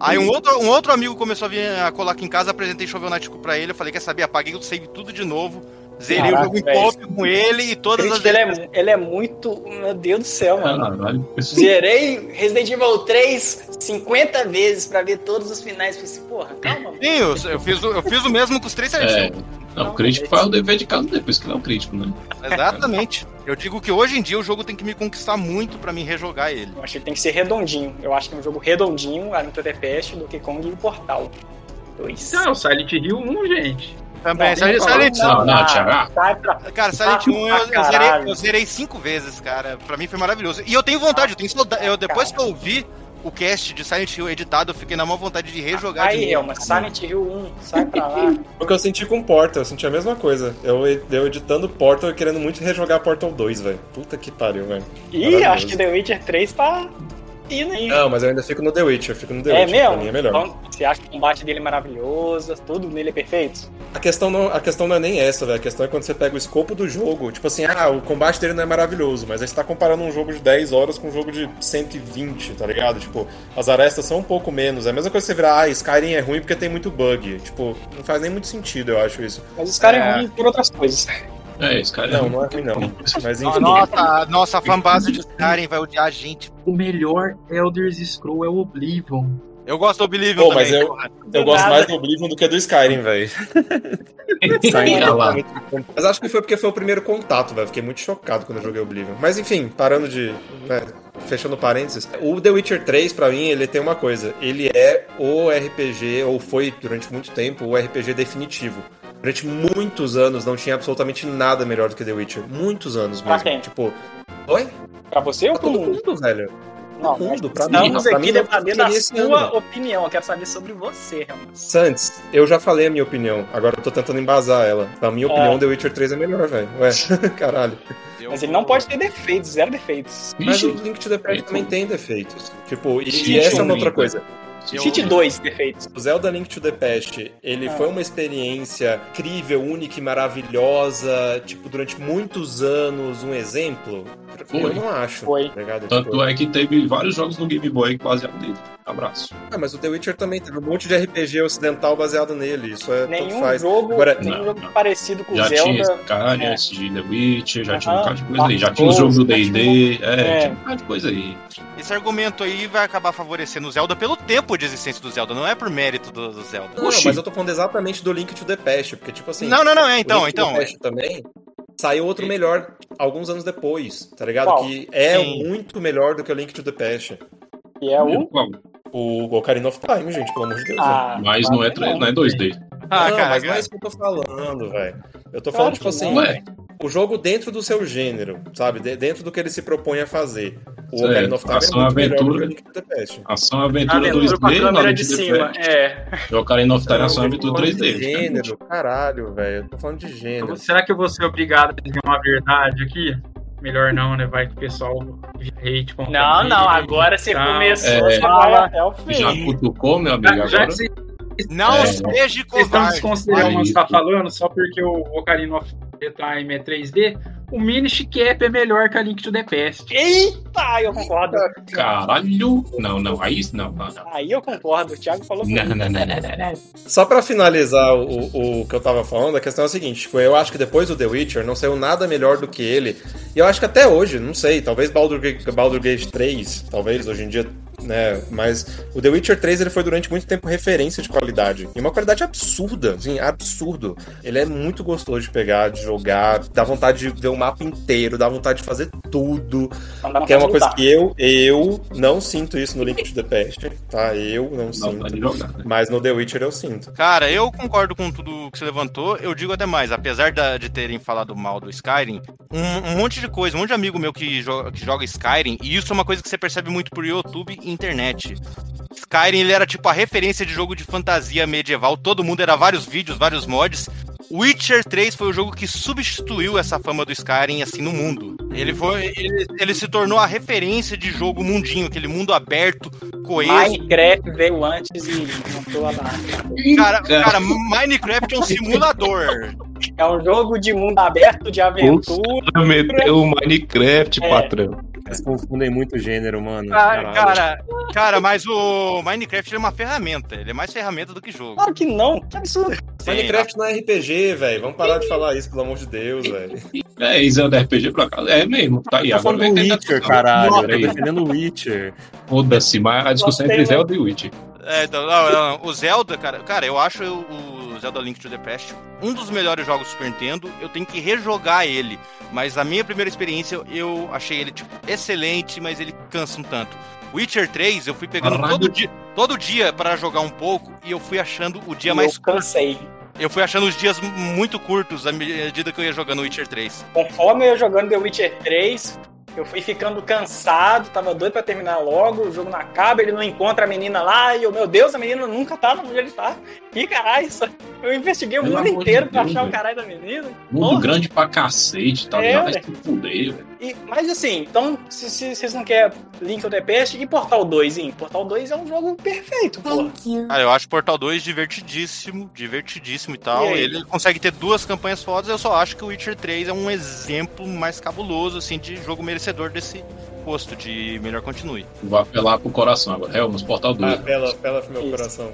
Aí um outro, um outro amigo começou a vir a colar aqui em casa, apresentei Shovel Knight pra ele, eu falei, quer saber, apaguei o save tudo de novo, zerei
Caraca,
o jogo em
velho.
co-op com ele e
O
todas as
crítico, ele, é, ele é muito... Meu Deus do
É,
céu, mano.
Caralho. pessoal.
Zerei Resident Evil 3 50 vezes pra ver todos os finais. Falei assim, porra, calma, mano.
Sim, eu, eu fiz, o- eu fiz o mesmo com os três
É.
certinho.
Não, o crítico faz o dever de casa depois, que ele é um crítico, né?
Exatamente. Eu digo que hoje em dia o jogo tem que me conquistar muito pra mim rejogar ele.
Eu acho que ele tem que ser redondinho. Eu acho que é um jogo redondinho, Alien to the Past, Donkey Kong e o Portal 2.
Não, o Silent Hill 1, gente.
Também,
Não,
Silent,
não,
Silent-
Não, não,
ah,
Thiago. ah,
Sai pra...
Cara, Silent
Ah,
1 eu, eu
pra
zerei,
caralho.
eu zerei cinco vezes, cara. Pra mim foi maravilhoso. E eu tenho vontade, eu tenho saudade. Eu, depois que eu ouvi o cast de Silent Hill editado, eu fiquei na maior vontade de rejogar de
Aí,
novo.
Elma, Silent Hill 1, sai pra lá.
Foi o que eu senti com Portal, eu senti a mesma coisa. Eu, eu editando Portal e querendo muito rejogar Portal 2, velho. Puta que pariu, velho.
Ih,
Maravilhoso.
acho que The Witcher 3 tá indo aí.
É,
Não, mas eu ainda fico no The Witcher, eu fico no The
é
Witcher.
mesmo?
Pra mim é melhor.
Então, você acha que o combate dele é maravilhoso, tudo nele é perfeito?
A questão, não, a questão não é nem essa, velho. A questão é quando você pega o escopo do jogo. Tipo assim, ah, o combate dele não é maravilhoso, mas aí você tá comparando um jogo de 10 horas com um jogo de 120, tá ligado? Tipo, as arestas são um pouco menos. É a mesma coisa que você virar, ah, Skyrim é ruim porque tem muito bug. Tipo, não faz nem muito sentido, eu acho isso.
Mas os caras é.
É.
ruim por outras coisas.
É, esse cara [LAUGHS]
Não, não é ruim não. Mas enfim.
Nossa, a nossa fanbase de Skyrim vai odiar a gente.
O melhor Elder Scrolls é o Oblivion.
Eu gosto do Oblivion
Pô,
também.
mas eu, eu gosto mais do Oblivion do que do Skyrim, velho.
Olha lá.
Mas acho que foi porque foi o primeiro contato, velho. Fiquei muito chocado quando eu joguei Oblivion. Mas enfim, parando de. né,
É.
fechando parênteses. O The Witcher 3, pra mim, ele tem uma coisa. Ele é o RPG, ou foi durante muito tempo, o RPG definitivo. Durante muitos anos não tinha absolutamente nada melhor do que The Witcher. Muitos anos
Pra
mesmo.
quem?
Tipo. Oi?
Pra você ou
Pra
pro
todo
mundo?
mundo, velho. Não, é mundo, pra mim.
Estamos
pra
aqui
mim,
debatendo a
seria esse ano.
sua opinião. Eu quero saber sobre você, Ramon.
Santos, eu já falei a minha opinião. Agora eu tô tentando embasar ela. Na minha opinião,
Ah.
The Witcher 3 é melhor, velho. Ué, [LAUGHS] caralho.
Eu
Mas ele
vou-
não pode ter defeitos, zero defeitos.
Mas o
Vixe,
Link to the Past
Perfeito.
também tem defeitos. Tipo, e,
Sim,
e essa é uma
sim.
outra coisa.
eu-
é
Cite dois defeitos.
O Zelda Link to the Past, ele
Ah.
foi uma experiência incrível, única e maravilhosa, tipo, durante muitos anos, um exemplo? Eu
Foi.
não acho.
Foi.
tá ligado?
Tanto
Tipo,
é que teve vários jogos no Game Boy que basearam nele. Abraço.
ah, mas o The Witcher também teve um monte de RPG ocidental baseado nele. Isso é tanto
Nenhum
faz.
jogo,
Agora-
nenhum
Não,
jogo
não.
parecido com o
Já tinha
Zelda. é.
Skyrim, de The Witcher, já tinha um
Aham.
bocado de coisa aí. Já
Dark
tinha os jogos do
Souls,
D&D, é,
É.
tinha um bocado de coisa aí.
Esse argumento aí vai acabar favorecendo o Zelda pelo tempo de existência do Zelda, não é por mérito do, do Zelda.
Não,
Oxi.
mas eu tô falando exatamente do Link to the Past, porque, tipo assim.
Não, não, não, é
o
então,
Link to the
então.
Past também saiu outro melhor alguns anos depois, tá ligado?
Qual?
Que é
Sim.
muito melhor do que o Link to the Past.
Que é o.
Qual?
O Ocarina of Time, gente, pelo amor de Deus. né?
Ah,
Mas não é,
tá
3,
bom.
não é 2D.
Ah,
não,
cara,
mas não é isso que eu tô falando, velho. Eu tô
Claro
falando,
que
tipo assim,
não,
é.
Ué,
o jogo dentro do seu gênero, sabe? De- dentro do que ele se propõe a fazer. O
Certo.
Ocarina of Time é
Ação,
muito melhor do que
aventura.
o Link to the Past.
ação é aventura
Ah, Aventura com a
2D,
câmera
Nada
de
de
cima.
Defect.
É.
E o Ocarina of Time, ação é
Eu tô
aventura
falando de
3D.
Gênero, caralho, velho. Eu tô falando de gênero.
assim?
Será que eu vou ser obrigado a dizer uma verdade aqui? Melhor não, né? Vai que o pessoal hate contra
Não,
mim.
não, agora você começou,
É.
você vai até o fim.
Já cutucou, meu amigo,
Já,
Ah,
já
agora?
que vocês
não
É.
seja
vocês estão
covarde.
desconsiderando o que
Aí,
você tá
filho.
falando só porque o Ocarina of the Time é 3D, o Minish Cap é melhor que a Link to the Past.
Eita, eu concordo.
Caralho! Não, não, aí não, não, não.
Aí eu concordo, o Thiago falou
Não, não, não, não, não.
Só pra finalizar o, o que eu tava falando, a questão é a seguinte, tipo, eu acho que depois do The Witcher não saiu nada melhor do que ele. E eu acho que até hoje, não sei, talvez Baldur, Ga- Baldur Gate 3, talvez hoje em dia, né, mas o The Witcher 3 ele foi durante muito tempo referência de qualidade. E uma qualidade absurda, assim, absurdo. Ele é muito gostoso de pegar, de jogar, dá vontade de ver o mapa inteiro, dá vontade de fazer tudo.
Não dá pra
Que é uma coisa
lutar.
que eu, eu não sinto isso no Link to the Past, tá? Eu não
Não, tá de
sinto.
jogar, né?
Mas no The Witcher eu sinto.
Cara, eu concordo com tudo que você levantou. Eu digo até mais, apesar da- de terem falado mal do Skyrim, um, um monte de coisa, um monte de amigo meu que, jo- que joga Skyrim, e isso é uma coisa que você percebe muito por YouTube e internet. Skyrim ele era tipo a referência de jogo de fantasia medieval, todo mundo era vários vídeos, vários mods. Witcher 3 foi o jogo que substituiu essa fama do Skyrim assim no mundo. Ele foi, ele, ele se tornou a referência de jogo mundinho, aquele mundo aberto, coeso.
Minecraft veio antes e montou a barra.
Cara, cara, Minecraft é um simulador.
É um jogo de mundo aberto, de aventura.
Meteu o Minecraft,
É.
patrão.
Eles confundem muito o gênero, mano.
Cara,
Caralho.
cara, cara, mas o Minecraft ele é uma ferramenta. Ele é mais ferramenta do que jogo.
Claro que não, que absurdo.
Sim,
Minecraft não é RPG, velho. Vamos parar de falar isso, pelo amor de Deus, velho.
É, e Zelda RPG pra cá. É mesmo, tá aí. Agora vai ter discussão. Não, peraí,
defendendo o Witcher.
Foda-se, mas a discussão é entre
Gostei,
Zelda e Witcher.
é, então, não, não, não. O Zelda, cara, cara, eu acho o o Zelda Link to the Past um dos melhores jogos do Super Nintendo. Eu tenho que rejogar ele. Mas na minha primeira experiência, eu achei ele tipo, excelente, mas ele cansa um tanto. Witcher 3, eu fui pegando
Caralho.
todo dia, todo dia para jogar um pouco e eu fui achando o dia
eu
mais
cansei.
Eu fui achando os dias muito curtos à medida que eu ia jogando Witcher 3.
Conforme eu ia jogando The Witcher 3, eu fui ficando cansado, tava doido pra terminar logo, o jogo não acaba, ele não encontra a menina lá, e eu, meu Deus, a menina nunca tá onde ele tá. Que caralho, isso. Eu investiguei o
Pelo
mundo
amor de
inteiro pra
Deus,
achar o
velho.
caralho da menina.
Mundo
Porra.
grande pra cacete, tá
É,
ligado? Vai
velho.
se fuder, velho.
E- mas assim, então, se, se vocês não querem Link to the Past, e Portal 2, hein? Portal 2 é um jogo perfeito, pô.
Thank you.
Cara, eu acho Portal 2 divertidíssimo, divertidíssimo e tal.
E aí?
Ele consegue ter duas campanhas fodas, eu só acho que o Witcher 3 é um exemplo mais cabuloso, assim, de jogo merecedor desse posto de melhor continue.
Vai apelar pro coração agora. Helmus, Portal 2.
Apela, apela Ah, pro meu
Isso.
coração.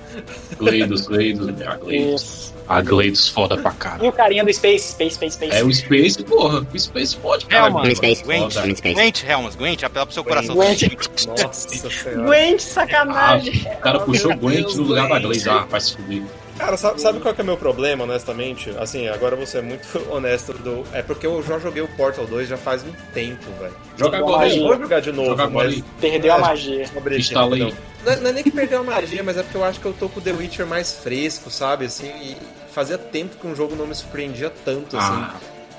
Gleidos, Gleidos, a
[LAUGHS]
Gleidos.
Isso.
A Gleidos foda pra cara.
E o carinha do Space, Space, Space, Space.
É o Space, porra. O Space pode, cara.
É, mano.
Gleidos,
Space,
foda.
Space, Space.
Gwent, Helmas, Gwent, apela pro seu coração.
Gwent,
Nossa senhora.
Gwent,
Ah,
sacanagem.
o cara puxou o
Meu Deus,
Gwent no lugar da
Gwent.
Gleidos. Ah, vai se fuder.
Cara, sabe, sabe qual que é o meu problema, honestamente? Assim, agora eu vou ser muito [LAUGHS] honesto. Do... É porque eu já joguei o Portal 2 já faz um tempo, velho.
Joga
Bom,
agora
aí.
aí.
Vou jogar de novo,
Joga agora
mas...
aí.
Perdeu
É.
a magia.
Sobre
é Instala aí.
então. Não, é- não é nem que perdeu a magia, mas é porque eu acho que eu tô com o The Witcher mais fresco, sabe? Assim, e fazia tempo que um jogo não me surpreendia tanto, assim.
Ah,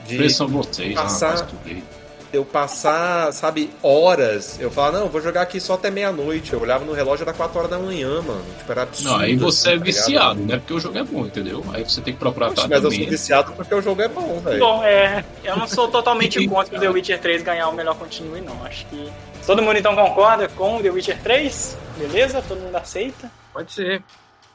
de-
vocês. Ah, vai
passar-
se fuder.
eu passar, sabe, horas. Eu falava, não, vou jogar aqui só até meia-noite. Eu olhava no relógio, era 4 horas da manhã, mano. Tipo, era absurdo.
Não, aí você
assim,
é
tá
viciado, né? Porque o jogo é bom, entendeu? Aí você tem que procurar
ligado?
tá,
Mas eu
também.
sou viciado porque o jogo é bom, velho.
Bom, é. Eu não sou totalmente contra o The Witcher 3 ganhar o melhor continue, não. Acho que. Todo mundo então concorda com o The Witcher 3? Beleza? Todo mundo aceita?
Pode ser.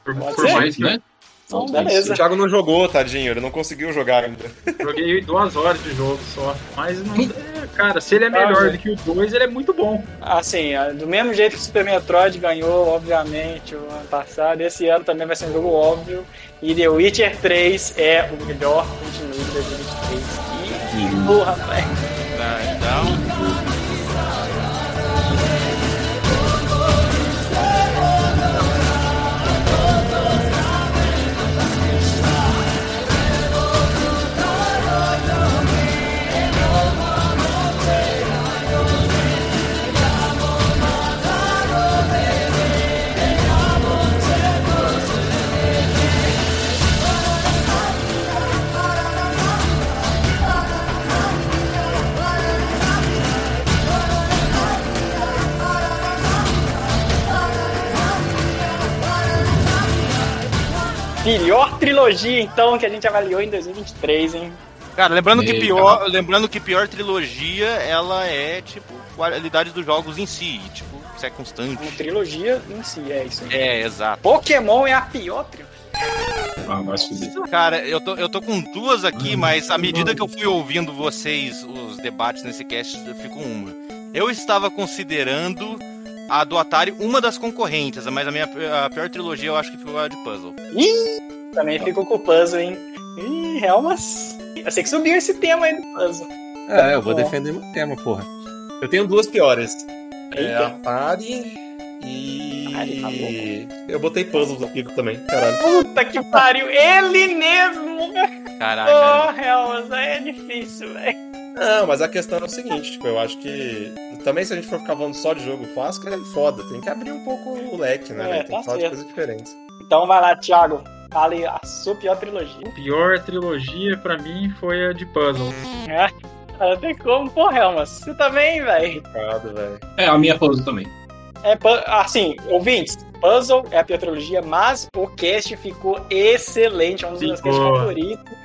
Por,
Pode
por
ser,
mais que
né?
Então,
Talvez.
beleza.
O Thiago não jogou, tadinho, ele não conseguiu jogar ainda.
eu joguei duas horas de jogo só. Mas não. é, Cara, se ele é melhor
Ah,
do que o 2, ele é muito bom.
Assim, ah, do mesmo jeito que o Super Metroid ganhou, obviamente, o ano passado, esse ano também vai ser um jogo óbvio. E The Witcher 3 é o melhor continue de 2023. E porra, velho.
Tá, então,
Melhor trilogia, então, que a gente avaliou em 2023, hein?
cara, lembrando que
Ei,
pior, lembrando que pior trilogia, ela é tipo qualidade dos jogos em si, e, tipo, isso é
Uma
constante.
trilogia em si, é isso. aí.
É, exato.
Pokémon é a pior trilogia.
Ah, vai se fuder.
Cara, eu tô, eu tô com duas aqui, mas à medida que eu fui ouvindo vocês, os debates nesse cast, ficou uma. Eu estava considerando a do Atari uma das concorrentes, mas a minha a pior trilogia eu acho que ficou a de puzzle.
Também ficou com o puzzle, hein? Ih, Helmas. Eu sei que subiu esse tema aí do puzzle.
É, eu
vou
defender meu tema, porra. Eu tenho duas piores. É
Eita.
Atari e.
Atari, tá
eu botei puzzles aqui também, caralho.
Puta que pariu, ele mesmo!
Ah,
Caraca.
Ô, Helmas, aí é difícil, velho.
Não, mas a questão é o seguinte, tipo, eu acho que também se a gente for ficar falando só de jogo clássico, é foda, tem que abrir um pouco o leque, né?
É,
velho? tem
tá
que falar
certo.
de coisas diferentes.
Então vai lá, Thiago. Fala aí a sua pior trilogia.
A pior trilogia pra mim foi a de puzzle.
É. Não tem como, pô, Helmas. Você também, velho.
Complicado, velho.
É, a minha pausa também.
É, pu- assim, ouvintes, Puzzle é a pior trilogia, mas o cast ficou excelente, é um dos meus casts
Ficou.
favoritos.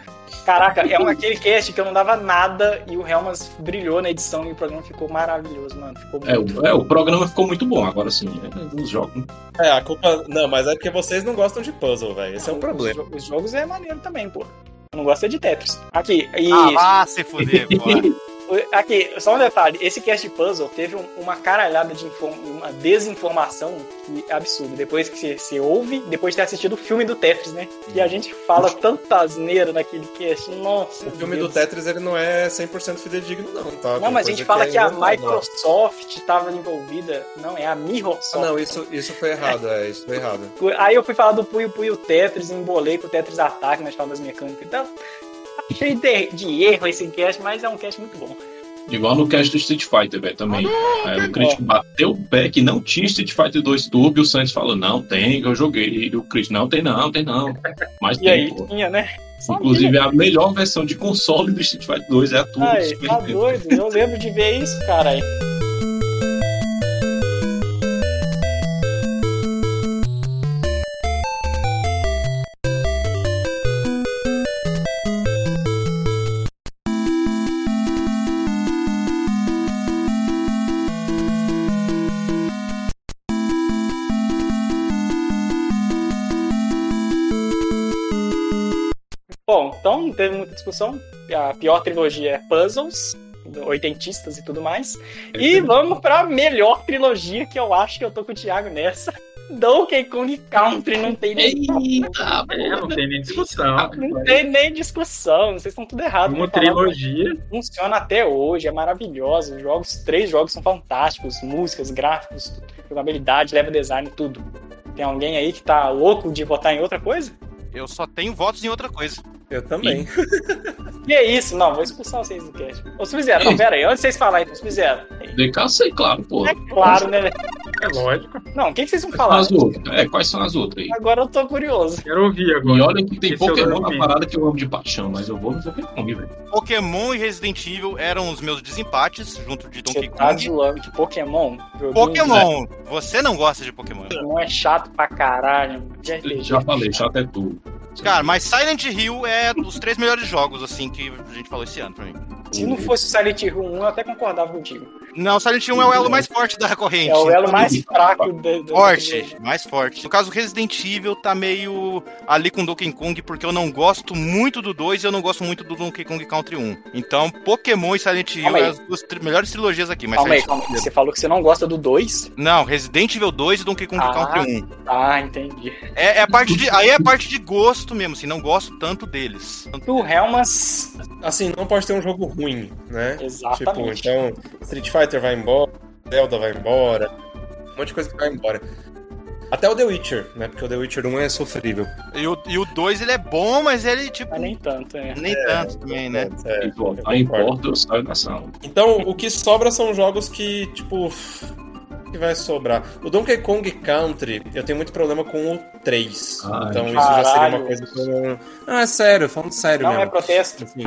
Caraca, é um, aquele cast que eu não dava nada e o Helmas brilhou na edição e o programa ficou maravilhoso, mano. Ficou
É,
muito
o, é, o programa ficou muito bom, agora sim. É, os jogos.
É, a culpa. Não, mas é porque vocês não gostam de puzzle, velho. Esse é um
Os
problema.
jo- Os, jogos é maneiro também, pô. Eu não gosto é de Tetris. Aqui, e
Ah, vá se fuder, pô.
aqui, só um detalhe, esse cast de puzzle teve um- uma caralhada de inform- uma desinformação que é absurda. Depois que você- você ouve, depois de ter assistido o filme do Tetris, né? E a gente fala tanta asneira naquele cast. Nossa.
Uhum. O filme
Deus.
do Tetris ele não é 100% fidedigno, não, tá?
Não,
Tem
mas a
coisa
gente fala
é
que a
inventada.
Microsoft estava envolvida. Não, é a Microsoft.
Ah, não, isso, isso foi errado, é, isso foi errado.
Aí eu fui falar do Puyo Puyo Tetris, embolei com o Tetris Ataque, nós falamos das mecânicas e tal. Achei de, de erro esse cast, mas é um cast muito bom.
Igual no cast do Street Fighter, velho, também. Aí o crítico bateu o pé que não tinha Street Fighter 2 Turbo e o Santos falou, não, tem, eu joguei. E o crítico, não, tem não, tem não. Mas
E
tem,
aí,
pô.
tinha, né?
Inclusive, é a melhor versão de console do Street Fighter 2 é a Turbo.
Ai,
[LAUGHS] Super
tá
Nintendo.
doido, eu lembro de ver isso, cara. Bom, então não teve muita discussão. A pior trilogia é Puzzles, oitentistas e tudo mais. E
Uhum.
vamos pra melhor trilogia, que eu acho que eu tô com o Thiago nessa. Donkey Kong Country, não tem nem,
Eita,
É,
pô.
não tem nem discussão.
não tem nem discussão. Vocês estão tudo errado.
Uma
Não falaram-
trilogia.
funciona até hoje, é maravilhosa. Os jogos, os três jogos são fantásticos, músicas, gráficos, jogabilidade, level design, tudo. Tem alguém aí que tá louco de votar em outra coisa?
Eu só tenho votos em outra coisa.
Eu também.
E é isso, não, vou expulsar vocês do cast. Ô, Sub-Zero, não, pera aí, antes de vocês falarem, Sub-Zero.
DK, sei, claro, pô.
É claro, né? velho?
É lógico.
Não, o que, que vocês vão falar?
As outras. É, quais são as outras aí?
Agora eu tô curioso.
Quero ouvir agora.
E olha que tem
Esse é eu
Pokémon
não
na
vi.
parada que eu amo de paixão, mas eu vou no Pokémon, velho.
Pokémon e Resident Evil eram os meus desempates junto de Donkey
Você tá
Kong.
zoando né? que Pokémon? Joguinho
Pokémon! Você não gosta de Pokémon.
de Pokémon é chato pra caralho. mano. De RPG.
Já falei, chato é tudo.
Cara, mas Silent Hill é dos três melhores jogos, assim, que a gente falou esse ano pra mim.
Se não fosse o Silent Hill 1, eu até concordava contigo.
Não, Silent Hill é o elo mais forte da corrente.
É o elo mais fraco da. da-
[LAUGHS] Forte, mais forte. No caso, Resident Evil tá meio ali com Donkey Kong, porque eu não gosto muito do 2 e eu não gosto muito do Donkey Kong Country 1. Então, Pokémon e Silent Hill
Calma
é
aí.
as duas tri- melhores trilogias aqui. Mas
Calma aí,
Silent
calma aí.
Hill- é
Você falou que você não gosta do 2?
Não, Resident Evil 2 e Donkey Kong
Ah.
Country 1.
Ah, entendi.
É, é a parte de, aí é a parte de gosto mesmo, assim, não gosto tanto deles.
Do Helmas.
Assim, não pode ter um jogo ruim, né? Tipo,
Exatamente.
então, Street Fighter vai embora, Zelda vai embora, um monte de coisa que vai embora. Até o The Witcher, né? Porque o The Witcher 1 é sofrível.
E o, e o 2 ele é bom, mas ele, tipo,
Mas nem tanto, é.
nem tanto também, né?
É.
E voltar em porta, eu saio da sala.
Então, o que sobra são jogos que, tipo. o que vai sobrar? O Donkey Kong Country, eu tenho muito problema com o 3.
Ai,
então, isso já seria uma
caralho.
coisa que eu não. Ah, é sério, falando sério
Não
mesmo.
é protesto.
Assim,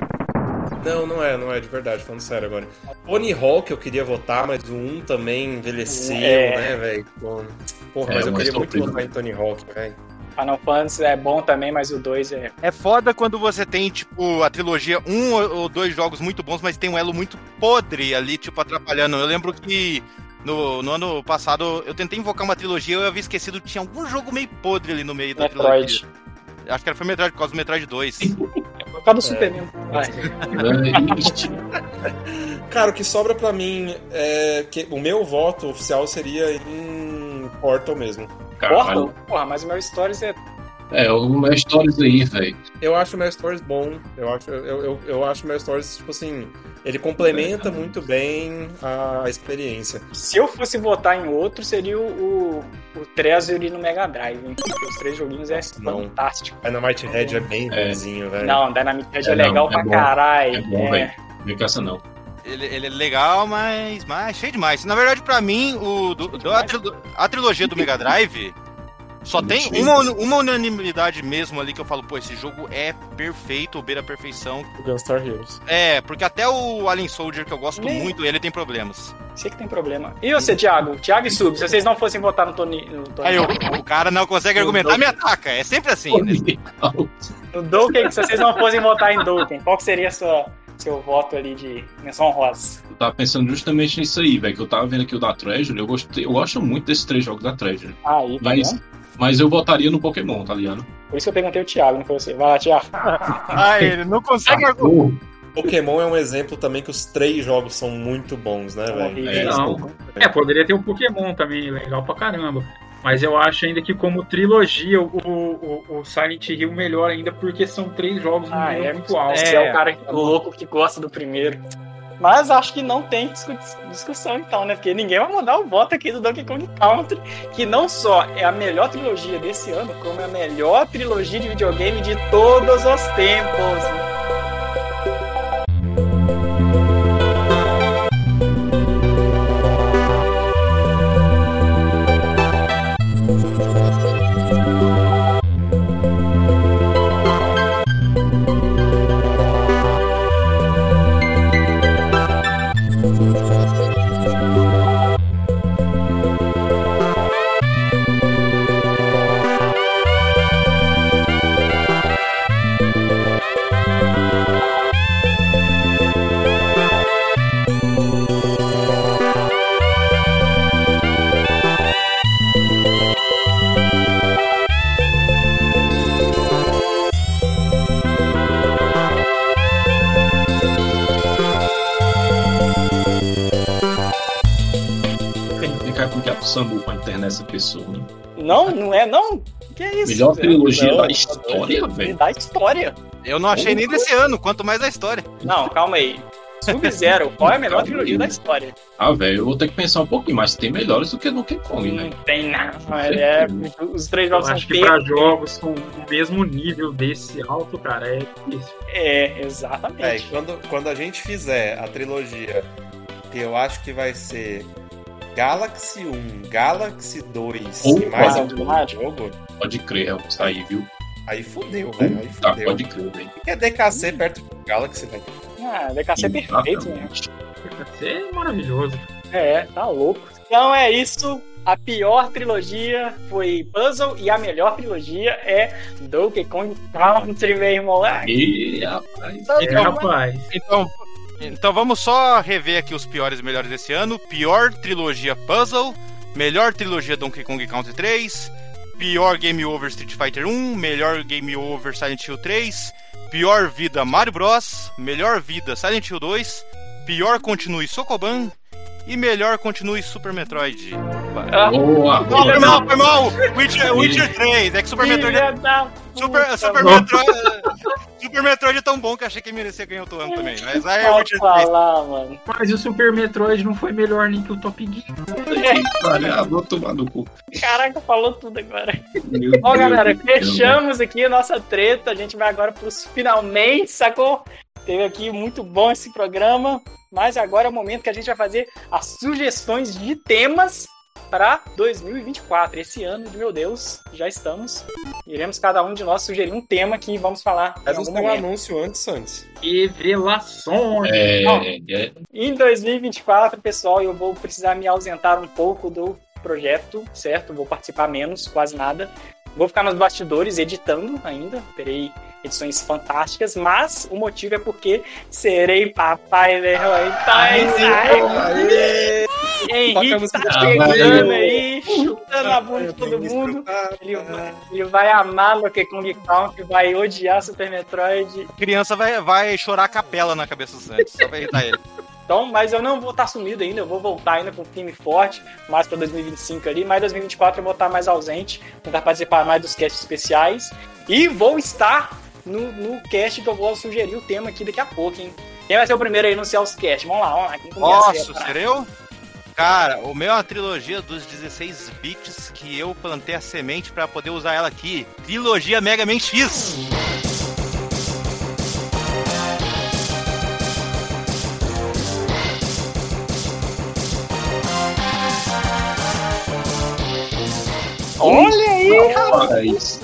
Não, não é, não é, de verdade, falando sério agora. Pony Hawk eu queria votar, mas o 1 também envelheceu,
É.
né, velho? Bom, Porra,
É,
mas eu
mas
queria muito
sofrido.
votar em Tony Hawk, velho.
Final Fantasy é bom também, mas o 2 é.
É foda quando você tem, tipo, a trilogia, um ou- ou dois jogos muito bons, mas tem um elo muito podre ali, tipo, atrapalhando. Eu lembro que no, no ano passado eu tentei invocar uma trilogia eu havia esquecido que tinha algum jogo meio podre ali no meio da
Metroid.
trilogia. Acho que era foi Metroid, por causa do Metroid 2.
Por causa do Super Nintendo. Vai.
Cara, o que sobra pra mim é que o meu voto oficial seria em Portal mesmo.
Caralho.
Portal? Porra, mas o meu Stories é.
É, uma história aí, velho.
Eu acho o Mel Stories bom. Eu acho, eu, eu, eu acho o Mel Stories, tipo assim, ele complementa muito bem a experiência.
Se eu fosse votar em outro, seria o, o, o Treasure no Mega Drive. hein? Porque Os três joguinhos é
Não.
fantástico.
Dynamite Head é bem
É.
bonzinho, velho.
Não, Dynamite Head é,
É, não,
legal
é
pra
bom.
caralho.
É bom,
é.
velho. Não é caça, não.
Ele, ele é legal, mas, mas é cheio demais. Na verdade, pra mim, o, do- do- a, trilo- a trilogia do Mega Drive só tem uma, uma unanimidade mesmo ali que eu falo, pô, esse jogo é perfeito, ou beira a perfeição.
O Gunstar Heroes.
É, porque até o Alien Soldier, que eu gosto
Bem-
muito, ele tem problemas.
Sei que tem problema. E você, Thiago? Thiago e Sub, se vocês não fossem votar no Tony. No, Tony
Aí o, o cara não consegue argumentar, me ataca. É sempre assim, né?
no Dokken, se vocês não fossem votar em Dokken, qual que seria a sua, seu voto ali de menção honrosa?
Eu tava pensando justamente nisso aí, velho. Que eu tava vendo aqui o da Treasure. Eu, gostei, eu gosto muito desses três jogos da Treasure. né?
Aí, tá
Mas,
vendo?
mas eu votaria no Pokémon, tá ligado?
Por isso que eu perguntei o Thiago, não foi você. Vai lá, Thiago.
Ah, ele não consegue argumentar.
Pokémon é um exemplo também que os três jogos são muito bons, né, velho?
É,
não. É, poderia ter um Pokémon também, legal pra caramba. Mas eu acho ainda que como trilogia, o, o, o Silent Hill melhor ainda, porque são três jogos
Ah,
num nível
é.
muito alto.
Você é, o cara louco que gosta do primeiro. Mas acho que não tem discu- discussão então, né? Porque ninguém vai mudar o voto aqui do Donkey Kong Country, que não só é a melhor trilogia desse ano, como é a melhor trilogia de videogame de todos os tempos.
Tem que ficar com que a Sambu pra internet essa pessoa, né?
Não, não é não? Que é isso?
Melhor
velho?
trilogia
não,
da
não,
história,
E
velho.
da história.
Eu não achei nem desse ano, quanto mais da história.
Não, calma aí. Sub-Zero, qual é a melhor trilogia da história?
Tá Ah, velho, eu vou ter que pensar um pouquinho, mas tem melhores do que Donkey Kong,
Não
né?
tem nada. É, os três
Eu
jogos
acho
são
que pra
perfeitos.
jogos com o mesmo nível desse alto, cara, é difícil.
É, exatamente.
É, e quando, quando a gente fizer a trilogia, que eu acho que vai ser Galaxy 1, Galaxy 2 Opa, e
é
mais
um
algum jogo.
Pode crer, é vamos sair, tá viu?
Aí fudeu, velho. Aí fudeu. Tá,
pode crer, velho.
É DKC perto do Galaxy, tá velho.
Ah, DKC é perfeito, né?
DKC é maravilhoso.
É, tá louco. Então é isso. A pior trilogia foi Puzzle e a melhor trilogia é Donkey Kong Country, meu irmão.
Ih, rapaz.
Então, é, rapaz.
Então, então vamos só rever aqui os piores e melhores desse ano. Pior trilogia Puzzle, melhor trilogia Donkey Kong Country 3, pior Game Over Street Fighter 1, melhor Game Over Silent Hill 3, pior vida Mario Bros, melhor vida Silent Hill 2, pior continue Sokoban, e melhor continue Super Metroid.
Tá.
Ah, boa,
não, foi mal, foi mal! Witcher, Witcher 3, é que Super Metroid. É... Super, Super, Metroid Super Metroid é tão bom que achei que merecia ganhar outro ano também. Mas aí é Witcher 3.
Falar, Ah, mano.
Mas o Super Metroid não foi melhor nem que o Top Gear.
Palhador tomar no cu.
Caraca, falou tudo agora. Ó, galera, fechamos aqui a nossa treta. A gente vai agora pros finalmente, sacou? Teve aqui muito bom esse programa. Mas agora é o momento que a gente vai fazer as sugestões de temas para 2024. Esse ano, meu Deus, já estamos. Iremos cada um de nós sugerir um tema que vamos falar.
Mas não tem um anúncio antes, antes.
Revelações!
É, é.
Em 2024, pessoal, eu vou precisar me ausentar um pouco do projeto, certo? Vou participar menos, quase nada. Vou ficar nos bastidores editando ainda. Terei edições fantásticas, mas o motivo é porque serei papai, né? Então, Henrique tá
Ah,
chegando aí, chutando a bunda de todo mundo. Ele vai, ele vai amar Donkey Kong Country, vai odiar Super Metroid.
Criança vai, vai chorar a capela na cabeça do Santos, só pra irritar ele.
Então, mas eu não vou estar sumido ainda, eu vou voltar ainda com um time forte, mais para 2025 ali, mas 2024 eu vou estar mais ausente, tentar participar mais dos casts especiais. E vou estar no, no cast que eu vou sugerir o tema aqui daqui a pouco, hein? Quem vai ser o primeiro a anunciar os casts? Vamos lá, vamos lá. Quem
Nossa, será eu? Cara, o meu é uma trilogia dos 16 bits que eu plantei a semente para poder usar ela aqui. Trilogia Mega Man X.
Olha aí,
rapaz!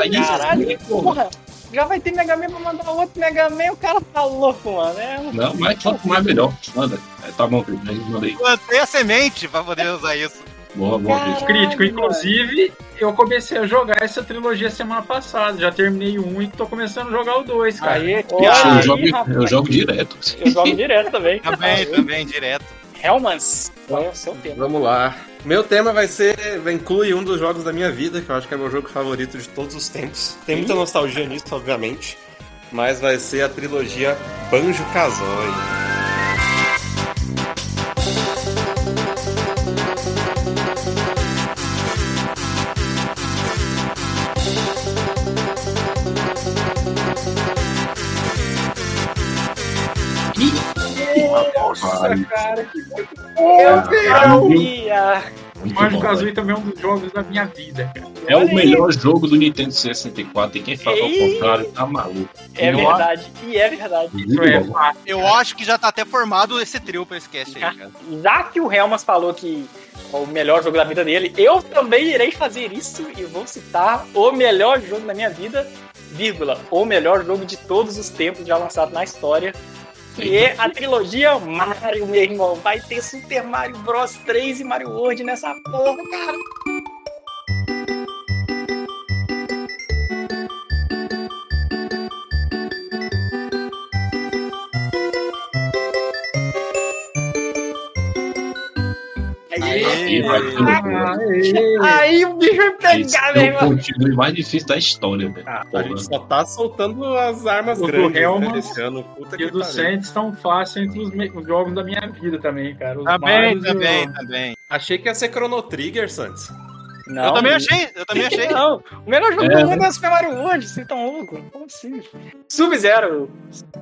Aí
Caralho,
sim, né,
porra! Já vai ter Mega Man pra mandar outro Mega Man, o cara tá louco, mano. É um...
Não, mas quanto mais melhor. Manda. É, tá bom, Cris, mas manda aí.
Plantei a semente pra poder usar isso.
Boa, boa, Cris.
Crítico, inclusive, eu comecei a jogar essa trilogia semana passada. Já terminei um e tô começando a jogar o dois, cara.
Aí,
Eu,
olha
jogo,
aí, rapaz.
eu jogo direto.
Eu jogo direto também.
Também, também, direto.
Helmans, qual é o seu tema?
Vamos lá. Meu tema vai ser. vai Inclui um dos jogos da minha vida, que eu acho que é meu jogo favorito de todos os tempos. Tem muita nostalgia nisso, obviamente. Mas vai ser a trilogia Banjo Kazooie.
Nossa, cara, um que Meu
Caralho.
Deus!
Muito
Banjo
bom,
Kazooie
velho.
também é um dos jogos da minha vida, cara.
É
Olha
o
aí.
melhor jogo do Nintendo 64 e quem fala ao
Ei.
contrário tá maluco.
É
Eu
verdade, e é verdade.
acho
Isso
muito
é
bom.
fácil.
Eu acho que já tá até formado esse trio pra esse cast aí, cara.
Já que o Helmas falou que é o melhor jogo da vida dele, eu também irei fazer isso e vou citar o melhor jogo da minha vida, vírgula, o melhor jogo de todos os tempos já lançado na história, que é a trilogia Mario, meu irmão. Vai ter Super Mario Bros 3 e Mario World nessa porra, cara.
um Aí vai ser loucura.
Aí o bicho vai
Esse
pegar, meu
é o
irmão.
contínuo mais difícil da história, velho.
Ah,
A gente só tá soltando as armas
O do
grandes
Helmand
né, esse ano. Puta
E
que
o do
pariu.
Saints tão fácil entre os, me- os jogos da minha vida também, cara. Os
Também,
Marios e o-
também, também.
Achei que ia ser Chrono Trigger, Santos.
Não,
eu também achei, eu também achei.
Não, o melhor jogo
É.
do mundo é o Super Mario World, vocês estão loucos? Como assim? Sub-Zero.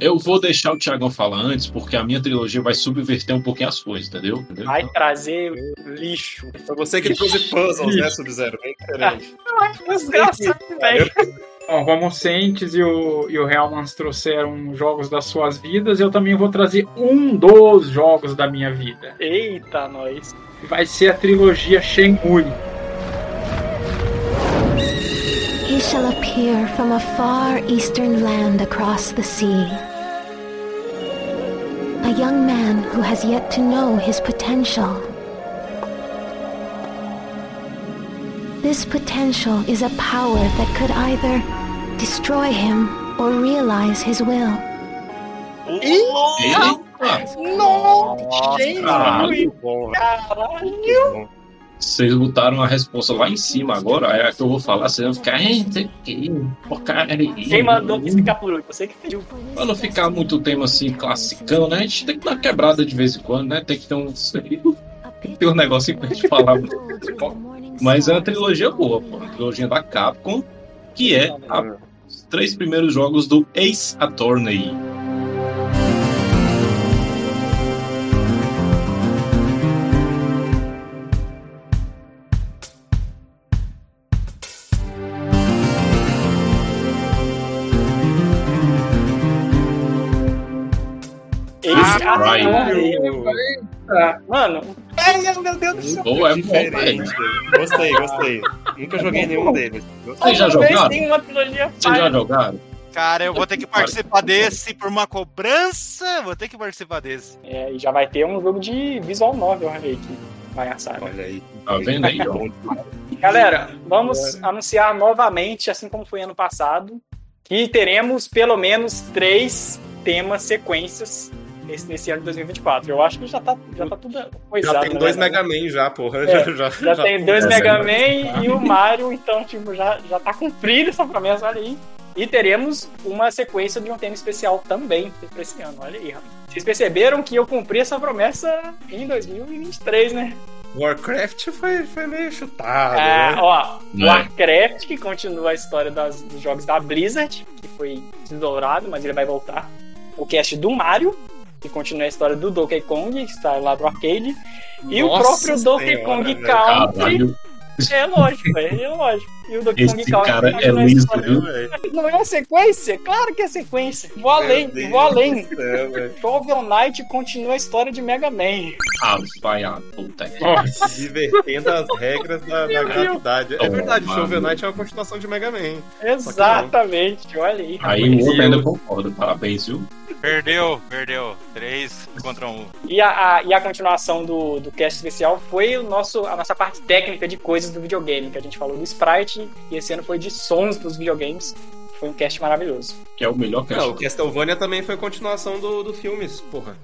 Eu vou deixar o Thiagão falar antes, porque a minha trilogia vai subverter um pouquinho as coisas, entendeu? Entendeu?
Vai trazer lixo. [LAUGHS]
Foi você que trouxe puzzles, né, Sub-Zero? Bem diferente.
Desgraçado, velho.
Bom, como o Saints e o, e o Hellmans trouxeram jogos das suas vidas, eu também vou trazer um dos jogos da minha vida.
Eita, nós.
Vai ser a trilogia Shenmue.
He shall appear from a far eastern land across the sea. A young man who has yet to know his potential. This potential is a power that could either destroy him or realize his will.
Nossa, gente,
Caralho.
caralho!
Vocês botaram a resposta lá em cima agora, é a que eu vou falar, vocês vão ficar, "É, isso aqui, porcaria.
Quem mandou você ficar por último? Você que pediu.
Pra não ficar muito tema assim, classicão, né? A gente tem que dar uma quebrada de vez em quando, né? Tem que ter uns. Tem um negocinho pra gente falar. Mas é uma trilogia boa, pô. Uma trilogia da Capcom, que é a- os três primeiros jogos do Ace Attorney.
Esse
Right.
Uh,
Eita.
Mano, ai, meu Deus do céu.
Ou é bom, velho.
Diferente. Gostei, gostei. Nunca joguei nenhum deles.
Vocês já
Talvez
jogaram?
tenha uma trilogia
Vocês já
falha.
jogaram?
Cara, eu vou ter que participar desse por uma cobrança. Vou ter que participar desse.
É, e já vai ter um jogo de visual novel aí que vai a saga.
Olha aí.
Tá vendo
[LAUGHS]
aí, ó?
Galera, vamos
É.
anunciar novamente, assim como foi ano passado, que teremos pelo menos três temas sequências nesse, nesse ano de 2024. Eu acho que já tá, já tá tudo coisado.
Já tem
na
dois
verdade.
Mega Man já, porra.
É,
[LAUGHS] já,
Já tem dois
É,
Mega
já-
Man e o Mario, então, tipo, já, já tá cumprida essa promessa, olha aí. E teremos uma sequência de um tema especial também pra esse ano, olha aí, rapaz. Vocês perceberam que eu cumpri essa promessa em 2023, né?
Warcraft foi, foi meio chutado,
Ah,
né?
ó,
Né?
Warcraft, que continua a história das- dos jogos da Blizzard, que foi desdourado, mas ele vai voltar. O cast do Mario, que continua a história do Donkey Kong, que está lá do arcade. E o
né? Nossa
próprio Donkey
Senhora,
Kong
velho.
Country.
Caralho,
É lógico, é, é lógico. E o Donkey Kong
esse cara
Country
é
continua a
liso,
história.
viu?
Não é sequência? Claro que é sequência. Vou além,
Meu Deus
vou além.
do céu, velho.
Shovel Knight continua a história de Mega Man.
Rapaz, a Ah, puta que
Nossa.
Divertendo as regras da, da gravidade. É
Toma,
verdade,
mano.
Shovel Knight é uma continuação de Mega Man.
Exatamente, olha aí.
Aí o outro ainda concorda, parabéns, viu?
Perdeu, perdeu. Três contra um.
E a, a- e a continuação do, do cast especial foi o nosso, a nossa parte técnica de coisas do videogame, que a gente falou do Sprite, e esse ano foi de sons dos videogames. Foi um cast maravilhoso.
Que é o melhor que
Não, o Castlevania também foi continuação do, do filme, porra.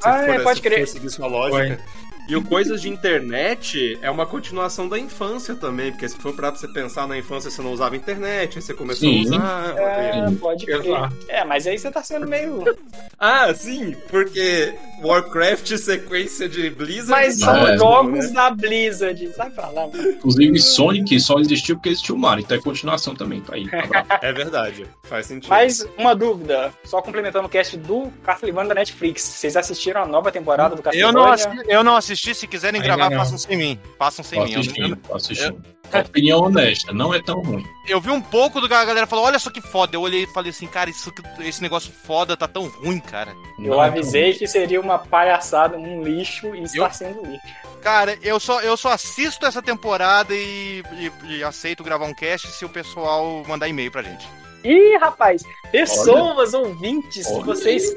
Se
Ah, é, pode
se
crer.
for seguir sua lógica. E o Coisas de Internet é uma continuação da infância também, porque se for pra você pensar na infância, você não usava internet, aí você começou
Sim.
a usar.
É,
Sim.
pode crer.
Exato.
É, mas aí você tá sendo meio. [LAUGHS]
Ah, sim, porque Warcraft sequência de Blizzard.
Mas
só-
são
É.
jogos da Blizzard. Sai pra lá, mano.
Inclusive, Sonic só existiu porque existiu o Mario, então é continuação também, [LAUGHS] tá aí. abraço.
É verdade, faz sentido.
Mais uma dúvida, só complementando o cast do Castlevania da Netflix. Vocês assistiram a nova temporada do
Eu não,
Castlevania?
assisti, eu não assisti. Se quiserem
Ainda
gravar,
não.
façam sem mim. Façam sem
Tô
mim. Eu,
assistindo, tô assistindo. Opinião honesta, não é tão ruim.
eu vi um pouco do que a galera falou. Olha só que foda. Eu olhei e falei assim, cara, isso, que- esse negócio foda tá tão ruim, cara.
é
Eu avisei que seria uma palhaçada, um lixo, e está sendo um lixo.
Cara, eu só, eu só assisto essa temporada e, e- e aceito gravar um cast se o pessoal mandar e-mail pra gente.
Ih, rapaz, pessoas, ouvintes,
Olha
vocês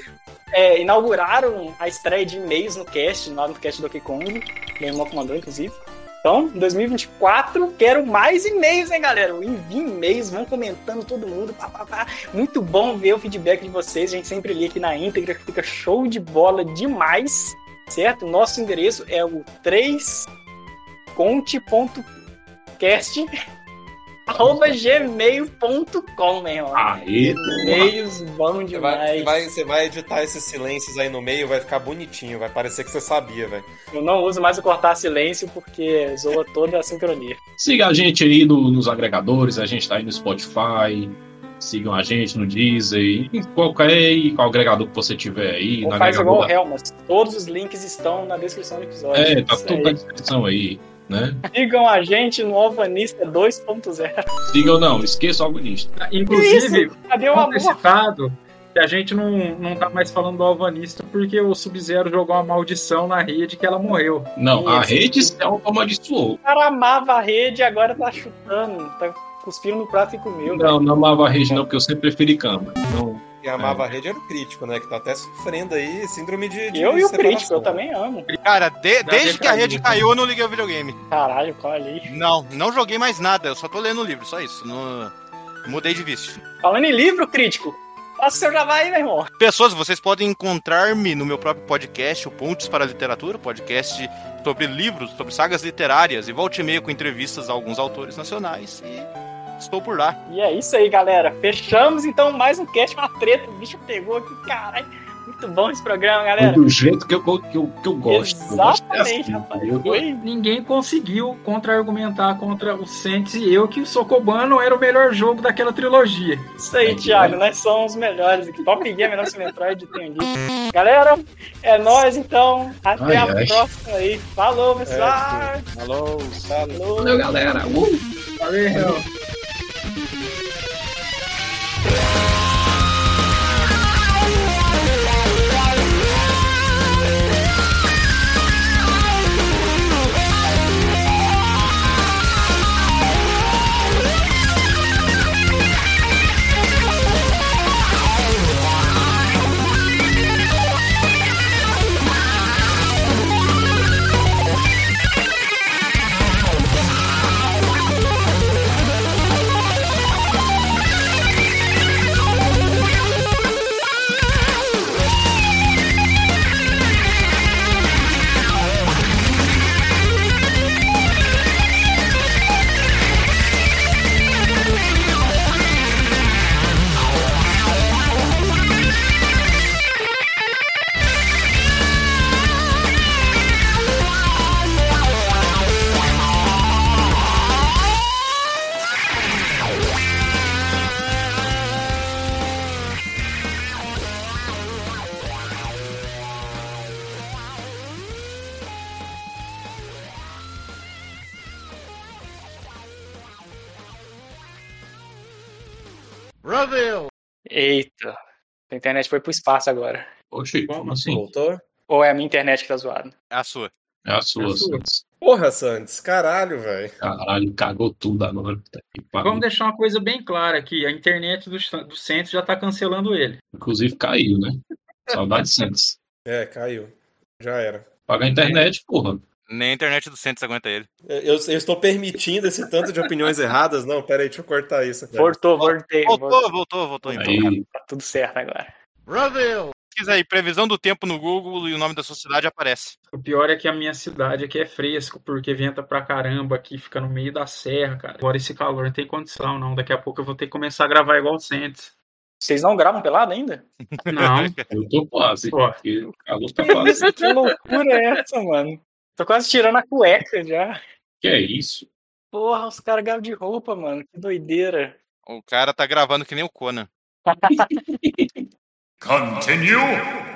é, inauguraram a estreia de e-mails no cast, lá no cast do Donkey Kong. Meu irmão que mandou, inclusive. Então, 2024, quero mais e-mails, hein, galera? Enviem e-mails, vão comentando todo mundo. Pá, pá, pá. Muito bom ver o feedback de vocês. A gente sempre lê aqui na íntegra, que fica show de bola demais, certo? Nosso endereço é o 3conte.cast arroba gmail.com, meu irmão.
Aê,
Meios bom
Você vai, você
demais.
vai- você vai editar esses silêncios aí no meio, vai ficar bonitinho, vai parecer que você sabia, velho.
Eu não uso mais o cortar silêncio porque zoa toda a sincronia.
Siga a gente aí no- nos agregadores, a gente tá aí no Spotify, Sigam a gente no Deezer, em qualquer agregador que você tiver aí.
Ou
no
faz igual
agregador
o Helmas. Todos os links estão na descrição do episódio.
É, tá
Isso
tudo na
aí.
descrição aí, né?
Sigam a gente no Alvanista 2.0.
Sigam ou não, esqueça o algunista.
Inclusive,
Isso, Cadê o
Bom ter
amor?
citado que a gente não, não tá mais falando do Alvanista porque o Sub-Zero jogou uma maldição na rede que ela morreu.
Não, a
Isso.
rede é se amaldiçoou.
O cara amava a rede e agora tá chutando. Tá cuspindo no prato e comeu.
Não, não amava a rede não, porque eu sempre preferi cama. Então,
Quem amava a rede era o crítico, né? Que tá até sofrendo aí síndrome de. de
Eu
é
e o
separação.
crítico, eu também amo.
Cara, de- desde que a rede
decaído.
caiu, eu não liguei o videogame.
Caralho, qual ali?
Não, não joguei mais nada, eu só tô lendo o livro, só isso. não- Mudei de vício.
Falando em livro, crítico. Faça o seu jabá aí, meu irmão.
Pessoas, vocês podem encontrar-me no meu próprio podcast, o Pontes para a Literatura, podcast sobre livros, sobre sagas literárias, e volte e meia com entrevistas a alguns autores nacionais, e estou por lá.
E é isso aí, galera. Fechamos então mais um cast, uma treta. O bicho pegou aqui, caralho. Muito bom esse programa, galera.
É do jeito que eu, go- que eu, que eu gosto. Eu gosto é assim,
Exatamente, rapaz.
entendeu?
Foi
Ninguém conseguiu contra-argumentar contra o Saints e eu que o Socobano era o melhor jogo daquela trilogia.
isso aí,
É,
Thiago. Nós somos os melhores aqui. Top Gear, melhor que o Metroid, tem dito. Galera, é nóis então. Até
Ai,
a
ai. É,
próxima aí. Falou, pessoal.
Alô,
Falou.
Valeu, galera. Uh!
Valeu.
Eita. A internet foi pro espaço agora.
Oxi, como assim?
Voltou?
Ou é a minha internet que tá zoada?
É a sua.
É a sua,
É a sua.
Santos.
Porra, Santos, caralho, velho.
Caralho, cagou tudo agora. Puta que pariu.
Vamos deixar uma coisa bem clara aqui: a internet do, Sa- do Saints já tá cancelando ele.
Inclusive caiu, né? Saudade de Santos.
É, caiu. Já era.
Paga a internet, porra.
Nem a internet do Santos aguenta ele.
Eu, eu- eu estou permitindo esse tanto de opiniões erradas? Não, peraí, deixa eu cortar isso. aqui.
Voltou, voltei. voltou.
Voltou, voltou, voltou então.
Aí,
Tá tudo certo agora.
Pesquisa aí, previsão do tempo no Google e o nome da sua cidade aparece.
O pior é que a minha cidade aqui é fresco, porque venta pra caramba aqui, fica no meio da serra, cara. Agora esse calor não tem condição, não. Daqui a pouco eu vou ter que começar a gravar igual o Saints.
Vocês não gravam pelado ainda?
Não,
eu tô quase.
Ó.
Porque o calor tá quase.
Que loucura é essa, mano? Tô quase tirando a cueca já.
que é isso?
Porra, os caras gravam de roupa, mano. Que doideira.
O cara tá gravando que nem o Conan.
Continue.